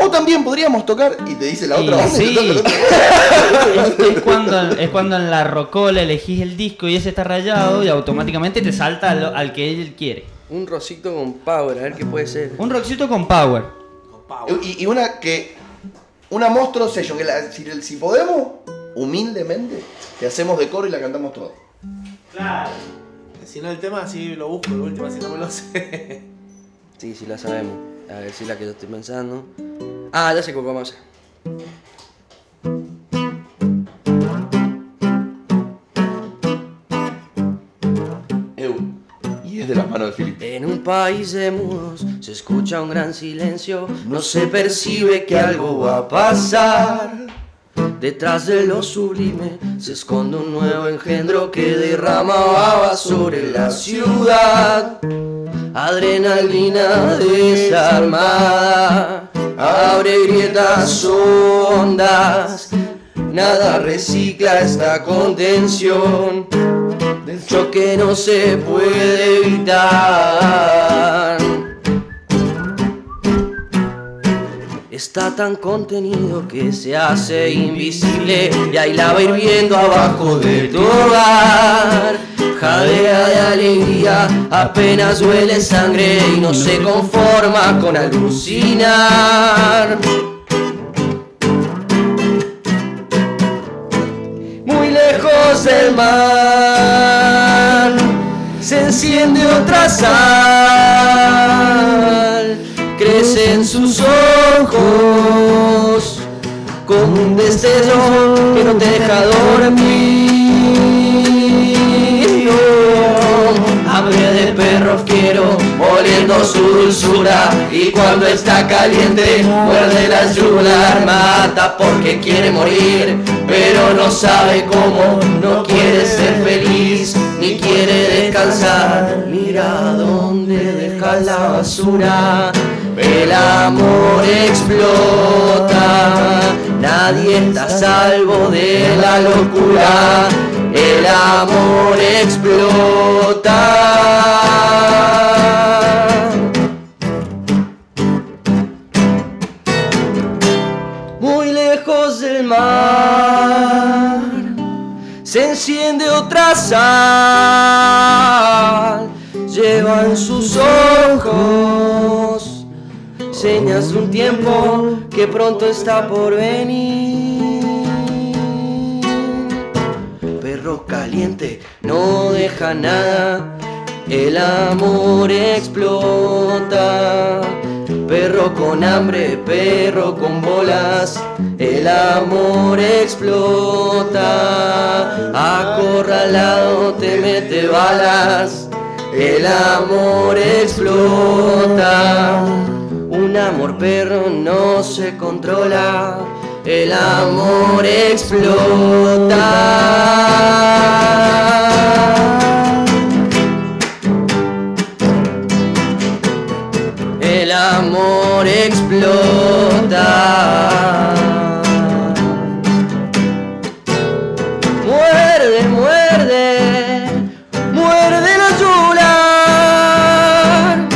Speaker 1: O también podríamos tocar. Y te dice la
Speaker 2: Y
Speaker 1: otra banda,
Speaker 2: sí.
Speaker 1: y te toca-
Speaker 2: Es, es cuando, es cuando en la rocola elegís el disco y ese está rayado y automáticamente te salta al, al que él quiere.
Speaker 4: Un rosito con power, a ver qué puede ser.
Speaker 2: Un rockcito con power.
Speaker 1: Y, y una que. Una monstruo sello. Que la- si, si podemos, humildemente, te hacemos de coro y la cantamos todos.
Speaker 3: Si no el tema, sí lo busco, de última, si no me lo sé.
Speaker 4: Sí, sí la sabemos. A ver si la que yo estoy pensando. Ah, ya sé cuál vamos a hacer.
Speaker 1: Eu. Y es de las manos de Filipe.
Speaker 4: En un país de mudos se escucha un gran silencio, no se percibe que algo va a pasar. Detrás de lo sublime se esconde un nuevo engendro que derrama baba sobre la ciudad. Adrenalina desarmada, abre grietas hondas, nada recicla esta contención del choque no se puede evitar. Está tan contenido que se hace invisible y ahí la va hirviendo abajo de tu hogar. Jadea de alegría, apenas huele sangre y no se conforma con alucinar. muy lejos del mar se enciende otra sal crece en sus ojos con un destello que no te deja dormir No. hambre de perro quiero oliendo su dulzura y cuando está caliente muerde la yugular mata porque quiere morir pero no sabe cómo no quiere ser feliz ni quiere descansar mira dónde deja la basura el amor explota, nadie está a salvo de la locura. El amor explota. Muy lejos del mar se enciende otra sal. Lleva en sus ojos señas de un tiempo que pronto está por venir. Perro caliente no deja nada, el amor explota. Perro con hambre, perro con bolas, el amor explota. Acorralado te mete balas, el amor explota. Un amor perro no se controla, el amor explota. El amor explota. Muerde, muerde, muerde la yula.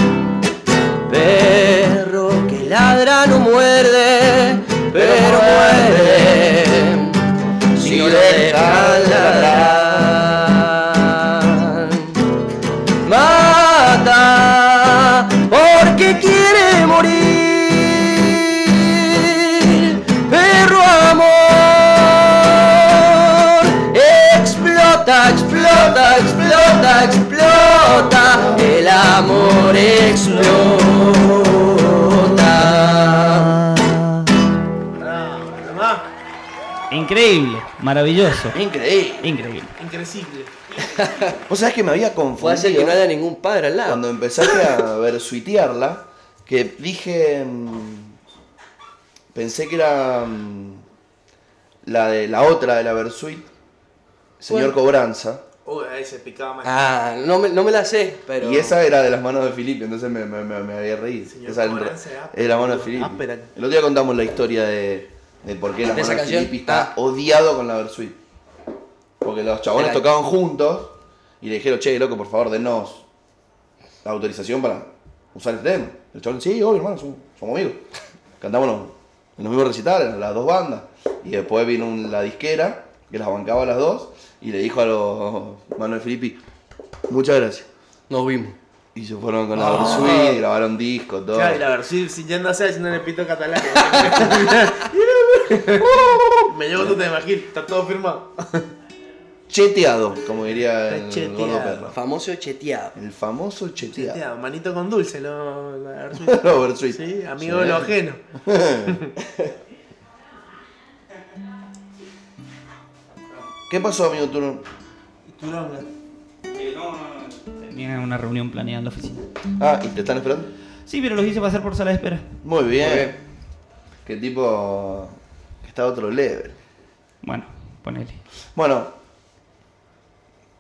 Speaker 4: Perro que ladra no muerde, pero muerde. Si lo dejan ladrar mata porque quiere morir. Perro amor explota, explota, explota, explota. El amor explota.
Speaker 3: Mamá,
Speaker 2: Increíble, maravilloso,
Speaker 1: Increíble.
Speaker 2: increíble.
Speaker 3: increíble.
Speaker 1: Vos sabés que me había
Speaker 4: Puede ser que
Speaker 1: confundido
Speaker 4: no haya ningún padre al lado.
Speaker 1: cuando empezaste a versuitearla, que dije. mm, Pensé que era mm, la de la otra de la versuit, señor Cobranza.
Speaker 3: Uy, ahí se picaba más.
Speaker 4: Ah, no me, no me la sé, pero.
Speaker 1: Y esa era de las manos de Filipe, entonces me, me, me, me había reído.
Speaker 3: Señor
Speaker 1: esa era-
Speaker 3: Cobranza,
Speaker 1: era la mano de Filipe.
Speaker 12: áspera.
Speaker 1: El otro día contamos la historia de, de por qué la
Speaker 4: Ah,
Speaker 1: mano
Speaker 4: ¿De esa
Speaker 1: de
Speaker 4: canción?
Speaker 1: Filipe está
Speaker 4: Ah.
Speaker 1: odiado con la Versuit. Porque los chabones
Speaker 4: Era-
Speaker 1: tocaban juntos y le dijeron, che, loco, por favor, denos la autorización para usar el tema. El chabón, sí, obvio, hermano, somos, somos amigos. Cantamos los- en los mismos recitales, las dos bandas. Y después vino un- la disquera que las bancaba a las dos y le dijo a los manos de Filipe, muchas gracias.
Speaker 4: Nos vimos.
Speaker 1: Y se fueron con la Versuit, grabaron discos, todo.
Speaker 3: Ah. Claro, y la versión si ya no sé haciendo el pito catalán. Me llevo tu tema, Gil, está todo firmado.
Speaker 1: Cheteado, como diría el
Speaker 3: Está cheteado.
Speaker 1: gordo perro.
Speaker 4: Famoso cheteado.
Speaker 1: El famoso cheteado.
Speaker 3: Tía, manito con dulce, ¿no? La Versuit.
Speaker 1: No, Versuit.
Speaker 3: Sí, amigo de lo
Speaker 1: Sí.
Speaker 3: ajeno.
Speaker 1: ¿Qué pasó, amigo Turón?
Speaker 3: Turonga.
Speaker 2: Eh, Tenía una reunión planeada en la oficina.
Speaker 1: Ah, ¿y te están esperando?
Speaker 2: Sí, pero los hice pasar por sala de espera.
Speaker 1: Muy bien. Qué tipo que está a otro level.
Speaker 2: Bueno, ponele.
Speaker 1: Bueno,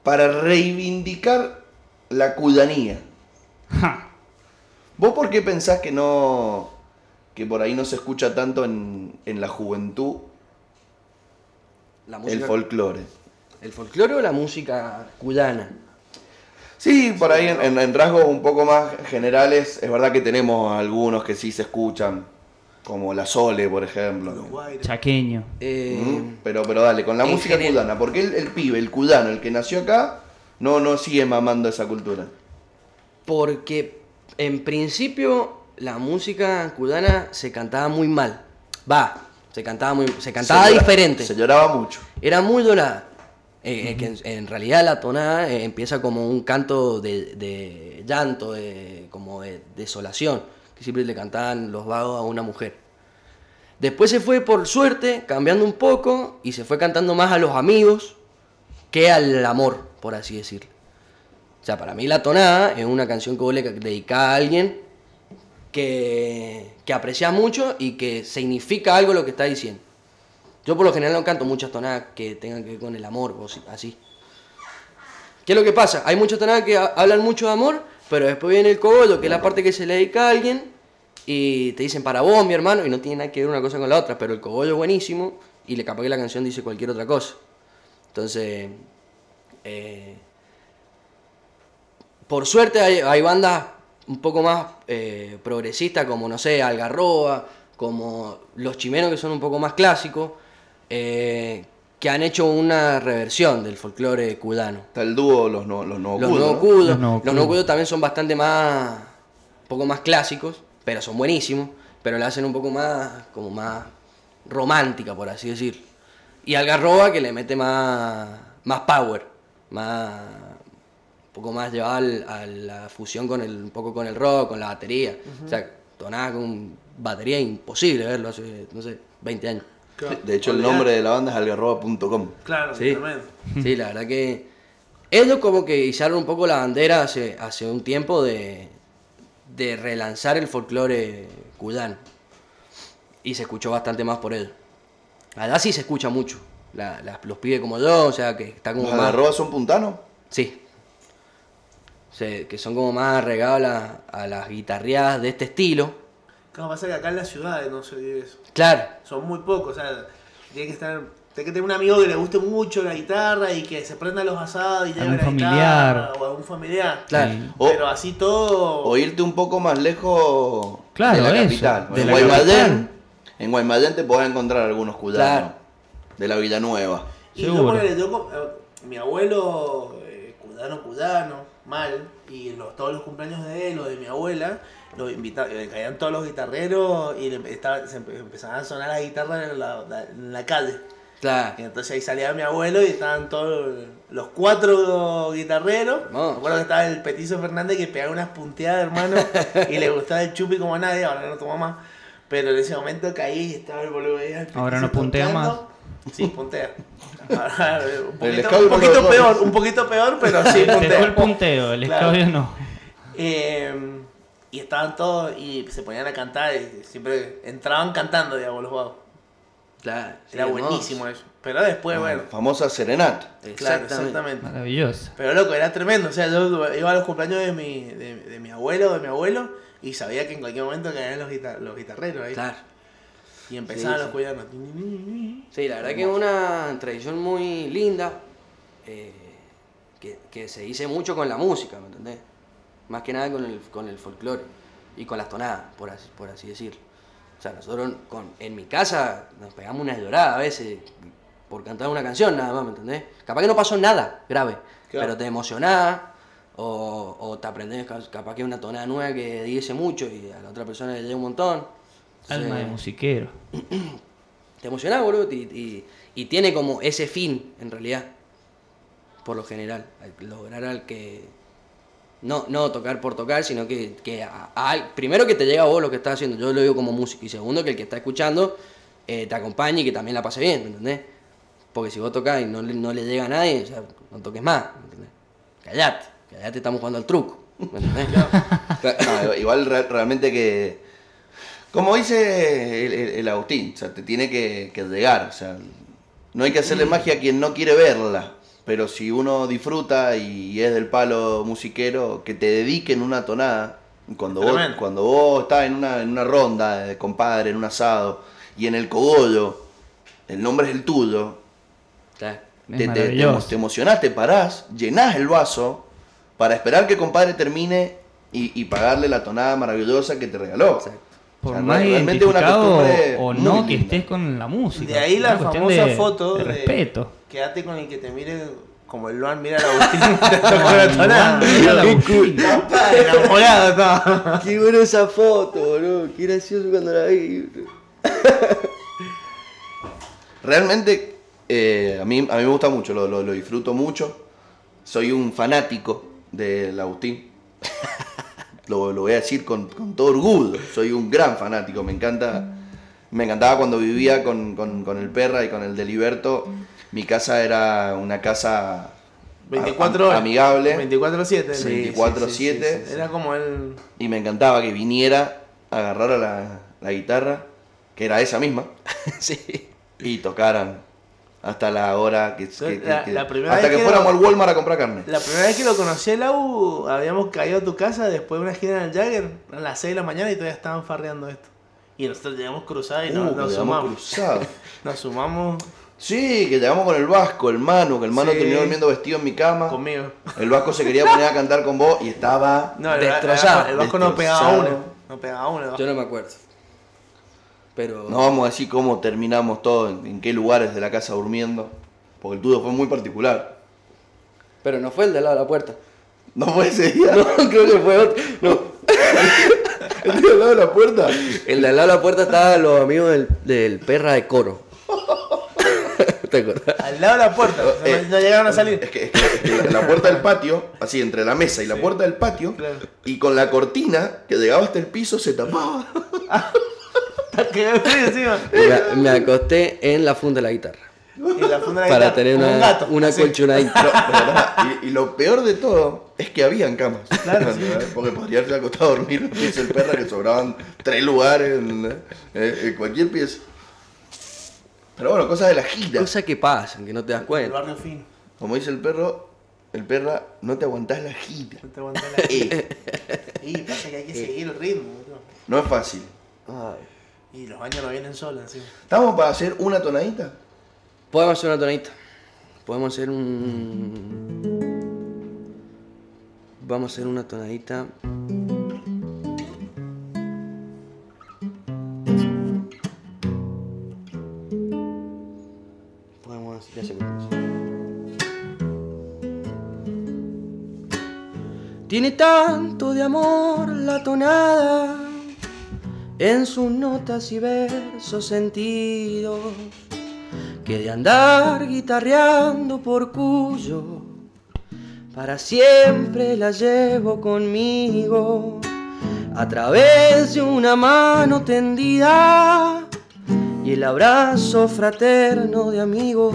Speaker 1: para reivindicar la cudanía,
Speaker 2: Ja.
Speaker 1: ¿vos por qué pensás que no. que por ahí no se escucha tanto en, en la juventud
Speaker 4: La
Speaker 1: el
Speaker 4: música.
Speaker 1: folclore?
Speaker 4: ¿El folclore o la música cuyana?
Speaker 1: Sí, por ahí en, en- en rasgos un poco más generales, es verdad que tenemos algunos que sí se escuchan, como la Sole, por ejemplo.
Speaker 3: Los guairos.
Speaker 2: Chaqueño.
Speaker 4: Eh,
Speaker 1: Mm, Pero, pero dale, con la
Speaker 4: en
Speaker 1: música
Speaker 4: general.
Speaker 1: cudana, porque el, el pibe, el cudano, el que nació acá, no, no sigue mamando esa cultura.
Speaker 4: Porque en principio la música cuyana se cantaba muy mal. Va, se cantaba muy, se cantaba
Speaker 1: Se llora-
Speaker 4: diferente.
Speaker 1: Se lloraba mucho.
Speaker 4: Era muy dorada. Eh, eh, que en, en realidad la tonada eh, empieza como un canto de, de llanto, de, como de desolación, que siempre le cantaban los vagos a una mujer. Después se fue, por suerte, cambiando un poco y se fue cantando más a los amigos que al amor, por así decirlo. O sea, para mí la tonada es una canción que vos le dedicás a alguien que, que aprecias mucho y que significa algo lo que está diciendo. Yo por lo general no canto muchas tonadas que tengan que ver con el amor o si- así. ¿Qué es lo que pasa? Hay muchas tonadas que ha- hablan mucho de amor, pero después viene el cogollo, que es la parte que se le dedica a alguien, y te dicen para vos, mi hermano, y no tiene nada que ver una cosa con la otra, pero el cogollo es buenísimo, y le capaz que la canción dice cualquier otra cosa. Entonces, eh, por suerte hay, hay bandas un poco más eh, progresistas, como no sé, Algarroba, como Los Chimenos, que son un poco más clásicos, eh, que han hecho una reversión del folclore cudano.
Speaker 1: Está el dúo, los, no, los no
Speaker 4: Los
Speaker 1: cudos,
Speaker 4: no
Speaker 1: ¿no?
Speaker 4: cudos,
Speaker 2: Los
Speaker 4: los
Speaker 2: no
Speaker 4: no
Speaker 2: cudos.
Speaker 4: cudos también son bastante más, un poco más clásicos, pero son buenísimos, pero le hacen un poco más, como más romántica, por así decir. Y Algarroba que le mete más, más power, más, un poco más llevada al- a la fusión con el, un poco con el rock, con la batería. O sea, tonaba con batería imposible verlo hace, no sé, 20 años.
Speaker 1: De hecho, el nombre de la banda es algarroba.com.
Speaker 3: Claro,
Speaker 4: Sí.
Speaker 3: tremendo.
Speaker 4: Sí, la verdad que ellos como que izaron un poco la bandera hace, hace un tiempo de, de relanzar el folclore cuyano. Y se escuchó bastante más por ellos. Allá sí se escucha mucho. La- la- los pibes como yo, o sea, que está como
Speaker 1: ¿Los
Speaker 4: más...
Speaker 1: algarrobas son puntanos?
Speaker 4: Sí. Se- que son como más regados a las guitarreadas de este estilo.
Speaker 3: Claro, pasa que acá en las ciudades no se vive eso.
Speaker 4: Claro,
Speaker 3: Son muy pocos, o sea, tiene que estar. Tiene que tener un amigo que le guste mucho la guitarra y que se prenda los asados y lleve
Speaker 2: Algún
Speaker 3: la guitarra
Speaker 2: familiar.
Speaker 3: o algún familiar.
Speaker 4: claro.
Speaker 2: Sí.
Speaker 1: O-
Speaker 3: Pero así todo.
Speaker 1: O irte un poco más lejos
Speaker 2: Claro,
Speaker 1: de la
Speaker 2: eso,
Speaker 1: capital.
Speaker 2: de
Speaker 1: en,
Speaker 2: la
Speaker 1: Guaymallén,
Speaker 2: capital.
Speaker 1: en Guaymallén te podés encontrar algunos cuyanos
Speaker 4: Claro.
Speaker 1: de la Villanueva.
Speaker 3: Y yo,
Speaker 2: Seguro.
Speaker 3: ponele, yo co- eh, mi abuelo, eh, cudano, cudano, mal, y los, todos los cumpleaños de él o de mi abuela, los invita- eh, caían todos los guitarreros y le empe- estaba- se empe- empezaban a sonar las guitarras en la, la- en la calle.
Speaker 4: Claro.
Speaker 3: Y entonces ahí salía mi abuelo y estaban todos los cuatro guitarreros.
Speaker 4: Hermoso.
Speaker 3: Me acuerdo que estaba el Petizo Fernández que pegaba unas punteadas, hermano, y le gustaba el chupi como a nadie, ahora no toma más. Pero en ese momento caí y estaba el boludo ahí. el
Speaker 2: Ahora no
Speaker 3: Petizo
Speaker 2: puntea
Speaker 3: tocando. Sí, puntea. Ahora, eh, un poquito,
Speaker 1: escabio
Speaker 3: un poquito
Speaker 1: por los
Speaker 3: peor, un poquito peor, pero
Speaker 2: Se
Speaker 3: sí
Speaker 2: fue el
Speaker 3: puntea.
Speaker 2: punteo, el
Speaker 3: Claro.
Speaker 2: escabio no.
Speaker 3: Eh, y estaban todos y se ponían a cantar y siempre entraban cantando, digamos, los vagos.
Speaker 4: Claro, sí,
Speaker 3: Era
Speaker 4: hermoso.
Speaker 3: buenísimo eso. Pero después, bueno,
Speaker 1: Famosa Serenata.
Speaker 3: claro,
Speaker 4: Exactamente.
Speaker 3: exactamente.
Speaker 2: Maravilloso.
Speaker 3: Pero loco, era tremendo. O sea, yo iba a los cumpleaños de mi, de, de mi abuelo, de mi abuelo, y sabía que en cualquier momento caían los, guita- los guitarreros ahí.
Speaker 4: Claro.
Speaker 3: Y empezaban
Speaker 4: Sí,
Speaker 3: los
Speaker 4: sí.
Speaker 3: cuyanos.
Speaker 4: Sí, la verdad que es una tradición muy linda eh, que, que se dice mucho con la música, ¿me entendés? Más que nada con el, con el folclore y con las tonadas, por así, por así decirlo. O sea, nosotros con- en mi casa nos pegamos una llorada a veces por cantar una canción nada más, ¿me entendés? Capaz que no pasó nada grave, pero te emocionás o, o te aprendés ca- capaz que una tonada nueva que dice mucho y a la otra persona le llega un montón.
Speaker 2: Alma de
Speaker 4: Entonces,
Speaker 2: musiquero.
Speaker 4: te emocionás, boludo, y, y- y tiene como ese fin, en realidad, por lo general, al lograr al que... No, no tocar por tocar, sino que, que a- a- primero que te llega a vos lo que estás haciendo, yo lo digo como músico, y segundo que el que está escuchando eh, te acompañe y que también la pase bien, ¿me entendés? Porque si vos tocás y no, le- no le llega a nadie, o sea, no toques más, ¿me entendés? Callate, callate, estamos jugando al truco, ¿me entendés?
Speaker 1: Ah, igual re- realmente que. Como dice el, el- el Agustín, o sea, te tiene que, que llegar. O sea, no hay que hacerle magia a quien no quiere verla. Pero si uno disfruta y es del palo musiquero, que te dediquen una tonada. Cuando vos,
Speaker 3: Tremendo.
Speaker 1: cuando vos estás en una, en una ronda de compadre, en un asado, y en el cogollo, el nombre es el tuyo,
Speaker 4: Claro.
Speaker 2: Es
Speaker 1: te, te- te,
Speaker 2: maravilloso.
Speaker 1: emo- te emocionás, te parás, llenás el vaso para esperar que compadre termine y, y pagarle la tonada maravillosa que te regaló.
Speaker 4: Exacto.
Speaker 1: O
Speaker 2: Por
Speaker 1: sea,
Speaker 2: más
Speaker 1: realmente una
Speaker 2: identificado
Speaker 1: costumbre
Speaker 2: o
Speaker 1: muy
Speaker 2: no que
Speaker 1: linda.
Speaker 2: estés con la música.
Speaker 3: De ahí la
Speaker 2: Una cuestión
Speaker 3: famosa
Speaker 2: de-
Speaker 3: foto
Speaker 2: de
Speaker 3: de,
Speaker 2: respeto.
Speaker 3: Quédate con el que te mire como el Luan mira a Agustín. te tocó la tonada.
Speaker 2: Ah, Mira la Agustín.
Speaker 3: Papá, Enamorado estaba.
Speaker 4: Qué buena esa foto, boludo. Qué gracioso cuando la vi.
Speaker 1: Realmente eh, a, mí, a mí me gusta mucho, lo, lo- lo disfruto mucho. Soy un fanático del Agustín. lo, lo voy a decir con, con todo orgullo. Soy un gran fanático. Me encanta. Me encantaba cuando vivía con, con- con el Perra y con el Deliberto. Mi casa era una casa a-
Speaker 3: 24
Speaker 1: am-
Speaker 3: horas.
Speaker 1: amigable.
Speaker 3: 24-7.
Speaker 1: Sí,
Speaker 3: Sí, sí,
Speaker 1: 24/7.
Speaker 3: sí, sí, sí. Era como el.
Speaker 1: Y me encantaba que viniera, agarrara la, la guitarra, que era esa misma,
Speaker 4: sí.
Speaker 1: y tocaran hasta la hora que, que- que-
Speaker 3: La-
Speaker 1: que-
Speaker 3: la primera
Speaker 1: hasta
Speaker 3: vez
Speaker 1: que
Speaker 3: que
Speaker 1: fuéramos
Speaker 3: lo-
Speaker 1: al Walmart a comprar carne.
Speaker 3: La primera vez que lo conocí el Lau, habíamos caído a tu casa después de una gira en el Jagger a las 6 de la mañana y todavía estaban farreando esto. Y nosotros llegamos cruzados y
Speaker 1: Uh,
Speaker 3: nos,
Speaker 1: que
Speaker 3: nos
Speaker 1: llegamos
Speaker 3: sumamos.
Speaker 1: cruzados.
Speaker 3: Nos sumamos
Speaker 1: Sí, que llegamos con el Vasco, el Manu, que el Mano
Speaker 3: Sí.
Speaker 1: terminó durmiendo vestido en mi cama.
Speaker 3: conmigo.
Speaker 1: El Vasco se quería poner a cantar con vos y estaba.
Speaker 3: No, el-
Speaker 4: Destrozado.
Speaker 3: El, el Vasco no pegaba
Speaker 1: Destrozado.
Speaker 3: uno. No pegaba uno. el Vasco.
Speaker 4: Yo no me acuerdo. Pero.
Speaker 1: No vamos a decir cómo terminamos todo, en, en qué lugares de la casa durmiendo, porque el tuyo fue muy particular.
Speaker 4: Pero no fue el de al lado de la puerta.
Speaker 1: No fue ese día.
Speaker 4: No, creo que fue otro. No.
Speaker 1: El día al lado de la puerta.
Speaker 4: El de al lado de la puerta estaban los amigos del, del perra de coro. ¿Te acordás?
Speaker 3: Al lado de la puerta. o sea,
Speaker 1: Eh,
Speaker 3: no, no llegaron a salir.
Speaker 1: Es que, es que- es que la puerta del patio, así entre la mesa y la puerta del patio,
Speaker 3: Claro.
Speaker 4: eh.
Speaker 1: y con la cortina que llegaba hasta el piso se tapaba.
Speaker 3: Que yo estoy encima.
Speaker 4: Me, me acosté en la funda de la guitarra.
Speaker 3: Y la funda de la
Speaker 4: Para
Speaker 3: guitarra,
Speaker 4: tener
Speaker 3: como un
Speaker 4: una,
Speaker 3: gato,
Speaker 4: una
Speaker 3: así.
Speaker 4: colchonadita.
Speaker 1: Lo- de verdad, y, y lo peor de todo es que habían camas. ¿Entendés? Porque podría haberse acostado a dormir en el piso del perro que sobraban tres lugares en, eh, en cualquier pieza. Pero bueno, cosas de la gira.
Speaker 4: Cosa que pasa, que no te das
Speaker 3: El
Speaker 4: cuenta.
Speaker 3: barrio fino.
Speaker 1: Como dice el perro, el perra, no te aguantás la gira.
Speaker 3: No te aguantás la
Speaker 1: Eh,
Speaker 3: Y pasa que hay
Speaker 4: Eh.
Speaker 3: que seguir el ritmo. boludo.
Speaker 1: no es fácil.
Speaker 3: Y los baños no vienen solos encima.
Speaker 1: ¿Estamos para hacer una tonadita?
Speaker 4: Podemos hacer una tonadita. Podemos hacer un. Vamos a hacer una tonadita. Podemos. Ya sé cuál es. Tiene tanto de amor la tonada en sus notas y versos sentidos que de andar guitarreando por Cuyo. Para siempre la llevo conmigo a través de una mano tendida y el abrazo fraterno de amigo.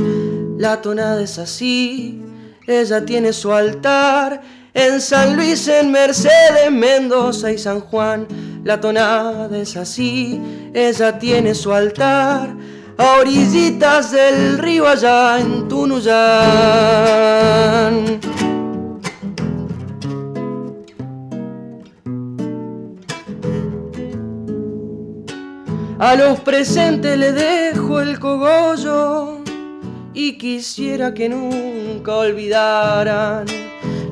Speaker 4: La tonada es así, ella tiene su altar en San Luis, en Mercedes, Mendoza y San Juan. La tonada es así, ella tiene su altar a orillitas del río allá en Tunuyán. A los presentes le dejo el cogollo y quisiera que nunca olvidaran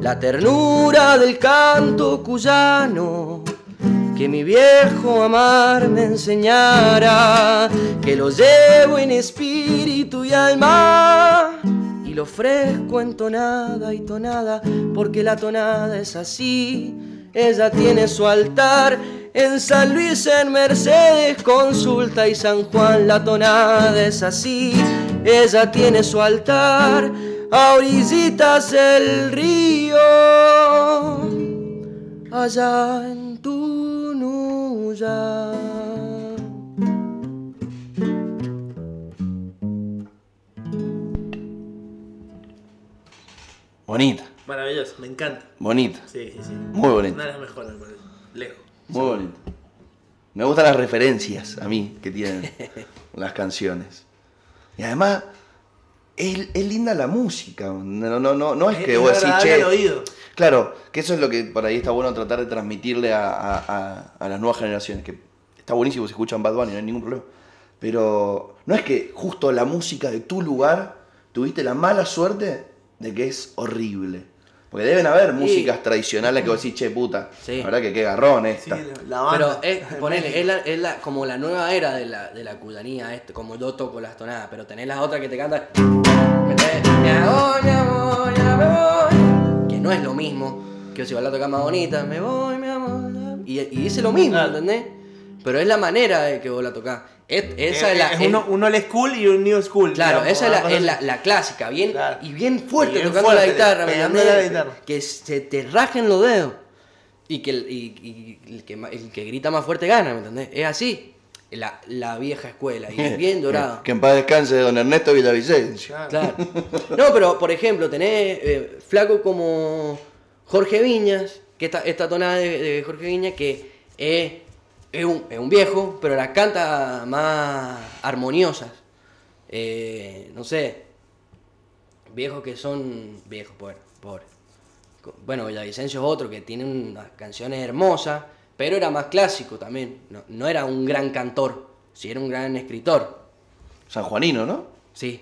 Speaker 4: la ternura del canto cuyano. Que mi viejo amar me enseñara, que lo llevo en espíritu y alma, y lo ofrezco en tonada y tonada, porque la tonada es así. Ella tiene su altar en San Luis, en Mercedes, Consulta y San Juan. La tonada es así. Ella tiene su altar a orillitas del río allá en Tunuya.
Speaker 1: Bonita,
Speaker 3: Maravilloso, me encanta.
Speaker 1: bonita,
Speaker 3: Sí, sí, sí.
Speaker 1: muy bonita.
Speaker 3: Una de las mejores, me parece. Lejos.
Speaker 1: Muy bonito. Me gustan las referencias a mí que tienen las canciones. Y además, es, es linda la música. No, no, no, no es que vos decís,
Speaker 3: agradable
Speaker 1: che.
Speaker 3: al oído.
Speaker 1: Claro, que eso es lo que por ahí está bueno tratar de transmitirle a, a- a- a las nuevas generaciones. Que está buenísimo si escuchan Bad Bunny, no hay ningún problema. Pero no es que justo la música de tu lugar tuviste la mala suerte de que es horrible. Porque deben haber músicas tradicionales que vos decís, che puta,
Speaker 4: Sí.
Speaker 1: la verdad que qué garrón
Speaker 3: Sí,
Speaker 1: esta.
Speaker 3: la- la
Speaker 4: Pero
Speaker 3: banda.
Speaker 4: es,
Speaker 3: de
Speaker 4: ponele,
Speaker 3: México.
Speaker 4: es, la, es la- como la nueva era de la, de la cuyanía, este, como yo toco las tonadas, pero tenés las otras que te cantan. ¿me entendés? Me voy, me voy, ya me voy. Que no es lo mismo que si vas a tocar más bonita, me voy, mi amor. ya- Y, y dice lo mismo,
Speaker 3: Claro.
Speaker 4: ¿entendés? Pero es la manera de que vos la tocás. Es- esa es, la.
Speaker 3: es
Speaker 4: es-
Speaker 3: uno, un old school y un new school.
Speaker 4: Claro,
Speaker 3: digamos,
Speaker 4: esa es la,
Speaker 3: una
Speaker 4: es la-
Speaker 3: cosa
Speaker 4: la clásica, bien
Speaker 3: Claro.
Speaker 4: y bien fuerte
Speaker 3: Y bien
Speaker 4: tocando la
Speaker 3: fuerte,
Speaker 4: guitarra, ¿me
Speaker 3: pegando
Speaker 4: entendés?
Speaker 3: la guitarra.
Speaker 4: que se te rajen los dedos y que el, y- y el que, ma- el que grita más fuerte gana, ¿me entendés? Es así, la, la vieja escuela y es bien dorada.
Speaker 1: Que en paz descanse don Ernesto
Speaker 3: así.
Speaker 1: Villavicencio.
Speaker 3: Claro.
Speaker 4: Claro. No, pero por ejemplo, tenés eh, flaco como Jorge Viñas, que esta, esta tonada de, de Jorge Viñas que es, es un, es un viejo, pero las canta más armoniosas. Eh, no sé, viejos que son viejos, pobre. pobre. Co- Bueno, Villavicencio es otro que tiene unas canciones hermosas, pero era más clásico también. No, no era un gran cantor, sí era un gran escritor.
Speaker 1: San Juanino, ¿no?
Speaker 4: Sí.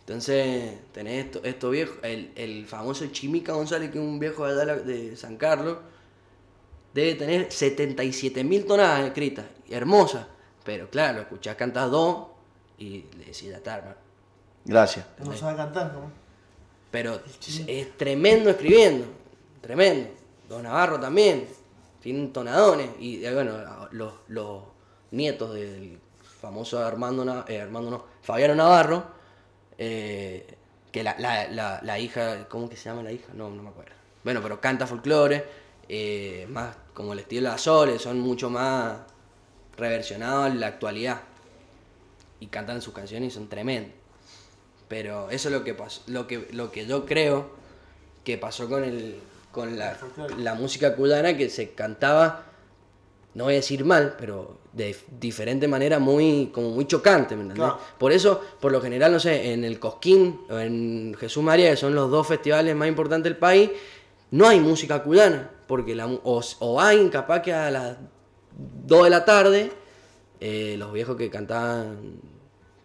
Speaker 4: Entonces, tenés esto, esto viejo, el, el famoso Chimica González, que es un viejo de, allá de la- de San Carlos, debe tener 77 mil tonadas escritas, hermosas. Pero claro, lo escuchás cantar dos y le decís la tarma.
Speaker 1: Gracias.
Speaker 3: No sabe cantar, ¿no?
Speaker 4: Pero es tremendo escribiendo, tremendo. Don Navarro también, tienen tonadones. Y eh, bueno, los, los nietos del famoso Armando, Na- eh, Armando no, Fabiano Navarro eh, que la, la- la- la hija, ¿cómo que se llama la hija? No, no me acuerdo. Bueno, pero canta folclore, eh, más como el estilo de Azores, son mucho más reversionados en la actualidad. Y cantan sus canciones y son tremendos. Pero eso es lo que pasó, lo que, lo que yo creo que pasó con el con la, la música cubana que se cantaba, no voy a decir mal, pero de diferente manera muy, como muy chocante, ¿me entendés?
Speaker 3: Claro.
Speaker 4: Por eso, por lo general, no sé, en el Cosquín o en Jesús María, que son los dos festivales más importantes del país, no hay música cubana, porque la, mu- o, o hay capaz que a las 2 de la tarde, eh, los viejos que cantaban,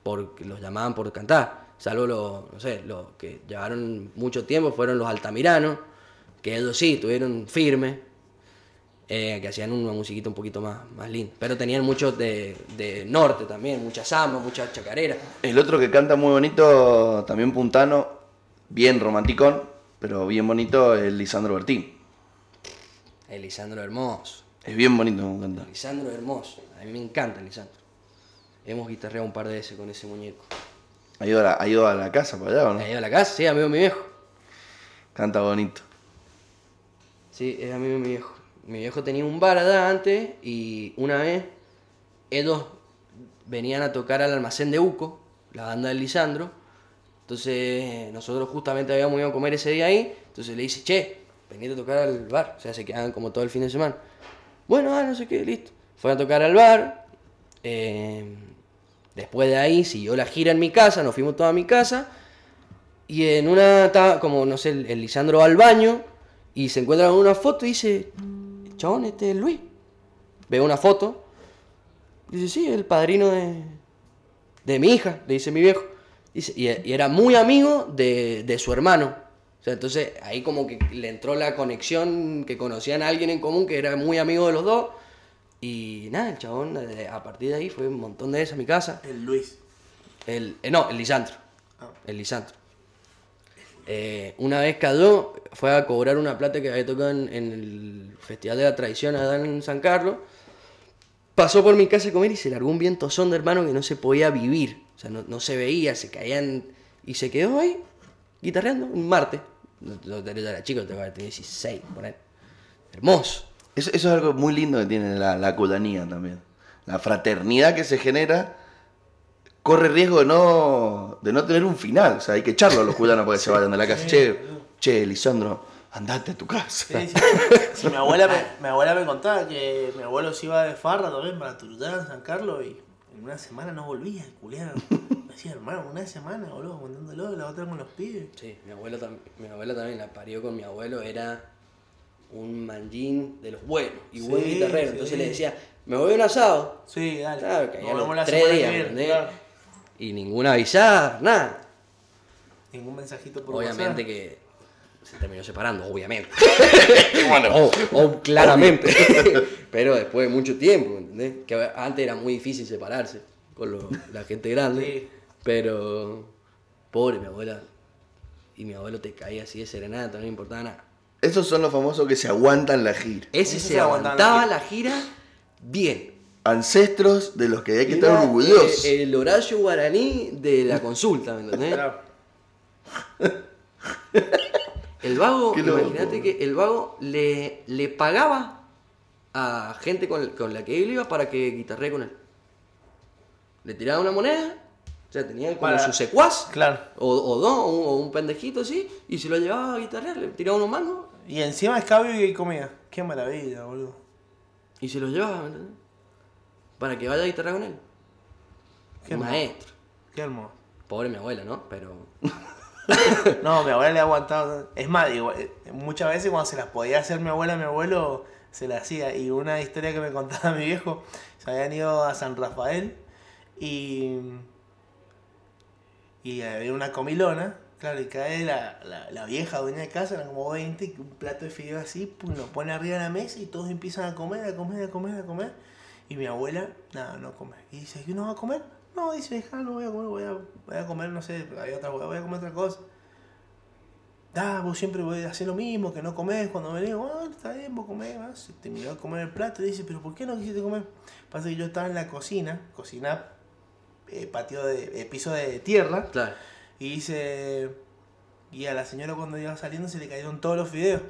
Speaker 4: por, los llamaban por cantar, salvo los, no sé, los que llevaron mucho tiempo, fueron los altamiranos, que ellos sí, tuvieron firme, eh, que hacían una musiquita un poquito más, más linda, pero tenían muchos de, de norte también, muchas zambas, muchas chacareras.
Speaker 1: El otro que canta muy bonito, también puntano, bien romanticón, pero bien bonito, es Lisandro Bertín.
Speaker 4: El Lisandro Hermoso,
Speaker 1: Es bien bonito como canta.
Speaker 4: Lisandro Hermoso, a mí me encanta el Lisandro. Hemos guitarreado un par de veces con ese muñeco.
Speaker 1: Ha ido a la, ha ido a la casa para allá, ¿o no?
Speaker 4: ¿Ha ido a la casa? Sí, amigo de mi viejo.
Speaker 1: Canta bonito.
Speaker 4: Sí, es amigo de mi viejo. Mi viejo tenía un bar allá antes y una vez ellos venían a tocar al almacén de Uco, la banda de Lisandro. Entonces nosotros justamente habíamos ido a comer ese día ahí. Entonces le dice, che, venite a tocar al bar. O sea, se quedaban como todo el fin de semana. Bueno, ah, no sé qué, listo. Fueron a tocar al bar. eh, después de ahí siguió la gira en mi casa, nos fuimos todos a mi casa. Y en una estaba como, no sé, el, el Lisandro va al baño y se encuentra con una foto y dice, chabón, este es Luis. Ve una foto. y Dice, sí, el padrino de, de mi hija, le dice mi viejo. Dice, y, e- y era muy amigo de, de su hermano. O sea, entonces ahí como que le entró la conexión que conocían a alguien en común que era muy amigo de los dos. Y nada, el chabón eh, a partir de ahí fue un montón de veces a mi casa.
Speaker 3: El Luis.
Speaker 4: El, eh, no, el Lisandro.
Speaker 3: Ah.
Speaker 4: El Lisandro. Eh, una vez cayó, fue a cobrar una plata que había tocado en, en el Festival de la Traición allá en San Carlos. Pasó por mi casa a comer y se largó un vientozón de hermano que no se podía vivir. O sea, no, no se veía, se caían. Y se quedó ahí, guitarreando, un martes. No, no, yo era chico, tenía 16, poner. Hermoso.
Speaker 1: Eso, eso es algo muy lindo que tiene la, la culanía también. La fraternidad que se genera corre riesgo de no, de no tener un final. O sea, hay que echarlo a los cuyanos para que se vayan de la casa. Che, che, Lisandro, andate a tu casa.
Speaker 3: Sí, sí. Sí, mi, abuela me, mi abuela me contaba que mi abuelo se iba de farra también para Turután, San Carlos, y en una semana no volvía, culiado. Me decía, hermano, una semana, boludo, mandándolo, la otra con los pibes.
Speaker 4: Sí, mi, abuelo tam- mi abuela también la parió con mi abuelo, era un manjín de los buenos y buen
Speaker 3: Sí,
Speaker 4: guitarrero.
Speaker 3: sí.
Speaker 4: Entonces le decía, me voy a un asado.
Speaker 3: Sí, dale.
Speaker 4: Claro, que ya
Speaker 3: Nos
Speaker 4: los
Speaker 3: vemos la
Speaker 4: tres
Speaker 3: semana
Speaker 4: días,
Speaker 3: que viene,
Speaker 4: ¿entendés?
Speaker 3: claro.
Speaker 4: Y ninguna avisada, nada.
Speaker 3: Ningún mensajito por
Speaker 4: obviamente
Speaker 3: WhatsApp.
Speaker 4: que se terminó separando, obviamente.
Speaker 1: Bueno.
Speaker 4: o, o claramente. Pero después de mucho tiempo, ¿entendés? Que antes era muy difícil separarse con lo- la gente grande.
Speaker 3: Sí.
Speaker 4: Pero, pobre mi abuela. Y mi abuelo te caía así de serenata, no le importaba nada.
Speaker 1: Esos son los famosos que se aguantan la gira.
Speaker 4: Ese,
Speaker 3: Ese
Speaker 4: se,
Speaker 3: se aguantaba
Speaker 4: aguantaba la gira bien.
Speaker 1: Ancestros de los que hay que estar
Speaker 4: Era,
Speaker 1: orgullosos.
Speaker 4: eh, el Horacio Guaraní de la consulta, ¿me entendés?
Speaker 3: Claro.
Speaker 4: El vago,
Speaker 1: Qué loco.
Speaker 4: imagínate que el vago le, le pagaba a gente con, con la que él iba para que guitarre con él. Le tiraba una moneda, o sea, tenía como
Speaker 3: Para-
Speaker 4: su secuaz,
Speaker 3: Claro.
Speaker 4: o, o dos, o un, o un pendejito así, y se lo llevaba a guitarrear, le tiraba unos mangos
Speaker 3: Y encima escabio y comida. Qué maravilla, boludo.
Speaker 4: y se los llevaba, ¿me entendés? Para que vaya a guitarrear con él.
Speaker 3: Qué
Speaker 4: Un
Speaker 3: hermoso.
Speaker 4: maestro.
Speaker 3: Qué hermoso.
Speaker 4: Pobre mi abuela, ¿no? Pero
Speaker 3: No, mi abuela le ha aguantado. Es más, digo, eh, muchas veces cuando se las podía hacer mi abuela, mi abuelo se las hacía. Y una historia que me contaba mi viejo, se habían ido a San Rafael y. Y había una comilona. Claro, y cae la, la- la vieja dueña de casa, eran como 20, y un plato de fideos así, pum, lo pone arriba de la mesa y todos empiezan a comer, a comer, a comer, a comer. Y mi abuela, nada, no come. Y dice, ¿y uno va a comer? No, dice, deja, no voy a comer, voy a, voy a comer, no sé, hay otra, voy a comer otra cosa. Ah, vos siempre voy a hacer lo mismo, que no comés cuando venís. Bueno, está bien, vos comés. va. Se terminó de comer el plato y dice, pero ¿por qué no quisiste comer? Pasa que yo estaba en la cocina, cocina, eh, patio de, eh, piso de tierra.
Speaker 4: Claro.
Speaker 3: Y dice. Y a la señora cuando iba saliendo se le cayeron todos los fideos.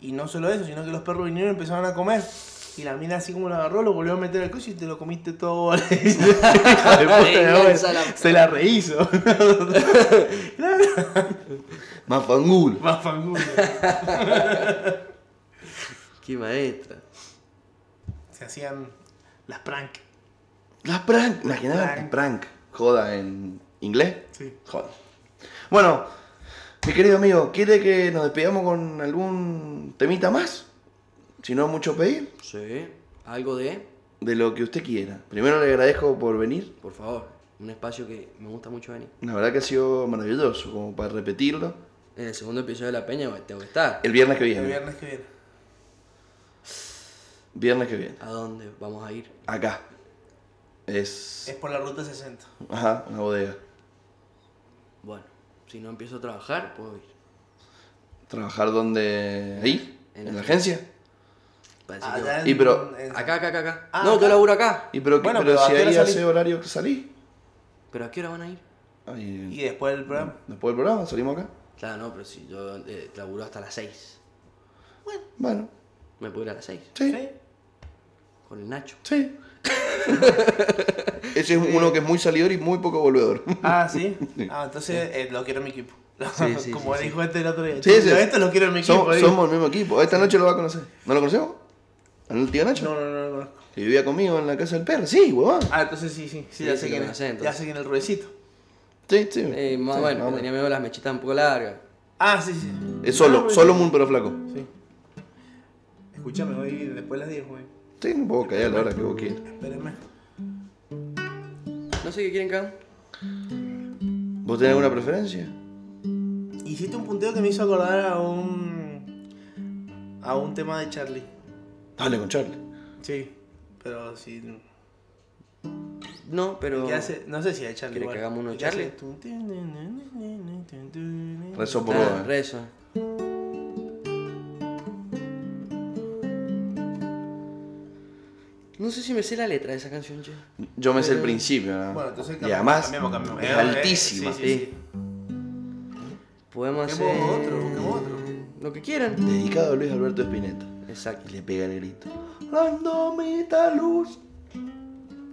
Speaker 3: y no solo eso, sino que los perros vinieron y empezaron a comer. Y la mina así como lo agarró, lo volvió a meter al coche y te lo comiste todo. le dice. Hija de puta,
Speaker 4: Venganza
Speaker 3: la-
Speaker 4: la-
Speaker 3: Se la rehizo.
Speaker 1: Mafangul.
Speaker 3: Más fangulo.
Speaker 4: Qué maestra.
Speaker 3: Se hacían las prank.
Speaker 1: Las prank. Imaginaba
Speaker 3: Prank.
Speaker 1: prank. Joda en inglés.
Speaker 3: Sí.
Speaker 1: Joder. Bueno, mi querido amigo, ¿quiere que nos despidamos con algún temita más? Si no, mucho pedir.
Speaker 4: Sí. Algo de,
Speaker 1: De lo que usted quiera. Primero le agradezco por venir.
Speaker 4: por favor, un espacio que me gusta mucho venir.
Speaker 1: La verdad que ha sido maravilloso, como para repetirlo.
Speaker 4: En el segundo episodio de La Peña güey, tengo que estar.
Speaker 1: El viernes que
Speaker 3: El
Speaker 1: viene.
Speaker 3: viernes que viene.
Speaker 1: Viernes que viene.
Speaker 4: ¿A dónde vamos a ir?
Speaker 1: Acá. Es.
Speaker 3: Es por la ruta 60.
Speaker 1: Ajá, una bodega.
Speaker 4: Bueno, si no empiezo a trabajar, puedo ir.
Speaker 1: ¿Trabajar donde? ¿Ahí?
Speaker 4: En
Speaker 1: ¿En la
Speaker 4: la
Speaker 1: agencia?
Speaker 4: Parece que
Speaker 3: Allá
Speaker 4: voy.
Speaker 3: en,
Speaker 1: Y pero-
Speaker 3: Ah, en-
Speaker 4: Acá, acá, acá, acá.
Speaker 3: Ah,
Speaker 4: no,
Speaker 3: acá.
Speaker 4: yo laburo acá.
Speaker 1: ¿Y pero, qué-
Speaker 3: Bueno,
Speaker 1: pero
Speaker 3: pero ¿a
Speaker 1: si
Speaker 3: qué hora
Speaker 1: ahí
Speaker 3: salís?
Speaker 1: hace horario que salí?
Speaker 4: ¿Pero a qué hora van a ir?
Speaker 1: Ahí,
Speaker 3: Y después del programa.
Speaker 1: Después del programa, salimos acá.
Speaker 4: Claro, no, pero si yo eh, laburo hasta las 6.
Speaker 1: Bueno,
Speaker 4: Me puedo ir a las 6
Speaker 1: sí, sí.
Speaker 3: Sí.
Speaker 4: con el Nacho.
Speaker 1: Ese es
Speaker 3: Eh,
Speaker 1: uno que es muy salidor y muy poco volvedor.
Speaker 3: Ah, sí. Ah, entonces eh, lo quiero en mi equipo. Como
Speaker 4: sí,
Speaker 3: dijo este el otro día.
Speaker 1: Sí,
Speaker 3: "Chico,
Speaker 1: sí.
Speaker 3: Esto lo quiero en mi equipo.
Speaker 1: Somos,
Speaker 3: digo.
Speaker 1: somos el mismo equipo. Esta noche lo va a conocer. ¿No lo conocemos? ¿Al tío Nacho?
Speaker 3: No, no, no, no, no.
Speaker 1: Que vivía conmigo en la casa del perro. Sí, huevón.
Speaker 3: Ah, entonces sí, sí. Sí,
Speaker 4: Sí,
Speaker 3: ya
Speaker 4: sí,
Speaker 3: sé
Speaker 4: lo
Speaker 3: quién es.
Speaker 4: conocés, entonces.
Speaker 3: Ya sé quién es el ruedecito.
Speaker 1: Sí, sí.
Speaker 4: Eh, más
Speaker 1: Sí,
Speaker 4: bueno,
Speaker 1: más o
Speaker 4: tenía
Speaker 1: menos.
Speaker 4: miedo de las mechitas un poco largas.
Speaker 3: Ah, sí, sí.
Speaker 1: Es solo,
Speaker 3: Ah, bueno.
Speaker 1: solo Moon pero flaco.
Speaker 3: Sí. Escúchame, voy después de las 10, güey.
Speaker 1: Sí, no puedo callar la hora que vos quieras.
Speaker 3: Espérenme.
Speaker 4: No sé qué quieren acá.
Speaker 1: ¿Vos tenés alguna preferencia?
Speaker 3: Hiciste un punteo que me hizo acordar a un. a un tema de Charlie.
Speaker 1: Dale con Charlie.
Speaker 3: Sí. Pero sí.
Speaker 4: No, pero.
Speaker 3: ¿Qué hace? No sé si de Charlie.
Speaker 4: ¿Quieres
Speaker 3: igual.
Speaker 4: que hagamos uno de
Speaker 3: ¿Qué hace?
Speaker 1: Rezo por
Speaker 4: Ah,
Speaker 1: vos. eh.
Speaker 4: rezo. No sé si me sé la letra de esa canción, che.
Speaker 1: Yo me sé el principio, ¿no?
Speaker 3: Eh, Bueno, entonces
Speaker 1: Y
Speaker 3: cambiamos,
Speaker 1: además,
Speaker 3: cambiamos, cambiamos.
Speaker 1: es
Speaker 3: Eh, eh,
Speaker 1: altísima.
Speaker 3: Sí, sí, sí.
Speaker 4: Podemos hacer.
Speaker 3: Busquemos otro, busquemos otro.
Speaker 4: Lo que quieran.
Speaker 1: Dedicado a Luis Alberto Espineta.
Speaker 4: Exacto.
Speaker 1: Y le pega el grito. Randomita luz.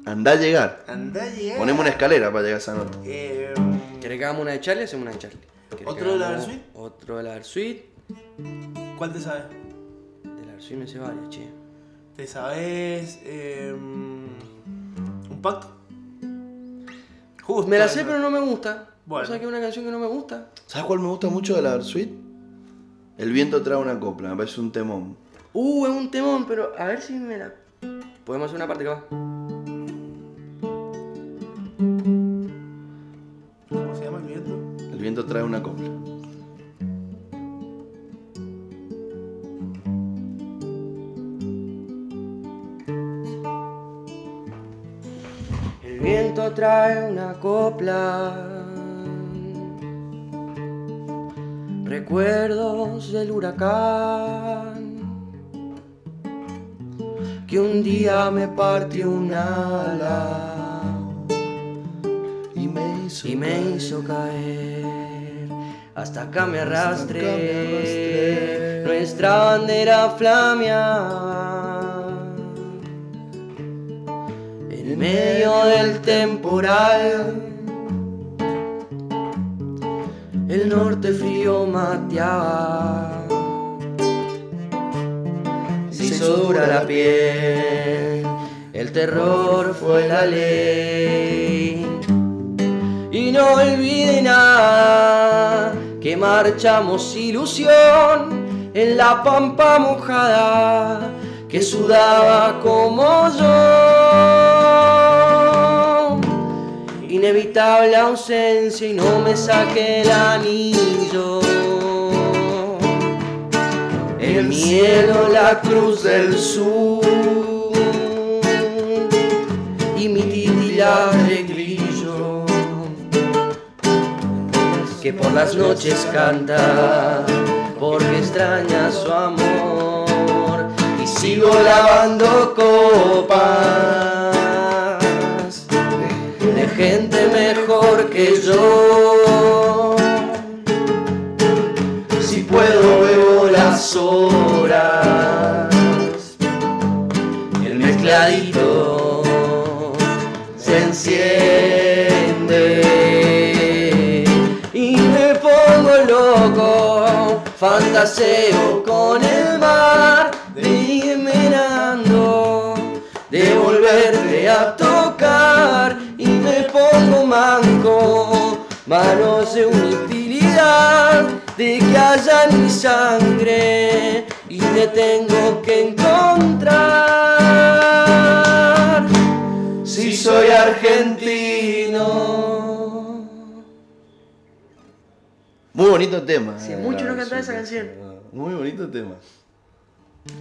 Speaker 1: Anda a llegar.
Speaker 3: Andá a llegar.
Speaker 1: Ponemos una escalera para llegar a esa nota.
Speaker 3: Eh,
Speaker 4: ¿Querés que hagamos una de Charlie? Hacemos una de Charlie. ¿Querés que
Speaker 3: ¿Otro de la
Speaker 4: hagamos
Speaker 3: Versuit?
Speaker 4: Otro de la Versuit.
Speaker 3: ¿Cuál te sabes?
Speaker 4: De la Versuit me sé varias, che.
Speaker 3: ¿Te sabes. eh, un pacto? Justo.
Speaker 4: Me la sé, pero no me gusta.
Speaker 3: Bueno.
Speaker 4: O sea que es una canción que no me gusta.
Speaker 1: ¿Sabes cuál me gusta mucho de la Versuit? El viento trae una copla, me parece un temón.
Speaker 4: Uh, es un temón, pero a ver si me la. Podemos hacer una parte que va.
Speaker 3: ¿Cómo se llama el viento?
Speaker 1: El viento trae una copla.
Speaker 4: El viento trae una copla. Recuerdos del huracán. Que un día me partió un ala
Speaker 1: Y me hizo.
Speaker 4: y me hizo caer. Hasta acá me arrastré. Nuestra bandera flamea. En medio del temporal. El norte frío mateaba. Se hizo dura la piel, el terror fue la ley. Y no olviden nada, que marchamos ilusión en la pampa mojada, que sudaba como yo. Inevitable ausencia y no me saque el anillo. El cielo, la cruz del sur y mi titilar de grillo que por las noches canta porque extraña su amor y sigo lavando copas de gente mejor que yo. yo. Si puedo bebo las horas, el mezcladito se enciende y me pongo loco, fantaseo con el mar, dimenando de volverte a tocar y me pongo manco, manos de utilidad, de que haya en mi sangre y me tengo que encontrar si soy argentino.
Speaker 1: Muy bonito tema.
Speaker 4: Hace
Speaker 1: eh,
Speaker 4: mucho
Speaker 1: la
Speaker 4: no cantaba esa
Speaker 1: versión. Muy bonito tema.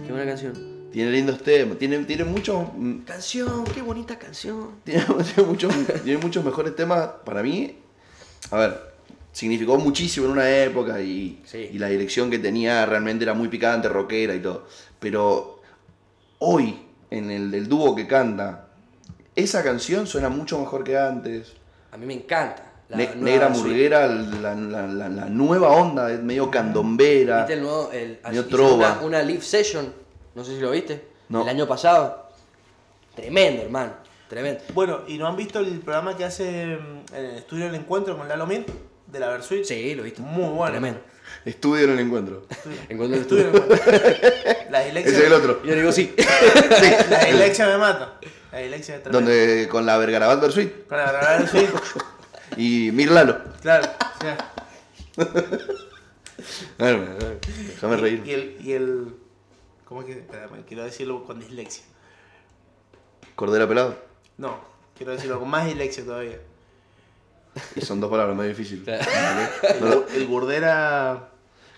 Speaker 4: Qué buena canción.
Speaker 1: Tiene lindos temas. Tiene, tiene muchos. mm,
Speaker 4: Canción, qué bonita canción.
Speaker 1: Tiene, tiene muchos, tiene muchos mejores temas para mí. A ver, significó muchísimo en una época y,
Speaker 4: Sí.
Speaker 1: y la dirección que tenía realmente era muy picante, rockera y todo. Pero hoy, en el del dúo que canta, esa canción suena mucho mejor que antes.
Speaker 4: A mí me encanta. la
Speaker 1: Ne-
Speaker 4: nueva
Speaker 1: Negra
Speaker 4: versión.
Speaker 1: Murguera, la, la- la- la nueva onda, es medio candombera.
Speaker 4: ¿Viste el nuevo? El,
Speaker 1: Medio
Speaker 4: hizo
Speaker 1: trova.
Speaker 4: Una, una live session, no sé si lo viste,
Speaker 1: No.
Speaker 4: el año pasado. Tremendo, hermano, tremendo.
Speaker 3: Bueno, ¿y no han visto el programa que hace mm, en el estudio El Encuentro con Lalo Mir? De la Versuit.
Speaker 4: Sí, lo viste.
Speaker 3: Muy bueno.
Speaker 4: Tremendo.
Speaker 1: Estudio en el encuentro.
Speaker 4: Encuentro el
Speaker 3: Estudio
Speaker 4: estudio.
Speaker 3: El Encuentro. La
Speaker 1: Ese es el
Speaker 3: dislexia,
Speaker 1: otro.
Speaker 4: Yo le digo sí.
Speaker 3: la dislexia me mata. La dislexia es tremenda.
Speaker 1: Donde con la Vergarabat Versuit
Speaker 3: Con la verdad Versuit,
Speaker 1: y Mirlalo.
Speaker 3: claro. o sea,
Speaker 1: A ver, a ver, Déjame
Speaker 3: Y
Speaker 1: reír.
Speaker 3: el, y el... ¿Cómo es que...? espérame, quiero decirlo con dislexia.
Speaker 1: Cordera pelado.
Speaker 3: No, quiero decirlo con más dislexia todavía.
Speaker 1: Y son dos palabras más difíciles.
Speaker 3: El, gu- el gurdera...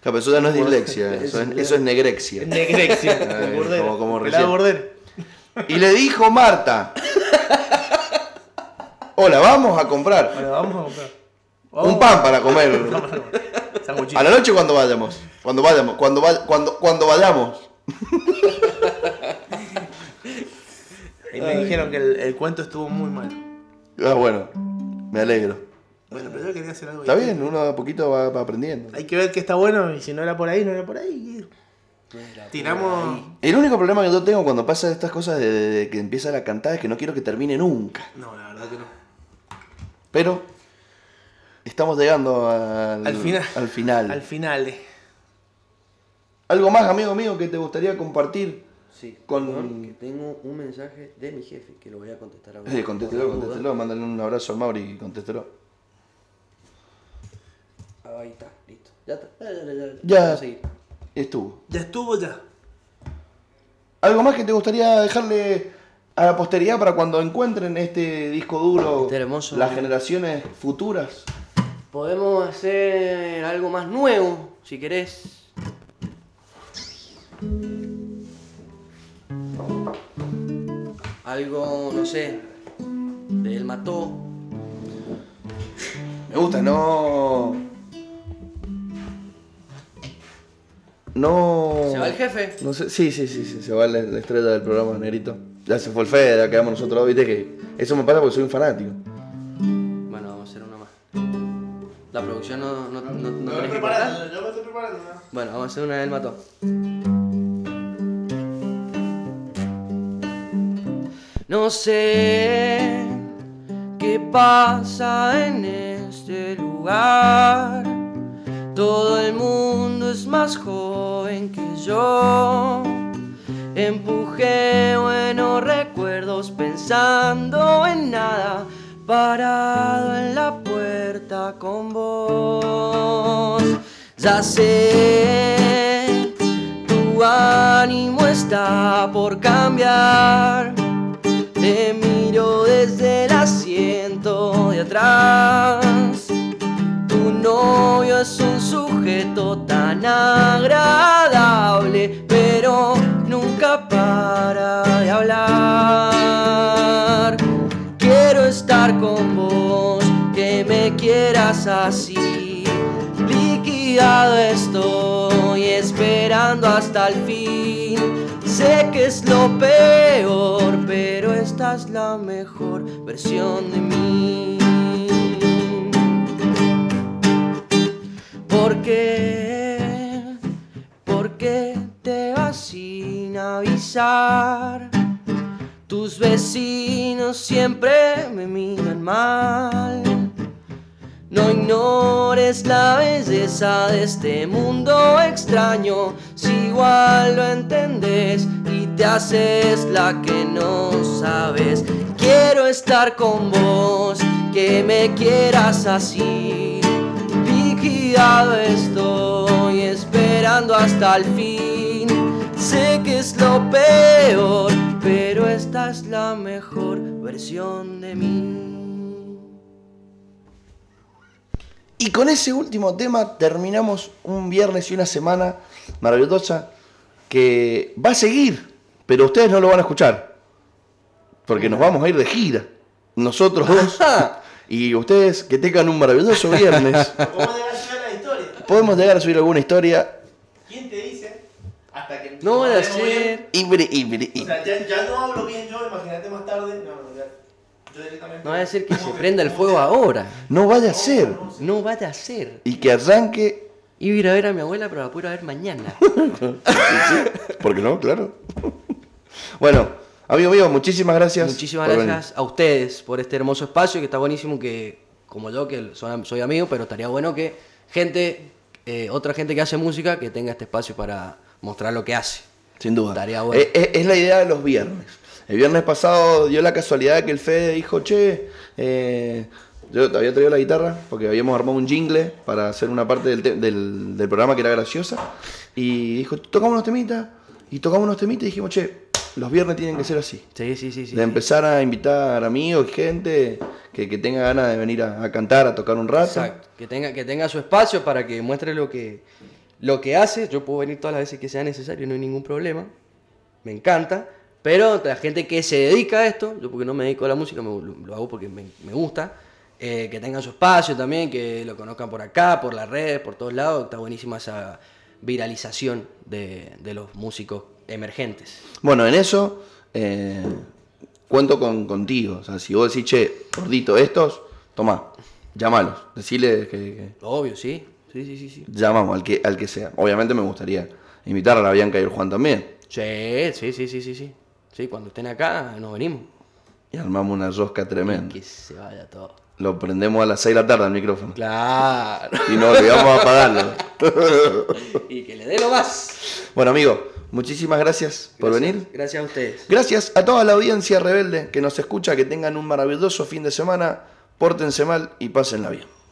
Speaker 1: Capaz eso ya no es dislexia, eso es, eso es negrexia.
Speaker 3: Negrexia.
Speaker 1: Ay,
Speaker 3: El gurdera.
Speaker 1: como- como
Speaker 3: Pelado
Speaker 1: recién.
Speaker 3: gurdera.
Speaker 1: Y le dijo Marta: Hola, vamos a comprar
Speaker 3: Bueno, vamos a comprar.
Speaker 1: un pan para comer.
Speaker 3: Sanguchito.
Speaker 1: A la noche cuando vayamos. Cuando vayamos, cuando, va- cuando, cuando vayamos.
Speaker 3: Y me dijeron que el, el cuento estuvo muy mal.
Speaker 1: Ah, bueno, me alegro.
Speaker 3: Bueno, pero yo quería hacer algo.
Speaker 1: Está
Speaker 3: distinto.
Speaker 1: bien, uno a poquito va, va aprendiendo.
Speaker 3: Hay que ver que está bueno y si no era por ahí, no era por ahí. Tiramos.
Speaker 1: El único problema que yo tengo cuando pasa estas cosas de, de- de que empieza la cantada es que no quiero que termine nunca.
Speaker 3: No, la verdad que no.
Speaker 1: Pero estamos llegando al,
Speaker 3: Al final.
Speaker 1: Al final.
Speaker 3: Al final. eh.
Speaker 1: ¿Algo más, amigo mío, que te gustaría compartir?
Speaker 4: Sí,
Speaker 1: Con-
Speaker 4: perdón, que tengo un mensaje de mi jefe que lo voy a contestar ahora.
Speaker 1: Eh, contéstelo,
Speaker 4: Por la duda.
Speaker 1: contéstelo. Mándale un abrazo al Mauri y contéstelo.
Speaker 4: Ah, Ahí está, listo. Ya está. Ya, ya, ya, ya.
Speaker 1: Ya.
Speaker 4: Puedo seguir.
Speaker 1: Estuvo.
Speaker 3: Ya estuvo ya.
Speaker 1: ¿Algo más que te gustaría dejarle a la posteridad para cuando encuentren este disco duro?
Speaker 4: Este hermoso-
Speaker 1: Las generaciones futuras.
Speaker 4: Podemos hacer algo más nuevo, si querés. Algo, no sé, de él mató.
Speaker 1: Me gusta, no. No.
Speaker 4: ¿Se va el jefe?
Speaker 1: No sé, sí, sí, sí, sí, se va la, la estrella del programa, Negrito. Ya se fue el Fede, ya quedamos nosotros dos, viste que. Eso me pasa porque soy un fanático.
Speaker 4: Bueno, vamos a hacer una más. La producción no, no, no, no tenés que cortar.
Speaker 3: yo me estoy preparando.
Speaker 4: Bueno, vamos a hacer una del mató. No sé qué pasa en este lugar. Todo el mundo es más joven que yo. Empujé buenos recuerdos pensando en nada, parado en la puerta con vos. Ya sé, tu ánimo está por cambiar. Te miro desde el asiento de atrás. Tu novio es un sujeto tan agradable, pero nunca para de hablar. Quiero estar con vos, que me quieras así. Liquidado estoy, esperando hasta el fin. Sé que es lo peor, pero esta es la mejor versión de mí. qué? ¿Por qué te vas sin avisar? Tus vecinos siempre me miran mal. No ignores la belleza de este mundo extraño, si igual lo entendés y te haces la que no sabes. Quiero estar con vos, que me quieras así. Vigilado estoy, esperando hasta el fin. Sé que es lo peor, pero esta es la mejor versión de mí.
Speaker 1: Y con ese último tema terminamos un viernes y una semana maravillosa que va a seguir, pero ustedes no lo van a escuchar. Porque nos vamos a ir de gira. Nosotros dos. Y ustedes que tengan un maravilloso viernes.
Speaker 3: ¿Cómo te va a llegar la historia?
Speaker 1: Podemos llegar a subir alguna historia.
Speaker 3: ¿Quién te dice? Hasta que
Speaker 4: No voy a
Speaker 3: hablemos bien.
Speaker 4: hacer.
Speaker 1: Ibre, ibre,
Speaker 3: O sea, ya, ya no hablo bien yo, imagínate más tarde. No, no, ya. Yo directamente.
Speaker 4: No voy a hacer que se prenda el fuego ahora.
Speaker 1: No vaya a ser.
Speaker 4: No vaya a ser.
Speaker 1: Y que arranque.
Speaker 4: Iba a ir a ver a mi abuela, pero la puedo ir a ver mañana.
Speaker 1: Porque no, claro. Bueno, amigo mío, muchísimas gracias.
Speaker 4: Muchísimas
Speaker 1: por venir.
Speaker 4: gracias a ustedes por este hermoso espacio, que está buenísimo que, como yo, que son- soy amigo, pero estaría bueno que gente, eh, otra gente que hace música, que tenga este espacio para mostrar lo que hace.
Speaker 1: Sin duda.
Speaker 4: Estaría bueno.
Speaker 1: Eh, eh, Es, la idea de los viernes. El viernes pasado dio la casualidad que el Fede dijo, che, eh, yo te había traído la guitarra porque habíamos armado un jingle para hacer una parte del, te- del- del programa que era graciosa. Y dijo, tocamos unos temitas. Y tocamos unos temitas y dijimos, che, los viernes tienen que ser así.
Speaker 4: Sí, sí, sí, sí.
Speaker 1: de empezar a invitar amigos, gente que, que tenga ganas de venir a, a cantar, a tocar un rato.
Speaker 4: Exacto. Que tenga, que tenga su espacio para que muestre lo que, lo que hace. Yo puedo venir todas las veces que sea necesario, no hay ningún problema. Me encanta. Pero la gente que se dedica a esto, yo porque no me dedico a la música, me- lo, lo hago porque me, me gusta. eh, que tengan su espacio también, que lo conozcan por acá, por las redes, por todos lados. Está buenísima esa viralización de, de los músicos emergentes.
Speaker 1: Bueno, en eso eh, cuento con, contigo. O sea, si vos decís, che, gordito, estos, tomá, llamalos. Decirle que, que
Speaker 4: Obvio, sí. Sí, sí, sí, sí.
Speaker 1: llamamos al que, al que sea. Obviamente me gustaría invitar a la Bianca y el Juan también.
Speaker 4: Sí, sí, sí, sí, sí, sí. Sí, cuando estén acá, nos venimos.
Speaker 1: Y armamos una rosca tremenda.
Speaker 4: Que se vaya todo.
Speaker 1: Lo prendemos a las 6 de la tarde al micrófono.
Speaker 4: Claro.
Speaker 1: Y no olvidamos a apagarlo.
Speaker 4: y que le dé lo más.
Speaker 1: Bueno, amigo, muchísimas gracias por
Speaker 4: Gracias-
Speaker 1: venir.
Speaker 4: Gracias a ustedes.
Speaker 1: Gracias a toda la audiencia rebelde que nos escucha, que tengan un maravilloso fin de semana, pórtense mal y pásenla bien.